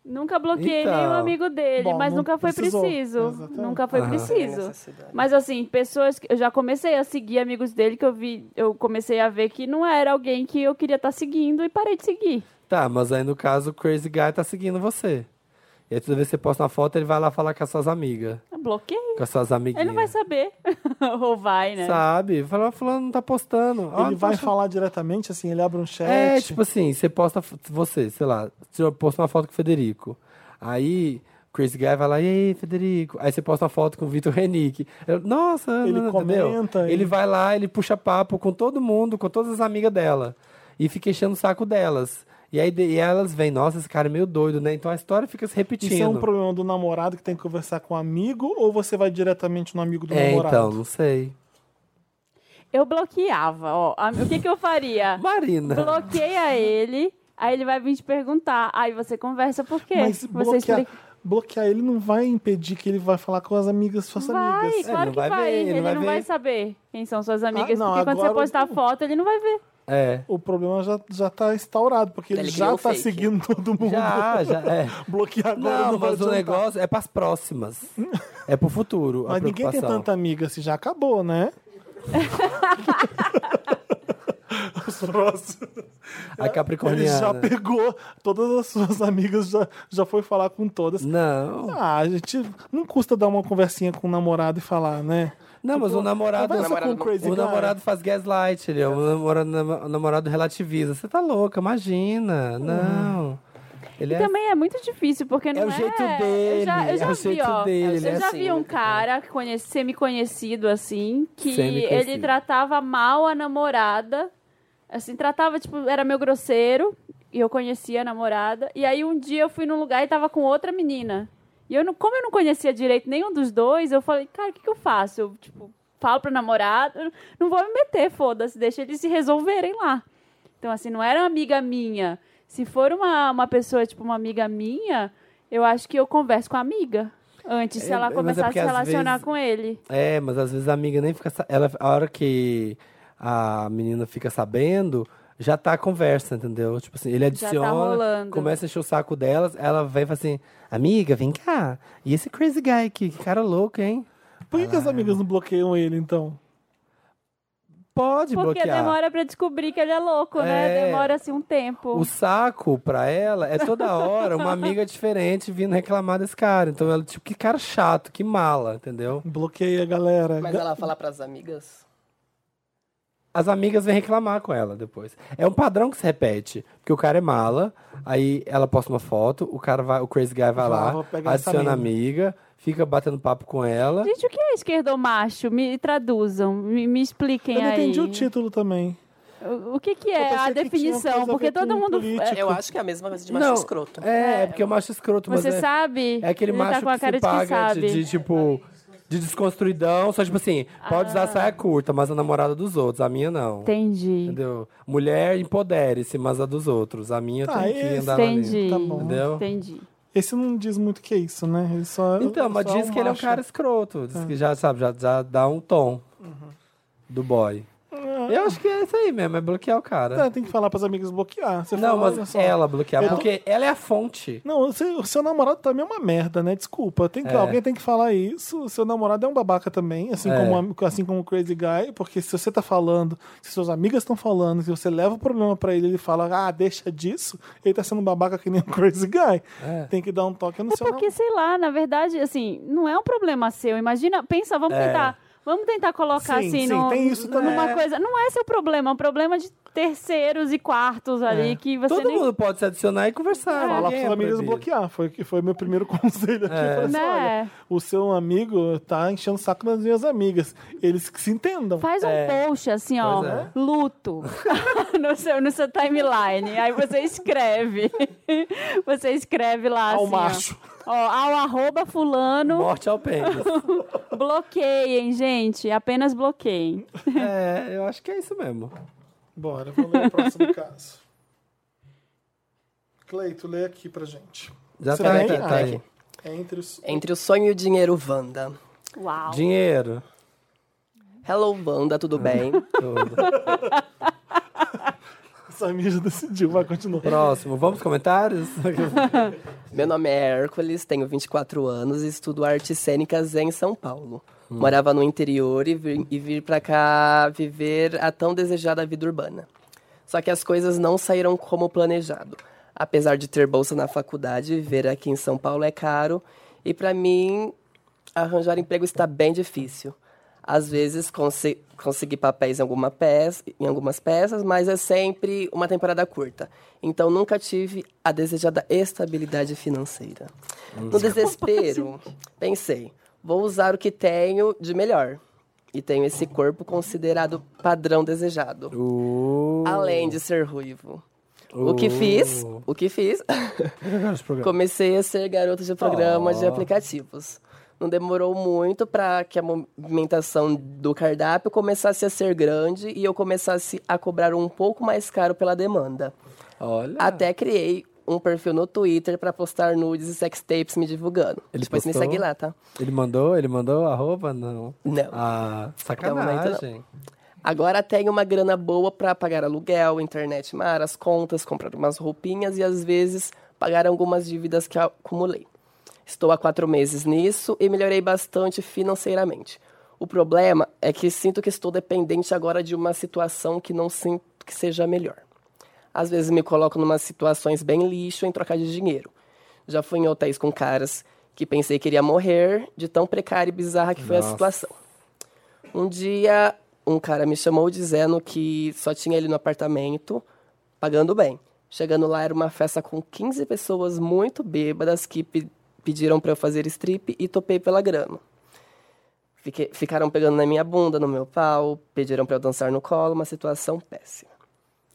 Speaker 4: Nunca bloqueei
Speaker 2: Então.
Speaker 4: nenhum amigo dele,
Speaker 1: Bom,
Speaker 4: mas
Speaker 1: não
Speaker 4: nunca foi
Speaker 1: precisou.
Speaker 4: preciso.
Speaker 1: Exatamente. é
Speaker 4: Nunca foi
Speaker 2: Aham.
Speaker 4: preciso.
Speaker 3: necessidade.
Speaker 4: Mas assim, pessoas que eu já comecei a seguir amigos dele que eu vi, eu comecei a ver que não era alguém que eu queria estar seguindo e parei de seguir.
Speaker 2: Tá, mas aí no caso o Crazy Guy tá seguindo você. E aí toda vez que você posta uma foto, ele vai lá falar com as suas amigas.
Speaker 4: Eu bloqueei.
Speaker 2: Com as suas amiguinhas.
Speaker 4: Ele não vai saber. Ou vai, né?
Speaker 2: Sabe? Fala, fulano não tá postando. Ah,
Speaker 1: Ele
Speaker 2: não
Speaker 1: vai
Speaker 2: tá
Speaker 1: falar diretamente, assim, ele abre um chat.
Speaker 2: É, tipo assim, você posta, fo- você, sei lá, você posta uma foto com o Federico. Aí, o Chris Guy vai lá, e aí, Federico? Aí você posta uma foto com o Vitor Renick. Eu, Nossa,
Speaker 1: Ele
Speaker 2: não, não, entendeu?
Speaker 1: comenta,
Speaker 2: Ele
Speaker 1: ele-
Speaker 2: vai lá, ele puxa papo com todo mundo, com todas as amigas dela. E fica enchendo o saco delas. E aí de- e elas vêm, nossa, esse cara é meio doido, né? Então a história fica se repetindo.
Speaker 1: Isso é um problema do namorado que tem que conversar com um amigo ou você vai diretamente no amigo do
Speaker 2: É,
Speaker 1: namorado?
Speaker 2: então, não sei.
Speaker 4: Eu bloqueava, ó. A- O que que eu faria?
Speaker 2: Marina.
Speaker 4: Bloqueia ele, aí ele vai vir te perguntar. Aí você conversa por quê?
Speaker 1: Mas
Speaker 4: você
Speaker 1: bloquear,
Speaker 4: explica-
Speaker 1: bloquear ele não vai impedir que ele vai falar com as amigas, suas
Speaker 4: Vai,
Speaker 1: amigas.
Speaker 4: claro
Speaker 2: não
Speaker 4: que
Speaker 2: vai
Speaker 4: vai.
Speaker 2: ver, ele
Speaker 4: Ele,
Speaker 2: não vai
Speaker 4: não
Speaker 2: ver. Ah,
Speaker 4: vai saber quem são suas amigas,
Speaker 1: não,
Speaker 4: porque quando você
Speaker 1: agora-
Speaker 4: postar a foto, ele não vai ver.
Speaker 2: É.
Speaker 1: O problema já, já tá instaurado, porque ele,
Speaker 3: Ele
Speaker 1: já
Speaker 3: criou
Speaker 1: tá
Speaker 3: o fake.
Speaker 1: seguindo todo mundo.
Speaker 2: Já, já, é.
Speaker 1: Bloquear agora não, um
Speaker 2: Não,
Speaker 1: vai
Speaker 2: mas o
Speaker 1: adiantar.
Speaker 2: negócio é pras próximas. É pro futuro. a
Speaker 1: Mas ninguém tem
Speaker 2: preocupação.
Speaker 1: tanta amiga, se já acabou, né? Os próximos.
Speaker 2: A
Speaker 1: Ele já
Speaker 2: Capricorniana.
Speaker 1: pegou todas as suas amigas, já, já foi falar com todas.
Speaker 2: Não.
Speaker 1: Ah, a gente não custa dar uma conversinha com o namorado e falar, né?
Speaker 2: Não, mas o namorado.
Speaker 1: Conversa
Speaker 3: namorado
Speaker 1: com
Speaker 3: não-
Speaker 1: o Crazy
Speaker 2: O
Speaker 1: Guy.
Speaker 2: namorado faz gaslight, ele é o namorado, o namorado relativiza. Você tá louca,
Speaker 1: Hum.
Speaker 2: imagina. Não. Ele
Speaker 4: E
Speaker 2: é.
Speaker 4: também é muito difícil, porque não é...
Speaker 2: o jeito
Speaker 4: Eu já,
Speaker 2: dele,
Speaker 4: eu já
Speaker 2: é o
Speaker 4: vi,
Speaker 2: jeito
Speaker 4: ó,
Speaker 2: dele,
Speaker 4: Eu
Speaker 2: ele é
Speaker 4: já vi
Speaker 2: assim.
Speaker 4: um cara conhe- semi-conhecido, assim, que
Speaker 2: Semi-conhecido.
Speaker 4: ele tratava mal a namorada. Assim, tratava, tipo, era meu grosseiro. E eu conhecia a namorada. E aí, um dia, eu fui num lugar e tava com outra menina. E eu não... Como eu não conhecia direito nenhum dos dois, eu falei, cara, o que, que eu faço? Eu, tipo, falo pro namorado... eu Não vou me meter, foda-se. Deixa eles se resolverem lá. Então, assim, não era amiga minha. Se for uma, uma pessoa, tipo, uma amiga minha, eu acho que eu converso com a amiga. Antes, se
Speaker 2: É,
Speaker 4: ela
Speaker 2: mas é
Speaker 4: começar a
Speaker 2: porque
Speaker 4: se
Speaker 2: às
Speaker 4: relacionar
Speaker 2: vezes-
Speaker 4: com ele.
Speaker 2: É, mas às vezes a amiga nem fica. sa- Ela, a hora que a menina fica sabendo, já tá a conversa, entendeu? Tipo assim, ele
Speaker 4: tá
Speaker 2: adiciona,
Speaker 4: rolando.
Speaker 2: começa a encher o saco delas, ela vem e fala assim: Amiga, vem cá. E esse crazy guy aqui, que cara louco, hein?
Speaker 1: Por que, que
Speaker 2: Ah.
Speaker 1: as amigas não bloqueiam ele, então?
Speaker 2: Pode
Speaker 4: Porque
Speaker 2: bloquear.
Speaker 4: demora pra descobrir que ele é louco,
Speaker 2: É.
Speaker 4: né? Demora, assim, um tempo.
Speaker 2: O saco pra ela é toda hora uma amiga diferente vindo reclamar desse cara. Então ela, tipo, que cara chato, que mala, entendeu?
Speaker 1: Bloqueia, galera.
Speaker 3: Mas ela falar pras amigas?
Speaker 2: As amigas vêm reclamar com ela depois. É um padrão que se repete. Porque o cara é mala, aí ela posta uma foto, o cara vai, o Crazy Guy vai
Speaker 1: Fala, "Ah,
Speaker 2: lá,
Speaker 1: vou pegar essa
Speaker 2: adiciona a amiga, fica batendo papo com ela.
Speaker 4: Gente, o que é esquerdomacho? Me traduzam, me, me expliquem
Speaker 1: Eu não
Speaker 4: aí.
Speaker 1: entendi o título também.
Speaker 4: O- O que, que é
Speaker 1: Eu pensei que tinha
Speaker 4: a
Speaker 1: uma coisa
Speaker 4: definição?
Speaker 1: a ver
Speaker 4: Porque todo
Speaker 1: com
Speaker 4: mundo.
Speaker 1: política.
Speaker 4: é,
Speaker 3: Eu acho que é a mesma coisa de macho
Speaker 2: Tipo, Não,
Speaker 3: escroto.
Speaker 2: É, é porque o macho escroto, mas
Speaker 4: Você
Speaker 2: é,
Speaker 4: sabe?
Speaker 2: é aquele
Speaker 4: Ele
Speaker 2: macho
Speaker 4: tá com a
Speaker 2: que
Speaker 4: cara
Speaker 2: se
Speaker 4: de que
Speaker 2: paga
Speaker 4: sabe.
Speaker 2: de, de, tipo... De desconstruidão, só tipo assim, pode
Speaker 4: Ah.
Speaker 2: usar saia curta, mas a namorada dos outros, a minha não.
Speaker 4: Entendi.
Speaker 2: Entendeu? Mulher, empodere-se, mas a dos outros. A minha
Speaker 1: Tá,
Speaker 2: tem que
Speaker 1: esse-
Speaker 2: andar na linha.
Speaker 4: Entendi.
Speaker 1: Tá bom.
Speaker 2: Entendeu?
Speaker 4: Entendi.
Speaker 1: Esse não diz muito que é isso, né? Ele só,
Speaker 2: Então, mas
Speaker 1: só Ah.
Speaker 2: diz que ele é um
Speaker 1: macho.
Speaker 2: cara escroto. Diz que já, sabe, já, já dá um tom
Speaker 1: Uhum.
Speaker 2: do boy.
Speaker 1: Ah.
Speaker 2: Eu acho que é isso aí mesmo, é bloquear o cara.
Speaker 1: É, tem que falar pras amigas bloquear. Você
Speaker 2: Não,
Speaker 1: fala, olha
Speaker 2: mas é.
Speaker 1: só.
Speaker 2: ela bloquear,
Speaker 1: Eu tô-
Speaker 2: porque ela é a fonte.
Speaker 1: Não, o seu, o seu namorado também é uma merda, né? Desculpa. Tem que-
Speaker 2: É.
Speaker 1: Alguém tem que falar isso. O seu namorado é um babaca também, assim,
Speaker 2: É.
Speaker 1: como, a- assim como o Crazy Guy, porque se você tá falando, se suas amigas estão falando, se você leva o problema pra ele ele fala, ah, deixa disso, ele tá sendo babaca que nem o Crazy Guy.
Speaker 2: É.
Speaker 1: Tem que dar um toque no
Speaker 4: É
Speaker 1: seu
Speaker 4: porque, sei lá, na verdade, assim, não é um problema seu. Imagina, pensa, vamos
Speaker 2: É.
Speaker 4: tentar. Vamos tentar colocar
Speaker 1: Sim, sim,
Speaker 4: assim no-
Speaker 1: tem isso também.
Speaker 4: numa coisa. Não é seu problema, é um problema de terceiros e quartos ali que você
Speaker 2: É. Todo
Speaker 4: nem.
Speaker 2: mundo pode se adicionar e conversar.
Speaker 1: Falar
Speaker 2: ninguém
Speaker 1: para
Speaker 2: é
Speaker 1: suas amigas
Speaker 2: proibido.
Speaker 1: bloquear. Foi que foi meu primeiro conselho aqui.
Speaker 2: É.
Speaker 1: Eu falei assim,
Speaker 4: Né?
Speaker 1: olha, o seu amigo tá enchendo o saco das minhas amigas. Eles que se entendam.
Speaker 4: Faz um
Speaker 2: É.
Speaker 4: post assim, ó,
Speaker 2: Pois é.
Speaker 4: luto no, seu, no seu timeline. Aí você escreve. Você escreve lá
Speaker 1: Ao
Speaker 4: assim. ó.
Speaker 1: macho.
Speaker 4: Ó, ao arroba fulano,
Speaker 2: Morte ao pênis.
Speaker 4: bloqueiem, gente. Apenas bloqueiem.
Speaker 2: é, eu acho que é isso mesmo.
Speaker 1: Bora, vamos ler o próximo caso. Cleito, lê aqui pra gente.
Speaker 2: Já
Speaker 1: Você
Speaker 2: tá,
Speaker 1: vai
Speaker 2: tá,
Speaker 1: aí?
Speaker 2: tá
Speaker 1: Ah,
Speaker 2: aí.
Speaker 1: É entre os.
Speaker 3: Entre o sonho e o dinheiro, Wanda.
Speaker 4: Uau.
Speaker 2: Dinheiro.
Speaker 3: Hello, Wanda, tudo bem?
Speaker 2: Tudo.
Speaker 1: Samir já decidiu, vai continuar.
Speaker 2: Próximo. Vamos comentários?
Speaker 3: Meu nome é Hércules, tenho 24 anos e estudo artes cênicas em São Paulo. Morava no interior e vir, e vir para cá viver a tão desejada vida urbana. Só que as coisas não saíram como planejado. Apesar de ter bolsa na faculdade, viver aqui em São Paulo é caro e para mim arranjar emprego está bem difícil. Às vezes conse consegui papéis em, alguma peça, em algumas peças, mas é sempre uma temporada curta. Então nunca tive a desejada estabilidade financeira. No desespero, pensei, vou usar o que tenho de melhor. E tenho esse corpo considerado padrão desejado
Speaker 2: Uh,
Speaker 3: além de ser ruivo. O
Speaker 2: Oh.
Speaker 3: que fiz, o que fiz, comecei a ser garoto de programa
Speaker 2: Oh.
Speaker 3: de aplicativos. Não demorou muito para que a movimentação do cardápio começasse a ser grande e eu começasse a cobrar um pouco mais caro pela demanda.
Speaker 2: Olha.
Speaker 3: Até criei um perfil no Twitter para postar nudes e sextapes me divulgando.
Speaker 2: Ele
Speaker 3: Depois
Speaker 2: postou?
Speaker 3: me segue lá, tá?
Speaker 2: Ele mandou? Ele mandou a roupa? Não.
Speaker 3: Não.
Speaker 2: Ah,
Speaker 3: Até o
Speaker 2: sacanagem.
Speaker 3: Agora tenho uma grana boa para pagar aluguel, internet mara, as contas, comprar umas roupinhas e às vezes pagar algumas dívidas que acumulei. Estou há quatro meses nisso e melhorei bastante financeiramente. O problema é que sinto que estou dependente agora de uma situação que não sinto que seja melhor. Às vezes me coloco numas situações bem lixo em troca de dinheiro. Já fui em hotéis com caras que pensei que iria morrer de tão precária e bizarra que foi a
Speaker 2: Nossa.
Speaker 3: situação. Um dia, um cara me chamou dizendo que só tinha ele no apartamento, pagando bem. Chegando lá, era uma festa com 15 pessoas muito bêbadas que pe- pediram para eu fazer strip e topei pela grama. Fique- ficaram pegando na minha bunda, no meu pau, pediram para eu dançar no colo, uma situação péssima.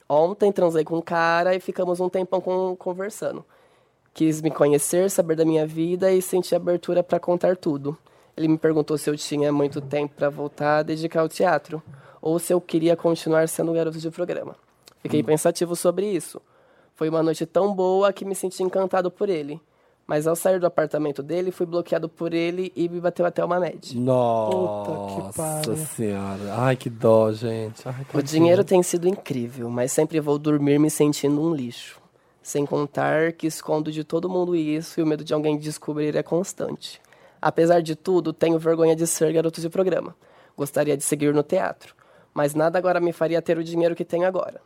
Speaker 3: Ontem transei com um cara e ficamos um tempão con- conversando. Quis me conhecer, saber da minha vida e senti abertura para contar tudo. Ele me perguntou se eu tinha muito tempo para voltar a dedicar ao teatro ou se eu queria continuar sendo garoto de programa. Fiquei pensativo sobre isso. Foi uma noite tão boa que me senti encantado por ele. Mas ao sair do apartamento dele, fui bloqueado por ele e me bateu até uma média.
Speaker 1: que pariu.
Speaker 2: Nossa senhora. Ai, que dó, gente. Ai,
Speaker 3: O
Speaker 2: tadinho.
Speaker 3: dinheiro tem sido incrível, mas sempre vou dormir me sentindo um lixo. Sem contar que escondo de todo mundo isso e o medo de alguém descobrir é constante. Apesar de tudo, tenho vergonha de ser garoto de programa. Gostaria de seguir no teatro, mas nada agora me faria ter o dinheiro que tenho agora.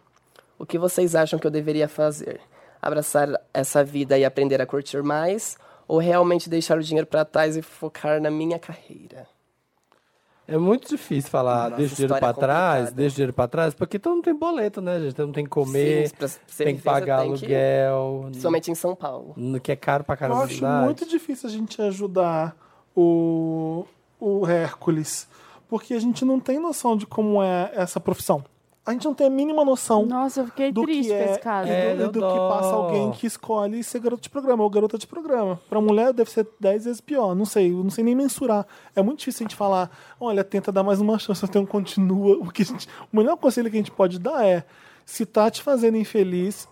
Speaker 3: O que vocês acham que eu deveria fazer? Abraçar essa vida e aprender a curtir mais? Ou realmente deixar o dinheiro para trás e focar na minha carreira?
Speaker 2: É muito difícil falar,
Speaker 3: Nossa,
Speaker 2: deixa o dinheiro pra
Speaker 3: história é
Speaker 2: trás,
Speaker 3: complicada.
Speaker 2: deixa o dinheiro pra trás, porque todo mundo tem boleto, né, gente? Todo mundo tem que comer,
Speaker 3: Sim, pra ser
Speaker 2: tem que
Speaker 3: feliz,
Speaker 2: pagar
Speaker 3: tem que-
Speaker 2: aluguel,
Speaker 3: Somente em São Paulo.
Speaker 2: no que é caro pra
Speaker 1: Eu
Speaker 2: caramba na
Speaker 1: acho
Speaker 2: cidade.
Speaker 1: muito difícil a gente ajudar o, o Hércules, porque a gente não tem noção de como é essa profissão. a gente não tem a mínima noção
Speaker 4: Nossa, eu fiquei
Speaker 1: do que
Speaker 4: triste com
Speaker 1: é,
Speaker 4: esse caso.
Speaker 1: e
Speaker 2: É,
Speaker 1: do, e
Speaker 2: deu
Speaker 1: do que
Speaker 2: dó.
Speaker 1: passa alguém que escolhe ser garoto de programa ou garota de programa. Pra mulher deve ser 10 vezes pior, não sei, eu não sei nem mensurar. É muito difícil a gente falar, olha, tenta dar mais uma chance, então continua. O, que a gente- o melhor conselho que a gente pode dar é, se tá te fazendo infeliz,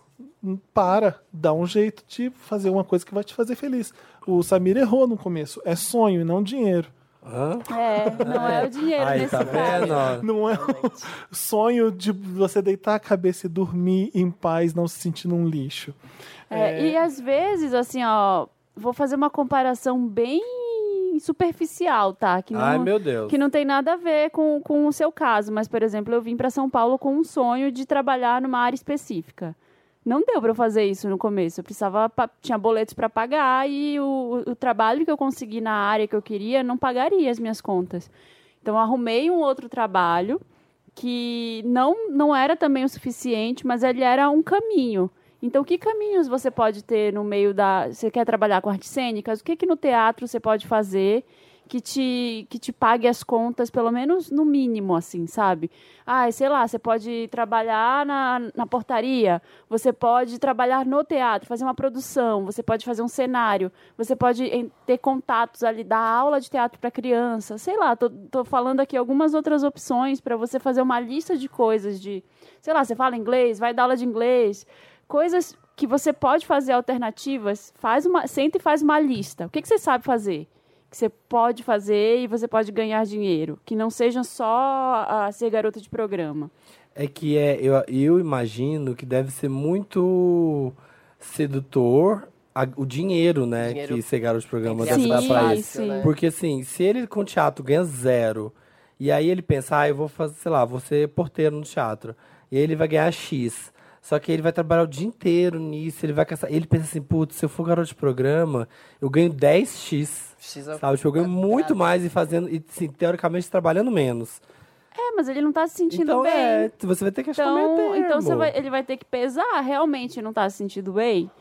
Speaker 1: para, dá um jeito de fazer uma coisa que vai te fazer feliz. O Samir errou no começo, é sonho e não dinheiro.
Speaker 2: Hã?
Speaker 4: É, não é o dinheiro
Speaker 2: Aí,
Speaker 4: nesse
Speaker 2: tá
Speaker 4: caso.
Speaker 2: vendo? ó?
Speaker 1: Não é o sonho de você deitar a cabeça e dormir em paz, não se sentindo um lixo.
Speaker 4: É, E às vezes, assim, ó, vou fazer uma comparação bem superficial, tá? Que não,
Speaker 2: Ai, meu Deus.
Speaker 4: que não tem nada a ver com, com o seu caso, mas, por exemplo, eu vim para São Paulo com um sonho de trabalhar numa área específica. Não deu para eu fazer isso no começo. Eu precisava, pa- tinha boletos para pagar e o, o trabalho que eu consegui na área que eu queria não pagaria as minhas contas. Então, eu arrumei um outro trabalho que não, não era também o suficiente, mas ele era um caminho. Então, que caminhos você pode ter no meio da. Você quer trabalhar com artes cênicas? O que, que no teatro você pode fazer que te, que te pague as contas, pelo menos no mínimo, assim, sabe? Ah, sei lá, você pode trabalhar na, na portaria, você pode trabalhar no teatro, fazer uma produção, você pode fazer um cenário, você pode em- ter contatos ali, dar aula de teatro para criança, sei lá, tô, tô falando aqui algumas outras opções para você fazer uma lista de coisas de, sei lá, você fala inglês, vai dar aula de inglês, coisas que você pode fazer alternativas, faz uma, senta e faz uma lista. O que, que você sabe fazer? Que você pode fazer e você pode ganhar dinheiro. Que não seja só ah, ser garota de programa.
Speaker 2: É que é, eu, eu imagino que deve ser muito sedutor a- o dinheiro, né?
Speaker 3: Dinheiro.
Speaker 2: que ser garoto de programa
Speaker 3: Entre
Speaker 2: deve dar
Speaker 3: aspas,
Speaker 2: pra
Speaker 3: fácil,
Speaker 2: isso.
Speaker 4: sim.
Speaker 3: né?
Speaker 2: Porque assim, se ele com teatro ganha zero, e aí ele pensa, ah, eu vou fazer, sei lá, vou ser porteiro no teatro. E aí ele vai ganhar X. Só que ele vai trabalhar o dia inteiro nisso, ele vai caçar. Ele pensa assim, putz, se eu for garoto de programa, eu ganho 10x.
Speaker 3: X é ao
Speaker 2: Sabe? Tipo, eu ganho
Speaker 3: quadrado.
Speaker 2: muito mais e fazendo, e assim, teoricamente trabalhando menos.
Speaker 4: É, mas ele não tá se sentindo
Speaker 2: Então
Speaker 4: bem.
Speaker 2: é, você vai ter que achar um meio
Speaker 4: Então,
Speaker 2: termo.
Speaker 4: então você vai- ele vai ter que pesar, realmente não tá se sentindo bem.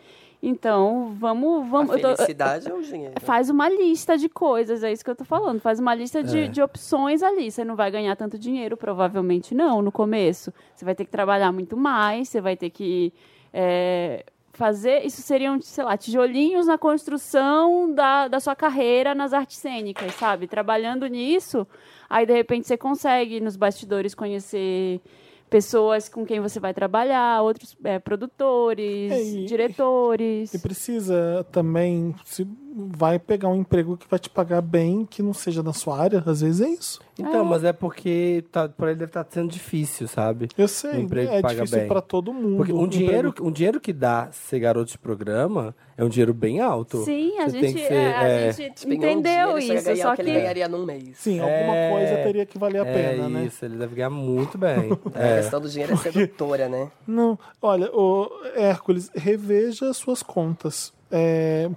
Speaker 4: Então, vamos, vamos.
Speaker 3: A
Speaker 4: eu tô-
Speaker 3: felicidade é o dinheiro.
Speaker 4: Faz uma lista de coisas, é isso que eu tô falando. Faz uma lista
Speaker 1: É.
Speaker 4: de, de opções ali. Você não vai ganhar tanto dinheiro, provavelmente não, no começo. Você vai ter que trabalhar muito mais, você vai ter que é, fazer. Isso seriam, sei lá, tijolinhos na construção da, da sua carreira nas artes cênicas, sabe? Trabalhando nisso, aí de repente você consegue nos bastidores conhecer. Pessoas com quem você vai trabalhar, outros é, produtores,
Speaker 1: É, e-
Speaker 4: diretores.
Speaker 1: E precisa também, se vai pegar um emprego que vai te pagar bem, que não seja na sua área, às vezes é isso.
Speaker 2: Então, mas é porque tá, pra ele deve estar sendo difícil, sabe?
Speaker 1: Eu sei,
Speaker 2: Um emprego que
Speaker 1: é
Speaker 2: paga
Speaker 1: difícil
Speaker 2: bem.
Speaker 1: pra todo mundo.
Speaker 2: Porque um dinheiro,
Speaker 1: emprego-
Speaker 2: um dinheiro que dá ser garoto de programa é um dinheiro bem alto.
Speaker 4: Sim, a
Speaker 2: Você tem
Speaker 4: gente,
Speaker 2: que ser,
Speaker 4: é, a
Speaker 2: é,
Speaker 4: gente
Speaker 3: Tipo, em um
Speaker 4: entendeu
Speaker 3: dia ele
Speaker 4: isso,
Speaker 3: ganhar o
Speaker 4: só
Speaker 3: que
Speaker 4: que,
Speaker 3: ele ganharia num mês.
Speaker 1: Sim, alguma
Speaker 2: É,
Speaker 1: coisa teria que valer a pena,
Speaker 2: é
Speaker 1: né?
Speaker 2: isso, ele deve ganhar muito bem.
Speaker 3: A
Speaker 2: é.
Speaker 3: questão do dinheiro é sedutora, né?
Speaker 1: Não, olha, o Hércules, reveja suas contas. É,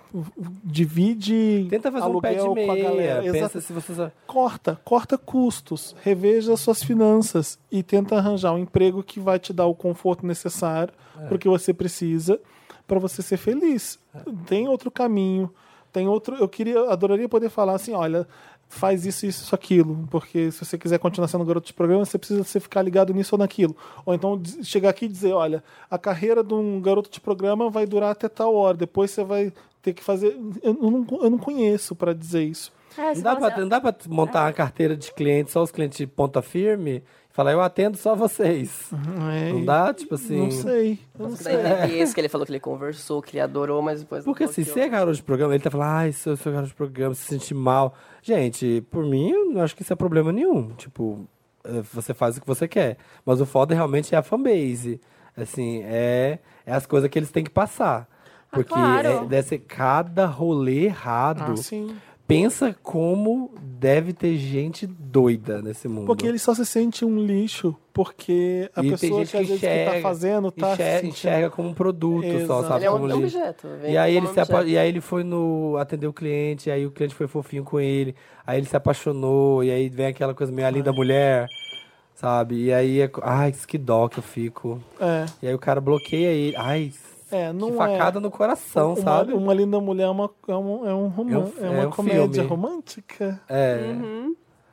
Speaker 1: divide
Speaker 2: Tenta fazer
Speaker 1: É. aluguel
Speaker 2: um pé de
Speaker 1: com a
Speaker 2: meia,
Speaker 1: galera.
Speaker 2: pensa
Speaker 1: Exato.
Speaker 2: se você... só-
Speaker 1: Corta, corta custos, reveja suas finanças e tenta arranjar um emprego que vai te dar o conforto necessário pro que você precisa para você ser feliz. Tem outro caminho, tem outro. Eu queria, adoraria poder falar assim, olha, faz isso, isso, isso, aquilo, porque se você quiser continuar sendo um garoto de programa, você precisa você ficar ligado nisso ou naquilo. Ou então diz- chegar aqui e dizer, olha, a carreira de um garoto de programa vai durar até tal hora, depois você vai ter que fazer. Eu não, eu não conheço para dizer isso.
Speaker 4: É, você
Speaker 2: Não dá,
Speaker 4: fala
Speaker 2: pra,
Speaker 4: assim,
Speaker 2: não dá pra montar uma carteira de clientes, só os clientes de ponta firme, e falar, eu atendo só vocês.
Speaker 1: É,
Speaker 2: Não dá, tipo assim...
Speaker 1: Não sei. eu não
Speaker 3: Porque daí
Speaker 1: sei.
Speaker 3: teve é esse que ele falou que ele conversou, que ele adorou, mas depois.
Speaker 2: Porque assim, se é
Speaker 3: você
Speaker 2: garoto de programa, ele tá falando, ai, se eu sou garoto de programa, se sentir mal. Gente, por mim, eu não acho que isso é problema nenhum. Tipo, eh, você faz o que você quer. Mas o foda realmente é a fanbase. Assim, é, é as coisas que eles têm que passar. Porque
Speaker 4: claro.
Speaker 2: é- deve ser cada rolê errado.
Speaker 1: Ah, sim.
Speaker 2: Pensa como deve ter gente doida nesse mundo.
Speaker 1: Porque ele só se sente um lixo, porque a
Speaker 2: E tem
Speaker 1: pessoa
Speaker 2: gente
Speaker 1: que às
Speaker 2: que
Speaker 1: vezes que tá
Speaker 2: enxerga,
Speaker 1: fazendo tá se
Speaker 2: enxerga,
Speaker 1: sentindo-
Speaker 2: enxerga como um produto só,
Speaker 1: Exato.
Speaker 2: sabe?
Speaker 3: Ele é um
Speaker 2: como lixo.
Speaker 3: objeto. vem
Speaker 2: E aí,
Speaker 3: como
Speaker 2: ele se apa-
Speaker 3: objeto.
Speaker 2: e aí ele foi no atender o cliente, aí o cliente foi fofinho com ele, aí ele se apaixonou, e aí vem aquela coisa meio a linda mulher, sabe? E aí, é... co- ai, que dó que eu fico.
Speaker 1: É,
Speaker 2: E aí o cara bloqueia ele, ai,
Speaker 1: é, não
Speaker 2: que facada
Speaker 1: é.
Speaker 2: no coração,
Speaker 1: uma,
Speaker 2: sabe?
Speaker 1: Uma linda mulher é, uma, é, um, é um romance,
Speaker 2: É um-
Speaker 1: é
Speaker 2: é
Speaker 1: uma
Speaker 2: um
Speaker 1: comédia
Speaker 2: filme.
Speaker 1: romântica.
Speaker 2: É.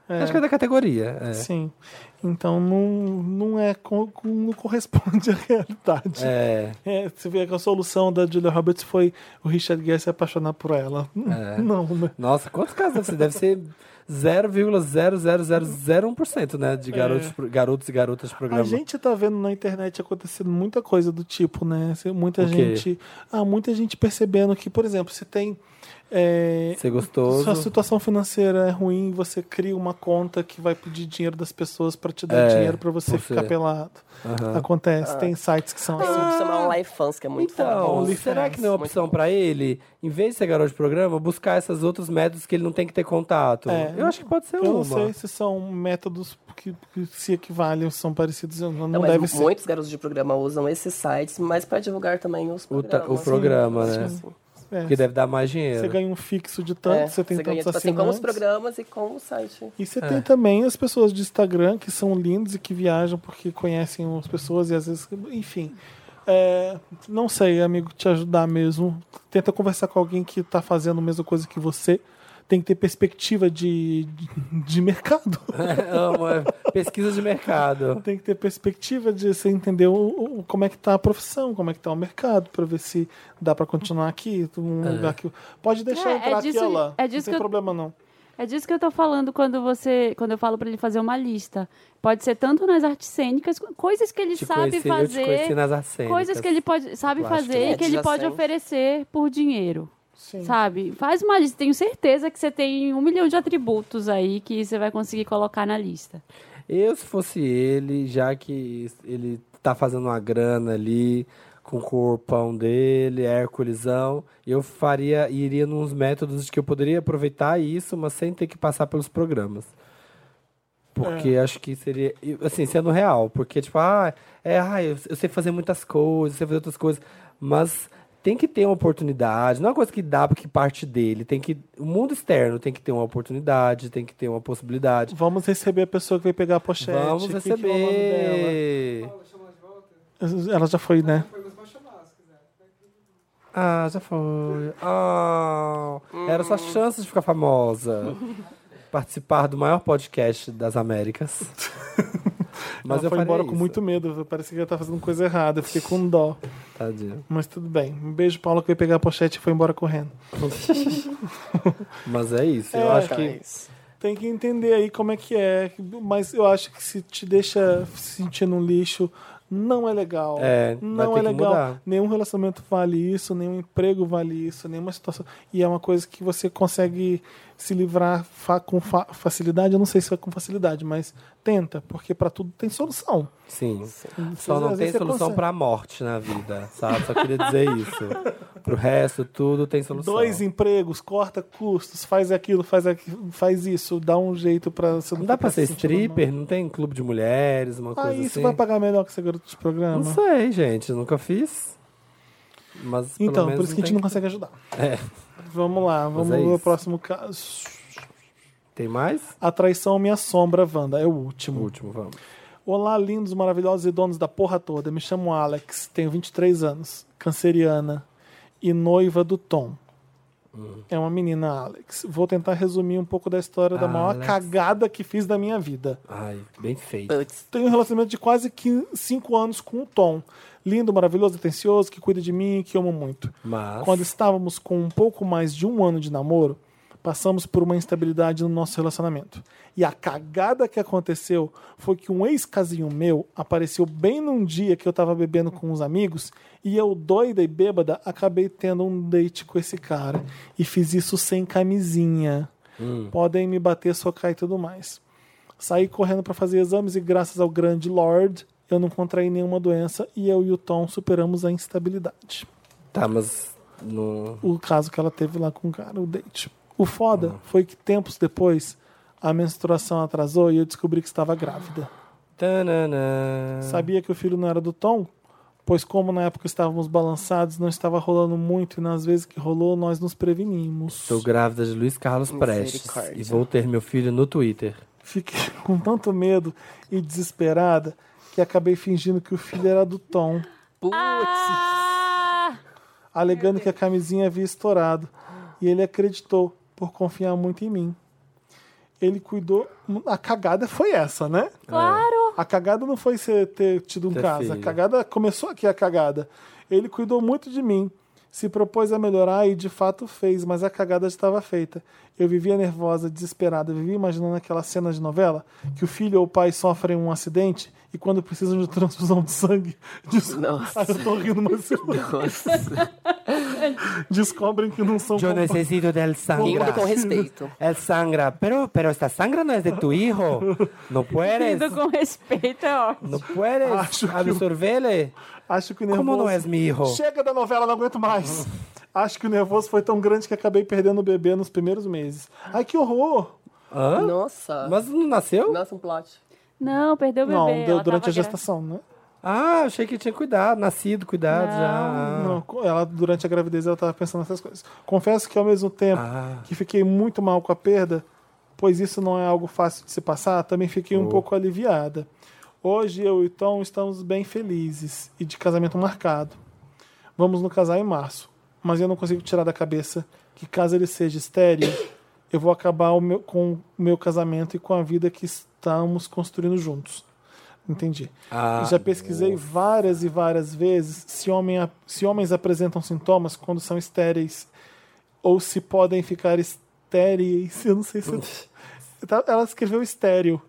Speaker 1: É.
Speaker 2: Acho que é da categoria. é.
Speaker 1: Sim. Então não, não é co- co- não corresponde à realidade.
Speaker 2: É.
Speaker 1: É, você vê que a solução da Julia Roberts foi o Richard Gere se apaixonar por ela.
Speaker 2: É.
Speaker 1: Não, né?
Speaker 2: Nossa, quantos casos deve ser? Deve ser 0,00001%, né? De garotos, pro- garotos e garotas de
Speaker 1: A
Speaker 2: programa.
Speaker 1: É. gente tá vendo na internet acontecendo muita coisa do tipo, né? Se- Muita
Speaker 2: O quê?
Speaker 1: gente. Ah, muita gente percebendo que, por exemplo, se tem. é,
Speaker 2: Ser gostoso.
Speaker 1: sua situação financeira é ruim, você cria uma conta que vai pedir dinheiro das pessoas pra te dar
Speaker 2: É,
Speaker 1: dinheiro pra você
Speaker 2: por
Speaker 1: ficar
Speaker 2: ser.
Speaker 1: pelado.
Speaker 2: Aham.
Speaker 1: Acontece, tem sites que são
Speaker 3: Tem um
Speaker 1: assim.
Speaker 3: que chama OnlyFans, que é muito
Speaker 2: Então,
Speaker 3: famoso.
Speaker 2: será que não é uma
Speaker 3: Muito
Speaker 2: opção
Speaker 3: bom.
Speaker 2: pra ele, em vez de ser garoto de programa, buscar esses outros métodos que ele não tem que ter contato?
Speaker 1: É.
Speaker 2: eu acho que pode ser
Speaker 1: Eu
Speaker 2: uma.
Speaker 1: não sei se são métodos que, que se equivalem, são parecidos, não, não
Speaker 3: Não, Então, mas
Speaker 1: deve ser.
Speaker 3: Muitos garotos de programa usam esses sites, mas pra divulgar também os
Speaker 2: O,
Speaker 3: programas.
Speaker 2: ta-
Speaker 3: Tipo assim.
Speaker 2: o programa, né?
Speaker 1: É,
Speaker 2: Porque deve dar mais dinheiro.
Speaker 1: Você ganha um fixo de tanto,
Speaker 3: É,
Speaker 1: você tem
Speaker 3: ganha,
Speaker 1: tantos
Speaker 3: tipo assim, com os
Speaker 1: assinantes.
Speaker 3: programas e com o site.
Speaker 1: E você tem também as pessoas de Instagram que são lindos e que viajam porque conhecem as pessoas e às vezes, enfim. É, não sei, amigo, te ajudar mesmo. Tenta conversar com alguém que está fazendo a mesma coisa que você. Tem que ter perspectiva de, de, de mercado.
Speaker 2: Amo, é pesquisa de mercado.
Speaker 1: Tem que ter perspectiva de você entender o, o- como é que tá a profissão, como é que tá o mercado, para ver se dá para continuar aqui, um lugar que. Pode deixar
Speaker 4: É, é
Speaker 1: entrar aqui
Speaker 4: disso-
Speaker 1: ou lá.
Speaker 4: é disso
Speaker 1: não tem
Speaker 4: que eu-
Speaker 1: problema, não.
Speaker 4: É disso que eu tô falando quando você, quando eu falo pra ele fazer uma lista. Pode ser tanto nas artes cênicas, co- coisas que ele
Speaker 2: Te
Speaker 4: sabe
Speaker 2: conheci, eu te conheci
Speaker 4: fazer,
Speaker 2: nas artes cênicas.
Speaker 4: coisas que ele pode, sabe
Speaker 2: Plásticas.
Speaker 4: fazer,
Speaker 3: É,
Speaker 4: que ele pode
Speaker 3: adjacente.
Speaker 4: oferecer por dinheiro.
Speaker 1: Sim.
Speaker 4: Sabe? Faz uma lista. Tenho certeza que você tem um milhão de atributos aí que você vai conseguir colocar na lista.
Speaker 2: Eu, se fosse ele, já que ele tá fazendo uma grana ali com o corpão dele, é Hérculesão, eu faria, iria nos métodos de que eu poderia aproveitar isso, mas sem ter que passar pelos programas. Porque acho que seria, e, assim, sendo real, porque tipo, ah, é, ah, eu, eu sei fazer muitas coisas, eu sei fazer outras coisas, mas tem que ter uma oportunidade, não é uma coisa que dá porque parte dele, tem que, o mundo externo tem que ter uma oportunidade, tem que ter uma possibilidade.
Speaker 1: Vamos receber a pessoa que vai pegar a pochete.
Speaker 2: Vamos
Speaker 1: que que é o nome dela?
Speaker 2: receber.
Speaker 1: Ela já foi, né?
Speaker 2: ah, já foi. Ah,
Speaker 1: Hum.
Speaker 2: Era sua chance de ficar famosa. Participar do maior podcast das Américas. Mas
Speaker 1: ela foi
Speaker 2: eu faria
Speaker 1: embora com
Speaker 2: isso.
Speaker 1: muito medo. Parecia que ela tá fazendo coisa errada. Eu fiquei com dó.
Speaker 2: Tadinho.
Speaker 1: Mas tudo bem. Um beijo, Paulo, que veio pegar a pochete e foi embora correndo.
Speaker 2: Mas é isso.
Speaker 1: É,
Speaker 2: eu acho que.
Speaker 3: Mas,
Speaker 1: Tem que entender aí como é que é. Mas eu acho que se te deixa se sentindo um lixo, não é legal.
Speaker 2: É, vai
Speaker 1: não
Speaker 2: ter
Speaker 1: é
Speaker 2: que
Speaker 1: legal.
Speaker 2: mudar.
Speaker 1: Nenhum relacionamento vale isso, nenhum emprego vale isso, nenhuma situação. E é uma coisa que você consegue se livrar fa- com fa- facilidade. Eu não sei se é com facilidade, mas tenta, porque pra tudo tem solução.
Speaker 2: Sim. Só
Speaker 1: Às
Speaker 2: não tem
Speaker 1: vezes você
Speaker 2: solução
Speaker 1: consegue.
Speaker 2: pra morte na vida, sabe? Só queria dizer isso. Pro resto, tudo tem solução.
Speaker 1: Dois empregos, corta custos, faz aquilo, faz aquilo, faz isso, dá um jeito pra você
Speaker 2: Não dá pra
Speaker 1: ficar
Speaker 2: ser
Speaker 1: se sentindo mal.
Speaker 2: stripper? Não tem clube de mulheres, uma coisa
Speaker 1: Ah, isso
Speaker 2: assim?
Speaker 1: vai pagar melhor que ser garoto de programa.
Speaker 2: Não sei, gente. Nunca fiz. Mas pelo
Speaker 1: Então,
Speaker 2: menos
Speaker 1: por isso que a gente
Speaker 2: tem-
Speaker 1: não consegue ajudar.
Speaker 2: É.
Speaker 1: Vamos lá, vamos
Speaker 2: é
Speaker 1: ao
Speaker 2: isso.
Speaker 1: próximo caso.
Speaker 2: Tem mais?
Speaker 1: A traição me assombra, Wanda. É o
Speaker 2: O
Speaker 1: último.
Speaker 2: último, vamos.
Speaker 1: Olá, lindos, maravilhosos e donos da porra toda. Me chamo Alex, tenho 23 anos, canceriana e noiva do Tom.
Speaker 2: Hum.
Speaker 1: É uma menina, Alex. Vou tentar resumir um pouco da história da maior
Speaker 2: Alex.
Speaker 1: cagada que fiz da minha vida.
Speaker 2: Ai, bem feito.
Speaker 3: putz,
Speaker 1: Tenho um relacionamento de quase 5 anos com o Tom. Lindo, maravilhoso, atencioso, que cuida de mim e que amo muito.
Speaker 2: Mas.
Speaker 1: Quando estávamos com um pouco mais de um ano de namoro, passamos por uma instabilidade no nosso relacionamento. E a cagada que aconteceu foi que um ex-casinho meu apareceu bem num dia que eu tava bebendo com uns amigos e eu, doida e bêbada, acabei tendo um date com esse cara. E fiz isso sem camisinha. Podem me bater, socar e tudo mais. Saí correndo para fazer exames e graças ao grande Lord, eu não contraí nenhuma doença e eu e o Tom superamos a instabilidade
Speaker 2: Tá, mas. No...
Speaker 1: o caso que ela teve lá com o cara, o date. O foda foi que tempos depois a menstruação atrasou e eu descobri que estava grávida.
Speaker 2: Tanana.
Speaker 1: Sabia que o filho não era do Tom? Pois como na época estávamos balançados, não estava rolando muito e nas vezes que rolou, nós nos previnimos.
Speaker 2: Estou grávida de Luiz Carlos Prestes.
Speaker 3: Misericórdia.
Speaker 2: E vou ter meu filho no Twitter.
Speaker 1: Fiquei com tanto medo e desesperada que acabei fingindo que o filho era do Tom,
Speaker 3: putz,
Speaker 4: Ah!
Speaker 1: alegando que a camisinha havia estourado. E ele acreditou, por confiar muito em mim. ele cuidou. A cagada foi essa, né?
Speaker 4: Claro!
Speaker 1: A cagada não foi você ter tido um
Speaker 2: Ter
Speaker 1: caso. A
Speaker 2: filho.
Speaker 1: cagada começou aqui a cagada. Ele cuidou muito de mim, se propôs a melhorar e de fato fez, mas a cagada já estava feita. Eu vivia nervosa, desesperada, vivia imaginando aquela cena de novela que o filho ou o pai sofrem um acidente e quando precisam de transfusão de sangue, des...
Speaker 3: Nossa.
Speaker 1: Ai, eu tô rindo, mas eu- descobrem que não são
Speaker 2: Eu
Speaker 1: compa-
Speaker 2: necessito del sangra.
Speaker 3: Rindo com respeito.
Speaker 2: El sangra. Pero, pero esta sangra no es de tu hijo. No puedes.
Speaker 4: Lindo com respeito, é ótimo.
Speaker 2: No puedes
Speaker 1: Acho que o-
Speaker 2: absorverle.
Speaker 1: Acho que o nervoso.
Speaker 2: Como não és mi hijo?
Speaker 1: Chega da novela, não aguento mais. Acho que o nervoso foi tão grande que acabei perdendo o bebê nos primeiros meses. Ai, que horror!
Speaker 2: Hã?
Speaker 3: Nossa.
Speaker 2: Mas não nasceu?
Speaker 3: Nossa, um plot.
Speaker 4: Não, perdeu o bebê.
Speaker 1: Não, deu
Speaker 4: ela
Speaker 1: durante
Speaker 4: tava
Speaker 1: a gestação, né?
Speaker 2: Ah, achei que tinha cuidado, nascido, cuidado já.
Speaker 1: Não, co- ela, durante a gravidez ela estava pensando nessas coisas. Confesso que ao mesmo tempo
Speaker 2: Ah.
Speaker 1: que fiquei muito mal com a perda, pois isso não é algo fácil de se passar, também fiquei
Speaker 2: Oh.
Speaker 1: um pouco aliviada. Hoje eu e Tom estamos bem felizes e de casamento marcado. Vamos no casar em março, mas eu não consigo tirar da cabeça que caso ele seja estéril, eu vou acabar o meu- com o meu casamento e com a vida que estamos construindo juntos. Entendi.
Speaker 2: Ah,
Speaker 1: Já pesquisei várias e várias vezes se, homem, se homens apresentam sintomas quando são estéreis ou se podem ficar estéreis. Eu não sei se. Tá- Ela escreveu estéreo.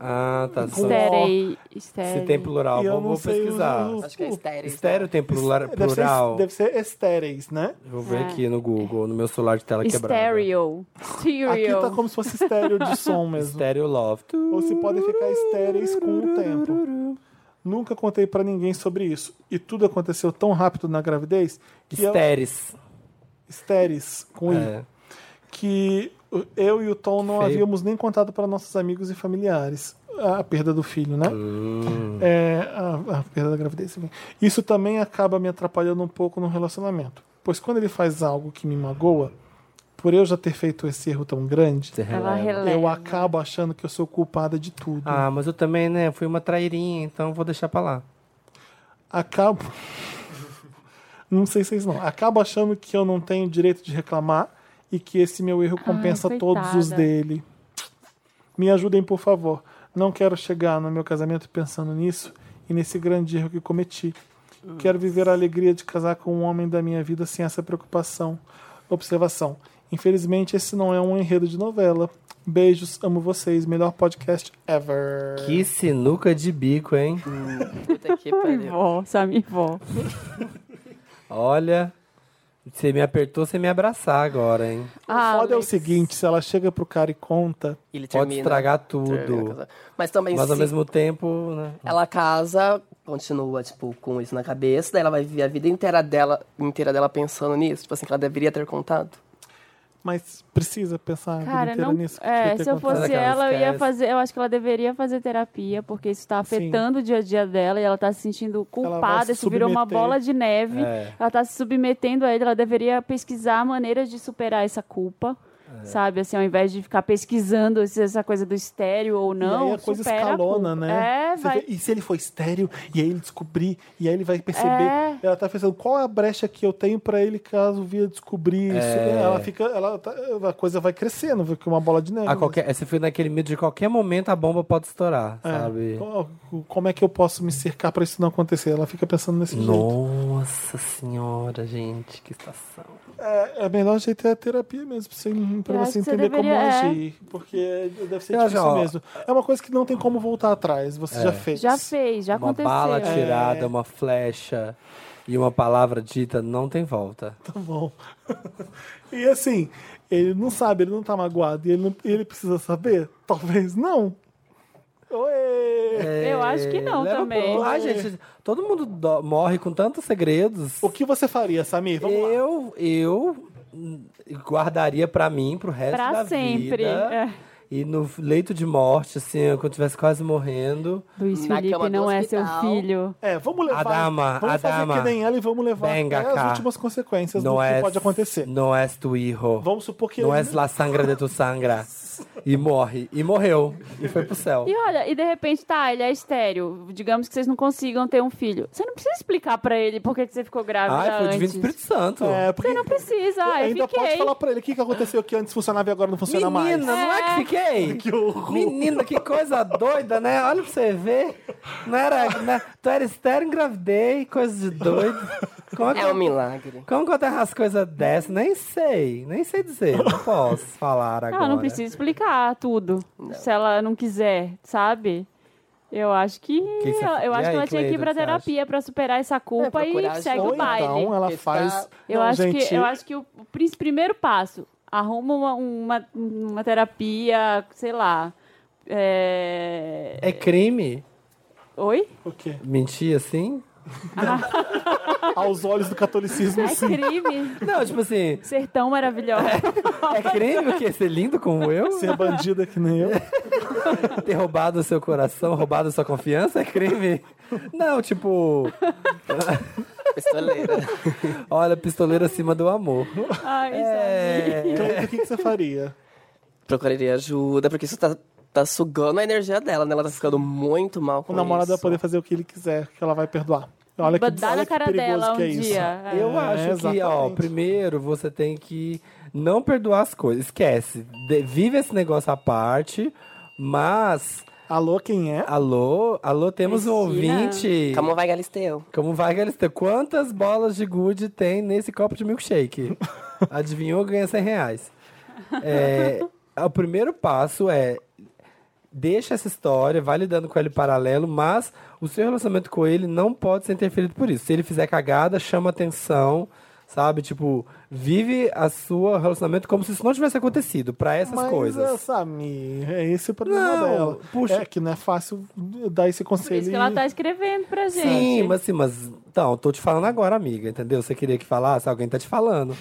Speaker 2: Ah, tá. Só-
Speaker 4: Estérei.
Speaker 2: Se
Speaker 4: Estérei.
Speaker 2: tem plural,
Speaker 1: E eu
Speaker 2: vou,
Speaker 1: não
Speaker 2: vou
Speaker 1: sei
Speaker 2: pesquisar.
Speaker 1: os-
Speaker 3: Acho que é estéreo.
Speaker 2: Estéreo tem plural?
Speaker 1: Deve ser,
Speaker 2: plural?
Speaker 1: deve ser estéreis, né?
Speaker 2: Vou ver
Speaker 4: É.
Speaker 2: aqui no Google, no meu celular de tela Tá quebrada.
Speaker 4: Stereo.
Speaker 1: Aqui
Speaker 4: Stereo.
Speaker 1: tá como se fosse estéreo de som mesmo.
Speaker 2: Estéreo Love.
Speaker 1: Ou se podem ficar estéreis com o tempo. Nunca contei pra ninguém sobre isso. E tudo aconteceu tão rápido na gravidez que eu,
Speaker 2: Estéreis.
Speaker 1: estéreis com i.
Speaker 2: É.
Speaker 1: que eu e o Tom não
Speaker 2: Feio.
Speaker 1: havíamos nem contado para nossos amigos e familiares a perda do filho, né?
Speaker 2: Ah.
Speaker 1: É, a, a perda da gravidez. enfim. Isso também acaba me atrapalhando um pouco no relacionamento, pois quando ele faz algo que me magoa, por eu já ter feito esse erro tão grande,
Speaker 2: Você
Speaker 4: Ela
Speaker 2: releva.
Speaker 4: releva.
Speaker 1: eu acabo achando que eu sou culpada de tudo.
Speaker 2: Ah, mas eu também, né? Fui uma trairinha, então vou deixar pra lá.
Speaker 1: acabo. Não sei se vocês não. Acabo achando que eu não tenho direito de reclamar e que esse meu erro compensa todos os
Speaker 4: Ah, coitada.
Speaker 1: dele. Me ajudem, por favor. Não quero chegar no meu casamento pensando nisso e nesse grande erro que cometi. Quero viver a alegria de casar com um homem da minha vida sem essa preocupação. Observação. Infelizmente, esse não é um enredo de novela. Beijos, amo vocês. Melhor podcast ever.
Speaker 2: Que sinuca de bico, hein?
Speaker 3: Puta que pariu.
Speaker 4: Vó, Samir, vó.
Speaker 2: Olha, você me apertou sem me abraçar agora, hein?
Speaker 1: O foda é o
Speaker 4: Ah, Alex.
Speaker 1: seguinte, se ela chega pro cara e conta,
Speaker 3: Ele
Speaker 2: Pode
Speaker 3: termina-
Speaker 2: estragar
Speaker 3: termina a
Speaker 2: tudo.
Speaker 3: casa. Mas também
Speaker 2: Mas
Speaker 3: se
Speaker 2: ao mesmo tempo, né?
Speaker 3: ela casa, continua, tipo, com isso na cabeça, daí ela vai viver a vida inteira dela, inteira dela pensando nisso. Tipo assim, que ela deveria ter contado.
Speaker 1: Mas precisa pensar a vida
Speaker 4: Cara,
Speaker 1: inteira
Speaker 4: não.
Speaker 1: nisso. que devia
Speaker 4: É,
Speaker 1: ter
Speaker 4: se eu
Speaker 1: acontecido.
Speaker 4: fosse
Speaker 2: Ela
Speaker 4: ela, eu ia
Speaker 2: esquece.
Speaker 4: fazer. Eu acho que ela deveria fazer terapia, porque isso tá afetando o dia a dia dela e ela tá se sentindo
Speaker 1: vai se
Speaker 4: culpada. Isso virou uma
Speaker 1: submeter.
Speaker 4: bola de neve.
Speaker 2: É.
Speaker 4: Ela tá se submetendo a ele. Ela deveria pesquisar maneiras de superar essa culpa.
Speaker 2: É.
Speaker 4: Sabe, assim, ao invés de ficar pesquisando se essa coisa do estéreo ou não,
Speaker 1: e aí a coisa
Speaker 4: supera
Speaker 1: escalona,
Speaker 4: culpa.
Speaker 1: né?
Speaker 4: É,
Speaker 1: Você
Speaker 4: vai
Speaker 1: vê, E se ele for estéreo, e aí ele descobrir, e aí ele vai perceber.
Speaker 4: É.
Speaker 1: Ela tá pensando, qual é a brecha que eu tenho pra ele caso via descobrir isso?
Speaker 2: É.
Speaker 1: Né, Ela fica. Ela tá- a coisa vai crescendo, fica uma bola de neve. né?
Speaker 2: A qualquer, você fica naquele medo de qualquer momento a bomba pode estourar,
Speaker 1: É.
Speaker 2: sabe?
Speaker 1: Qual- Como é que eu posso me cercar pra isso não acontecer? Ela fica pensando nesse jeito.
Speaker 2: Nossa senhora, gente, que estação.
Speaker 1: É, é melhor jeito é a terapia mesmo, pra você, pra
Speaker 4: Eu acho
Speaker 1: você
Speaker 4: que você
Speaker 1: entender como
Speaker 4: deveria- é.
Speaker 1: agir. Porque deve ser
Speaker 2: Eu acho,
Speaker 1: difícil
Speaker 2: ó, É.
Speaker 1: mesmo. É uma coisa que não tem como voltar atrás. Você já fez.
Speaker 4: Já fez, já
Speaker 2: uma
Speaker 4: aconteceu.
Speaker 2: bala tirada,
Speaker 1: É.
Speaker 2: uma flecha e uma palavra dita não tem volta.
Speaker 1: Tá bom. E assim, ele não sabe, ele não tá magoado. E ele, não- ele precisa saber? Talvez não.
Speaker 2: É.
Speaker 1: Oi!
Speaker 4: Eu acho que não
Speaker 2: Leva
Speaker 4: também.
Speaker 2: pro- Ah, gente, todo mundo do- morre com tantos segredos.
Speaker 1: O que você faria, Samir? Vamos lá.
Speaker 2: Eu, eu hum, guardaria pra mim, pro resto
Speaker 4: Pra
Speaker 2: da
Speaker 4: sempre,
Speaker 2: vida.
Speaker 4: é.
Speaker 2: E no leito de morte, assim, quando eu estivesse quase morrendo.
Speaker 4: Luiz
Speaker 3: Na
Speaker 4: Felipe
Speaker 3: cama do
Speaker 4: não é seu
Speaker 3: hospital.
Speaker 4: filho.
Speaker 1: É, vamos levar.
Speaker 2: A dama,
Speaker 1: vamos
Speaker 2: a
Speaker 1: fazer
Speaker 2: dama.
Speaker 1: que nem ela e vamos levar
Speaker 2: Venga
Speaker 1: até as
Speaker 2: cá.
Speaker 1: últimas consequências
Speaker 2: não
Speaker 1: do
Speaker 2: é,
Speaker 1: que pode acontecer.
Speaker 2: Não é tu hijo.
Speaker 1: Vamos supor que
Speaker 2: Não
Speaker 1: ele-
Speaker 2: é la sangra de tu sangra. E morre. E morreu. E foi pro céu.
Speaker 4: E olha, e de repente, tá, ele é estéreo. Digamos que vocês não consigam ter um filho. Você não precisa explicar pra ele por que que você ficou grávida
Speaker 2: Ai, foi o Divino
Speaker 4: antes.
Speaker 2: Espírito Santo.
Speaker 1: É, porque
Speaker 4: Você não precisa, ah, eu
Speaker 1: ainda
Speaker 4: fiquei.
Speaker 1: pode falar pra ele o que, que aconteceu que antes funcionava e agora não funciona
Speaker 2: Menina,
Speaker 1: mais.
Speaker 2: não é que fiquei?
Speaker 1: Que horror.
Speaker 2: Menina, que coisa doida, né? Olha pra você ver. Não era, né? Tu era estéreo, engravidei, coisa de doido. Como que
Speaker 3: É um milagre.
Speaker 2: Como que eu tenho as coisas dessas? Nem sei, nem sei dizer. Não posso falar agora.
Speaker 4: Ela Ah, não precisa explicar tudo. Se ela não quiser, sabe? Eu acho que,
Speaker 2: que você- E
Speaker 4: eu acho
Speaker 2: aí,
Speaker 4: que ela tinha que
Speaker 2: Cleide,
Speaker 4: ir pra
Speaker 2: o que você
Speaker 4: terapia pra superar essa culpa
Speaker 3: É, procurar
Speaker 4: e segue
Speaker 3: ajuda.
Speaker 1: Ou
Speaker 4: o baile.
Speaker 1: então ela
Speaker 3: Está-
Speaker 1: faz.
Speaker 4: Eu,
Speaker 1: Não,
Speaker 4: acho
Speaker 1: gente,
Speaker 4: que, eu acho que o, o prin- primeiro passo, arruma uma, uma, uma terapia, sei lá. É...
Speaker 2: É crime
Speaker 4: Oi?
Speaker 1: o quê?
Speaker 2: mentir assim?
Speaker 1: Aos olhos do catolicismo,
Speaker 4: É
Speaker 1: sim.
Speaker 4: crime
Speaker 2: Não, tipo assim,
Speaker 4: ser tão maravilhosa.
Speaker 2: é crime o quê? Ser lindo como eu?
Speaker 1: Ser bandida que nem eu.
Speaker 2: Ter roubado o seu coração, roubado a sua confiança é crime? Não, tipo,
Speaker 3: Pistoleira.
Speaker 2: olha, pistoleiro acima do amor.
Speaker 4: Ai, sabe?
Speaker 2: É,
Speaker 1: Cleide, Então, o que, que você faria?
Speaker 3: Procuraria ajuda, porque isso tá, tá sugando a energia dela, né? Ela tá ficando muito mal com
Speaker 1: O namorado vai
Speaker 3: isso.
Speaker 1: poder fazer o que ele quiser, que ela vai perdoar. Olha que,
Speaker 4: Dá
Speaker 1: olha
Speaker 4: na
Speaker 1: que
Speaker 4: cara
Speaker 1: perigoso
Speaker 4: dela um
Speaker 1: que é isso.
Speaker 4: dia. É.
Speaker 2: Eu acho que, ó,
Speaker 1: exatamente.
Speaker 2: primeiro você tem que não perdoar as coisas. Esquece. De- vive esse negócio à parte, mas.
Speaker 1: Alô, quem é?
Speaker 2: Alô, alô, temos um
Speaker 4: Cristina.
Speaker 2: ouvinte.
Speaker 3: Como vai Galisteu?
Speaker 2: Como vai, Galisteu? Quantas bolas de gude tem nesse copo de milkshake? Adivinhou, ganha 100 reais. É, o primeiro passo é... Deixa essa história, vai lidando com ele paralelo, mas o seu relacionamento com ele não pode ser interferido por isso. Se ele fizer cagada, chama atenção, sabe? Tipo, vive a sua relacionamento como se isso não tivesse acontecido, pra essas
Speaker 1: Mas,
Speaker 2: coisas.
Speaker 1: é, Samir, é esse o problema
Speaker 2: Não,
Speaker 1: dela.
Speaker 2: puxa.
Speaker 1: É que não é fácil dar esse
Speaker 4: Por
Speaker 1: conselho.
Speaker 4: isso que ela tá escrevendo pra gente.
Speaker 2: Sim, mas sim, mas. Então, eu tô te falando agora, amiga, entendeu? Você queria que falasse, alguém tá te falando.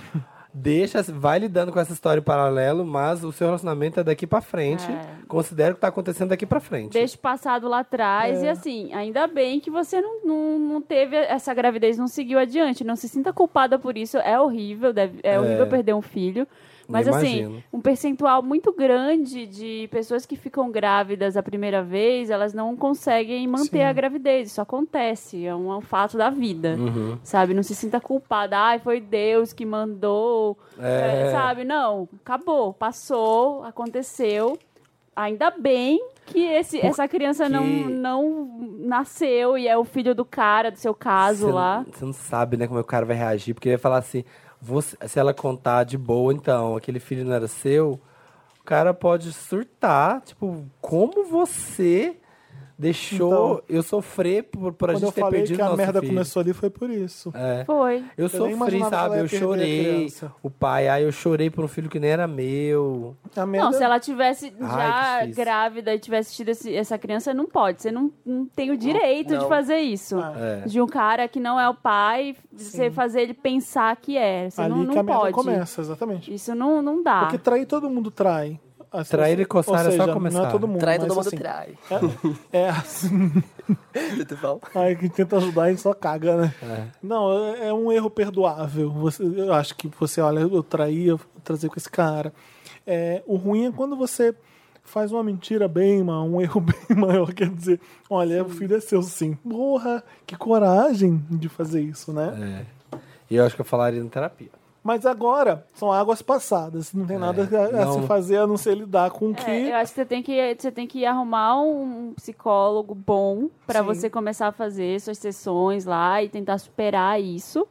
Speaker 2: Deixa, vai lidando com essa história em paralelo, mas o seu relacionamento é daqui pra frente. Considere o que tá acontecendo daqui pra frente.
Speaker 4: É. Deixa o passado lá atrás. E assim, ainda bem que você não, não, não teve essa gravidez, não seguiu adiante. Não se sinta culpada por isso. É horrível, deve- é, horrível perder um filho. Mas
Speaker 2: Imagino.
Speaker 4: assim, um percentual muito grande de pessoas que ficam grávidas a primeira vez, elas não conseguem manter a gravidez. Isso acontece, é um, é um fato da vida. Sabe? Não se sinta culpada. Ai, foi Deus que mandou.
Speaker 2: É.
Speaker 4: É, sabe? Não, acabou, passou, aconteceu. Ainda bem que esse, essa criança não, não nasceu e é o filho do cara, do seu um caso
Speaker 2: Você-
Speaker 4: lá.
Speaker 2: Você não sabe, né, como o cara vai reagir, porque ele vai falar assim: você- se ela contar de boa, então, aquele filho não era seu, o cara pode surtar, tipo, como você deixou eu sofrer por, por
Speaker 1: Então. Quando
Speaker 2: a
Speaker 1: eu
Speaker 2: gente ter
Speaker 1: falei
Speaker 2: perdido
Speaker 1: que a
Speaker 2: nosso
Speaker 1: merda
Speaker 2: filho?
Speaker 1: começou ali, foi por isso.
Speaker 2: É.
Speaker 4: Foi.
Speaker 2: Eu,
Speaker 1: nem
Speaker 2: sofri,
Speaker 1: imaginava que ela
Speaker 2: sabe?
Speaker 1: ia
Speaker 2: Eu
Speaker 1: perder a
Speaker 2: chorei.
Speaker 1: criança.
Speaker 2: O pai, ai, eu chorei por um filho que nem era meu.
Speaker 1: A merda
Speaker 4: Não, se ela tivesse já
Speaker 2: difícil.
Speaker 4: grávida e tivesse tido esse- essa criança, não pode. Você não, não tem o direito
Speaker 3: não.
Speaker 4: de fazer isso.
Speaker 1: É.
Speaker 4: De um cara que não é o pai, você fazer ele pensar que é. Você
Speaker 1: ali
Speaker 4: não,
Speaker 1: que a
Speaker 4: não
Speaker 1: merda
Speaker 4: pode. Ah.
Speaker 1: começa, exatamente.
Speaker 4: Isso não, não dá.
Speaker 1: Porque trair todo mundo trai. As
Speaker 2: Trair e
Speaker 1: pessoas- ou
Speaker 2: coçar é só
Speaker 1: seja, Não
Speaker 2: começar.
Speaker 1: é todo mundo.
Speaker 3: Trai,
Speaker 1: mas
Speaker 3: todo mundo
Speaker 1: assim,
Speaker 3: trai.
Speaker 1: É, é assim.
Speaker 3: Tudo bom?
Speaker 1: Ai, quem tenta ajudar, a gente só caga, né? Não, é, é um erro perdoável. Você- eu acho que você, olha, eu traí, eu vou trazer com esse cara. É, o ruim é quando você faz uma mentira bem, ma- um erro bem maior, quer dizer, olha, o filho é seu sim. Porra, que coragem de fazer isso, né?
Speaker 2: É. E eu acho que eu falaria na terapia.
Speaker 1: Mas agora, são águas passadas, não tem nada a, a
Speaker 2: não.
Speaker 1: se fazer a não ser lidar com o que...
Speaker 4: É, eu acho que você tem que, você tem que arrumar um psicólogo bom pra você começar a fazer suas sessões lá e tentar superar isso.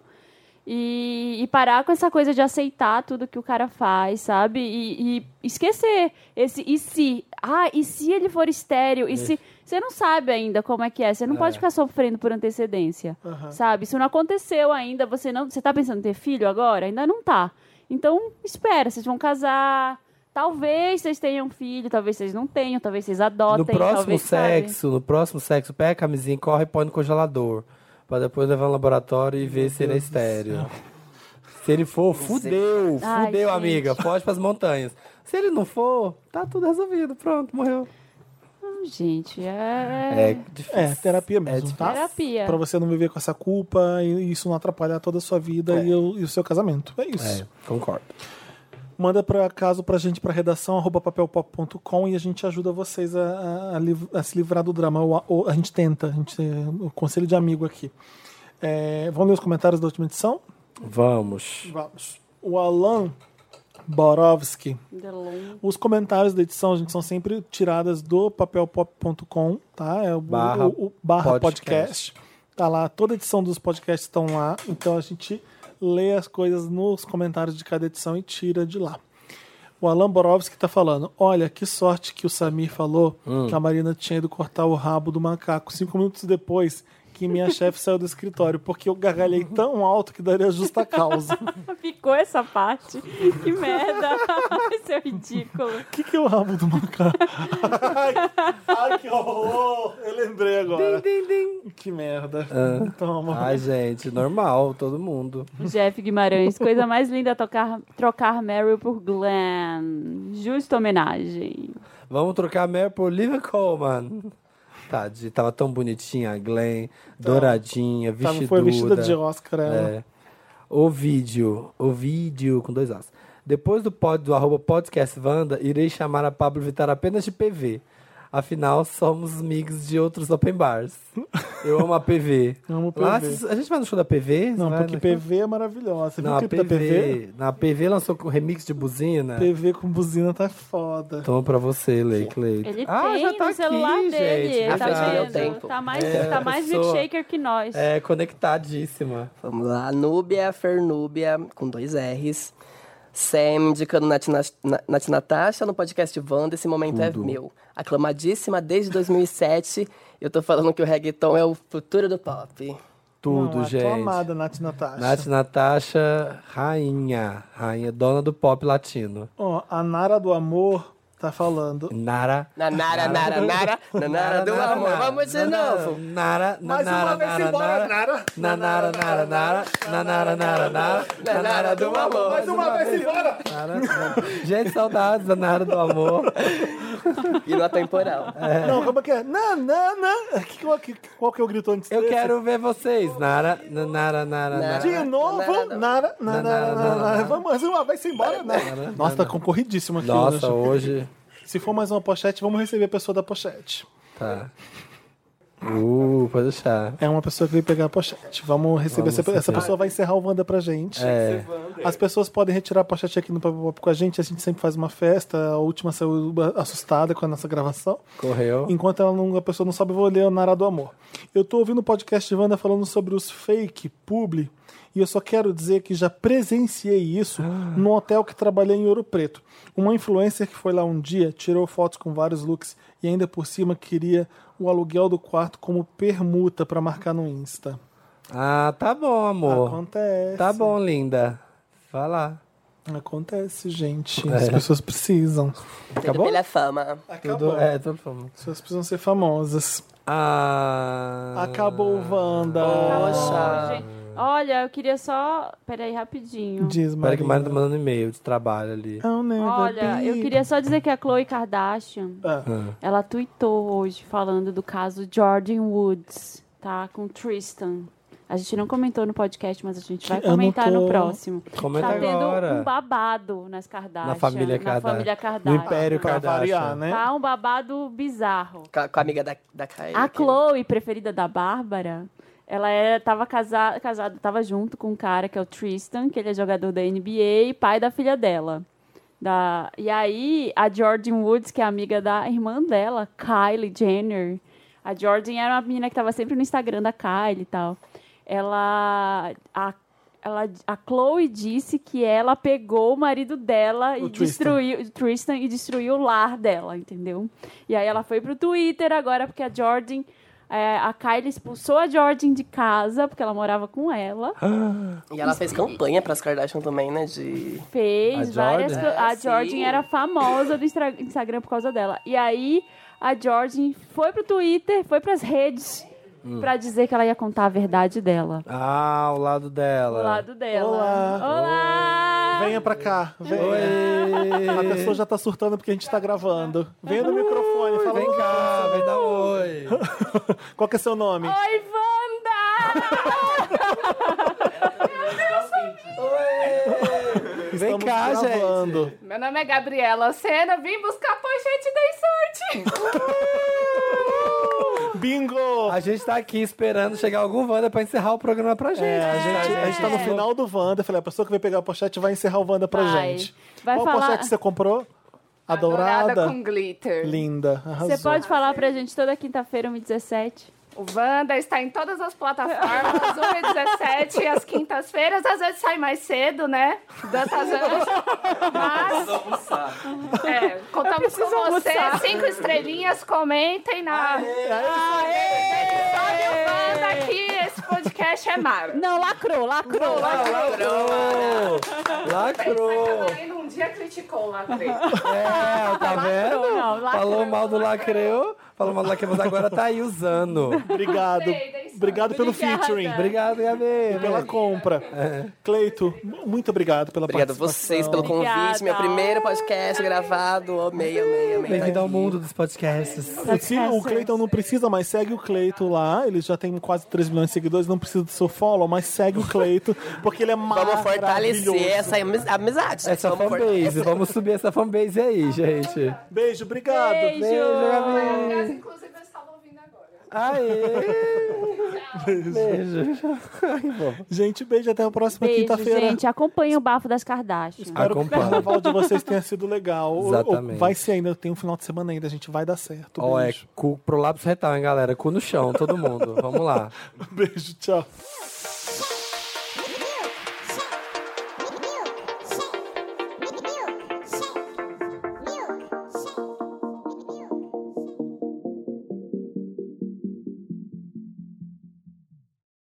Speaker 4: E, e parar com essa coisa de aceitar tudo que o cara faz, sabe? E, e esquecer esse e se. Ah, e se ele for estéreo? E
Speaker 1: É.
Speaker 4: se. Você não sabe ainda como é que é. Você não pode ficar sofrendo por antecedência.
Speaker 1: Aham.
Speaker 4: Sabe? Isso não aconteceu ainda. Você não. Você tá pensando em ter filho agora? Ainda não tá. Então, espera, vocês vão casar. Talvez vocês tenham filho, talvez vocês não tenham, talvez vocês adotem.
Speaker 2: no próximo
Speaker 4: talvez, sabe?
Speaker 2: sexo, no próximo sexo, pega a camisinha, corre e põe no congelador. Pra depois levar no laboratório e ver se ele é estéreo. Se ele for, fudeu,
Speaker 4: Ai,
Speaker 2: fudeu,
Speaker 4: gente.
Speaker 2: amiga. Foge pras montanhas. Se ele não for, tá tudo resolvido. Pronto, morreu.
Speaker 4: Hum, Gente, é.
Speaker 2: É, difícil.
Speaker 1: É, terapia mesmo,
Speaker 2: difícil.
Speaker 1: tá?
Speaker 4: Terapia.
Speaker 1: Pra você não viver com essa culpa e É isso não atrapalhar toda a sua vida e, o, e o seu casamento. É isso.
Speaker 2: É, concordo.
Speaker 1: Manda para caso pra gente pra redação arroba papelpop.com e a gente ajuda vocês a, a- a liv- a se livrar do drama. Ou a, ou a gente tenta, a gente, o conselho de amigo aqui. É, vamos ler os comentários da última edição?
Speaker 2: Vamos.
Speaker 1: Vamos. O Alan Borowski
Speaker 4: The Long-
Speaker 1: os comentários da edição, gente, são sempre tiradas do papelpop.com, tá? É o
Speaker 2: Barra
Speaker 1: o- o barra
Speaker 2: podcast.
Speaker 1: podcast. Tá lá, toda edição dos podcasts estão lá, então a gente lê as coisas nos comentários de cada edição e tira de lá. O Alan Borowski tá falando: olha, que sorte que o Samir falou que a Marina tinha ido cortar o rabo do macaco cinco minutos depois que minha chefe saiu do escritório, porque eu gargalhei tão alto que daria justa causa. O
Speaker 4: Ficou essa parte. Que merda. Isso é ridículo.
Speaker 1: que, que é o rabo do macaco? Ai, que horror! Eu lembrei agora. Que merda. Então, Toma.
Speaker 2: Ai, gente, normal, todo mundo.
Speaker 4: Jeff Guimarães, coisa mais linda tocar, trocar Meryl por Glenn. Justa homenagem.
Speaker 2: Vamos trocar a Mary por Olivia Colman. Tadinha, tava tão bonitinha a Glenn, douradinha,
Speaker 1: Tava,
Speaker 2: vestiduda.
Speaker 1: Tá. foi vestida de né? Oscar ela.
Speaker 2: É. O vídeo, o vídeo com dois as. Depois do pod do arroba podcast Vanda, irei chamar a Pablo Vittar apenas de PV. Afinal, somos amigos de outros open bars. Eu amo a PV.
Speaker 1: Amo
Speaker 2: Lá,
Speaker 1: PV.
Speaker 2: a gente vai no show da PV?
Speaker 1: Não,
Speaker 2: Vai
Speaker 1: porque
Speaker 2: no-
Speaker 1: PV é maravilhosa. Você
Speaker 2: Não,
Speaker 1: viu o
Speaker 2: a
Speaker 1: clipe da PV?
Speaker 2: PV. Na PV lançou com remix de buzina.
Speaker 1: PV com buzina tá foda.
Speaker 2: Toma pra você, Lei Cleiton.
Speaker 4: Ele
Speaker 2: ah,
Speaker 4: tem
Speaker 2: já tá
Speaker 4: no celular
Speaker 2: aqui,
Speaker 4: dele.
Speaker 2: Gente.
Speaker 4: Ele tá
Speaker 3: Verdade.
Speaker 4: vendo.
Speaker 3: Ao tempo.
Speaker 4: Tá mais,
Speaker 2: É,
Speaker 4: tá mais
Speaker 2: pessoa.
Speaker 4: milkshaker que nós.
Speaker 2: É, conectadíssima.
Speaker 3: Vamos lá. Núbia, Fernúbia, com dois R's. Sam indicando Nath, Nath, Nath Natasha no podcast Wanda. Esse momento é meu. Aclamadíssima desde 2007. Eu tô falando que o reggaeton é o futuro do pop.
Speaker 2: Tudo,
Speaker 1: Não, a
Speaker 2: gente.
Speaker 1: tua amada, Nath Natasha.
Speaker 2: Nath Natasha, rainha. Rainha, dona do pop latino.
Speaker 1: Ó, a Nara do Amor tá falando.
Speaker 2: Nara.
Speaker 3: Nanara, nara, nara. Nanara do amor. Vamos de novo.
Speaker 2: Nara,
Speaker 3: Mais uma
Speaker 2: nanara,
Speaker 3: vez
Speaker 2: nara,
Speaker 3: embora,
Speaker 2: nara. Nanara, nara, nara. Nanara, nara, nara. Nanara do amor. Mais uma vez embora. Gente, saudades da Nara do amor.
Speaker 3: E no atemporal.
Speaker 1: Não, como é que é? Na, na, na. Que- Qual que, qual que é o grito antes
Speaker 2: Eu
Speaker 1: desse?
Speaker 2: quero ver vocês. Nara, nanara, nara, nara.
Speaker 1: De novo,
Speaker 3: Nara,
Speaker 1: Nara, Nara,
Speaker 2: Nara,
Speaker 1: Nara,
Speaker 2: Nara.
Speaker 1: Nara. Vamos mais uma vez embora, Nara. Nossa, tá concorridíssimo aqui
Speaker 2: Nossa,
Speaker 1: hoje.
Speaker 2: hoje...
Speaker 1: Se for mais uma pochete, vamos receber a pessoa da pochete.
Speaker 2: Tá. Uh, pode deixar.
Speaker 1: É uma pessoa que veio pegar a pochete. Vamos receber essa, essa pessoa vai encerrar o Wanda pra gente.
Speaker 2: É.
Speaker 1: As pessoas podem retirar a pochete aqui no Papo Pop com a gente. A gente sempre faz uma festa. A última saiu assustada com a nossa gravação.
Speaker 2: Correu.
Speaker 1: Enquanto ela não- a pessoa não sabe, eu vou ler o Nara do Amor. Eu tô ouvindo o podcast de Wanda falando sobre os fake publi, e eu só quero dizer que já presenciei isso
Speaker 2: Ah.
Speaker 1: num hotel que trabalhei em Ouro Preto. Uma influencer que foi lá um dia, tirou fotos com vários looks e ainda por cima queria o aluguel do quarto como permuta pra marcar no Insta.
Speaker 2: Ah, tá bom, amor.
Speaker 1: Acontece.
Speaker 2: Tá bom, linda. Vai lá.
Speaker 1: Acontece,
Speaker 2: É.
Speaker 1: gente. As pessoas precisam.
Speaker 3: Tudo pela fama.
Speaker 2: Tudo, é, tudo bom.
Speaker 1: As pessoas precisam ser famosas.
Speaker 2: Ah.
Speaker 1: Acabou o Wanda.
Speaker 3: Poxa.
Speaker 4: Tá Gente, Olha, eu queria só. Peraí, rapidinho.
Speaker 1: Diz,
Speaker 2: Espera que o Mário
Speaker 1: Marina.
Speaker 2: tá mandando e-mail de trabalho ali.
Speaker 1: I'll
Speaker 4: né,
Speaker 1: never
Speaker 4: Olha,
Speaker 1: be-
Speaker 4: eu queria só dizer que a Chloe Kardashian,
Speaker 1: Ah,
Speaker 4: ela tweetou hoje falando do caso Jordan Woods, tá? Com Tristan. A gente não comentou no podcast, mas a gente vai
Speaker 1: eu não
Speaker 4: comentar
Speaker 1: tô-
Speaker 4: no próximo.
Speaker 2: Comenta
Speaker 4: tá
Speaker 2: agora.
Speaker 4: tendo um babado nas Kardashian.
Speaker 2: Na família
Speaker 4: na
Speaker 2: Kardashian.
Speaker 4: família
Speaker 2: No
Speaker 4: Kardashian.
Speaker 2: Império
Speaker 1: pra variar,
Speaker 2: Kardashian.
Speaker 1: né?
Speaker 4: Tá um babado bizarro.
Speaker 3: Com a, com a amiga da, da Kylie.
Speaker 4: A Chloe, preferida da Bárbara, ela é, tava casada, casada, tava junto com um cara que é o Tristan, que ele é jogador da NBA e pai da filha dela. Da, e aí, a Jordan Woods, que é amiga da irmã dela, Kylie Jenner. A Jordan era uma menina que tava sempre no Instagram da Kylie e tal. Ela. A, ela, a Chloe disse que ela pegou o marido dela
Speaker 1: O
Speaker 4: e
Speaker 1: Tristan.
Speaker 4: destruiu o Tristan e destruiu o lar dela, entendeu? E aí ela foi pro Twitter agora, porque a Jordan. é, a Kylie expulsou a Jordan de casa, porque ela morava com ela.
Speaker 3: E ela fez campanha pras Kardashian também, né? De...
Speaker 4: fez
Speaker 2: A
Speaker 4: várias
Speaker 2: Jordan?
Speaker 4: co- A
Speaker 3: É, sim.
Speaker 4: Jordan era famosa do Instra- Instagram por causa dela. E aí a Jordan foi pro Twitter, foi pras redes pra dizer que ela ia contar a verdade dela.
Speaker 2: Ah, o lado dela.
Speaker 4: Do lado dela.
Speaker 1: Olá.
Speaker 4: Olá!
Speaker 1: Venha pra cá, venha. A pessoa já tá surtando porque a gente tá gravando. Venha no microfone, fala
Speaker 2: Vem cá, vem dar oi.
Speaker 1: qual que é seu nome.
Speaker 4: Oi, Wanda!
Speaker 2: Vem cá, cá, gente.
Speaker 1: Gravando.
Speaker 7: Meu nome é Gabriela Sena, vim buscar a pochete dei sorte.
Speaker 1: Bingo!
Speaker 2: A gente tá aqui esperando chegar algum Wanda pra encerrar o programa pra gente.
Speaker 1: É, a, gente, a gente tá no
Speaker 2: É.
Speaker 1: final do Wanda. Falei, a pessoa que vai pegar a pochete vai encerrar o Wanda pra
Speaker 4: Vai.
Speaker 1: gente.
Speaker 4: Vai
Speaker 1: Qual
Speaker 4: falar-
Speaker 1: pochete você tá comprou? A
Speaker 7: Dourada
Speaker 1: dourada?
Speaker 7: com glitter.
Speaker 1: Linda. Arrasou.
Speaker 4: Você pode falar pra gente toda quinta-feira, 1h17.
Speaker 7: O Wanda está em todas as plataformas, 1h17, às quintas-feiras. Às vezes sai mais cedo, né? Tantas horas. Mas, é, contamos com você. Cinco estrelinhas, comentem na. Episódio Wanda aqui, esse podcast é mara.
Speaker 4: Não, lacrou, lacrou.
Speaker 2: Lacrou! Lacrou!
Speaker 7: Um dia criticou o Lacrei.
Speaker 2: É, tá vendo?
Speaker 4: não, lacrou,
Speaker 2: Falou mal do lacreu, falou mal do lacreu, mas agora tá aí usando.
Speaker 1: Obrigado.
Speaker 7: Gostei, dei sorte.
Speaker 1: Obrigado pelo
Speaker 4: Obrigada.
Speaker 1: featuring.
Speaker 2: Obrigado, Gabi.
Speaker 1: Pela compra.
Speaker 2: É.
Speaker 1: Cleito, m- muito obrigado pela
Speaker 3: Obrigado a
Speaker 1: participação.
Speaker 3: vocês pelo convite.
Speaker 4: Obrigada.
Speaker 3: Meu primeiro podcast gravado. Amei, amei, amei.
Speaker 2: Bem-vindo
Speaker 3: tá
Speaker 2: ao
Speaker 3: aqui.
Speaker 2: mundo dos podcasts.
Speaker 1: Se o Cleiton não precisa, mas segue o Cleito lá. Ele já tem quase 3 milhões de seguidores, não precisa do seu follow, mas segue o Cleito, porque ele é
Speaker 3: Vamos
Speaker 1: maravilhoso.
Speaker 3: fortalecer essa amiz- amizade. né?
Speaker 2: Essa
Speaker 3: Vamos fortalecer.
Speaker 2: fanbase, vamos subir essa fanbase aí, gente.
Speaker 1: Beijo, obrigado.
Speaker 4: Beijo.
Speaker 2: Beijo, Gabi.
Speaker 7: Inclusive, eu estava ouvindo agora.
Speaker 2: Aê! Beijo.
Speaker 1: Gente, beijo até a próxima
Speaker 4: Beijo,
Speaker 1: quinta-feira.
Speaker 4: gente. Acompanha o bafo das Kardashian.
Speaker 1: Espero que o
Speaker 2: Acompanhe.
Speaker 1: carnaval de vocês tenha sido legal. Ou- ou
Speaker 2: Exatamente.
Speaker 1: Vai ser ainda, tem um final de semana ainda, gente. Vai dar certo.
Speaker 2: Ó, é
Speaker 1: beijo.
Speaker 2: cu, prolapso retal, hein, galera? Cu no chão, todo mundo. Vamos lá.
Speaker 1: Beijo, tchau.
Speaker 6: Chega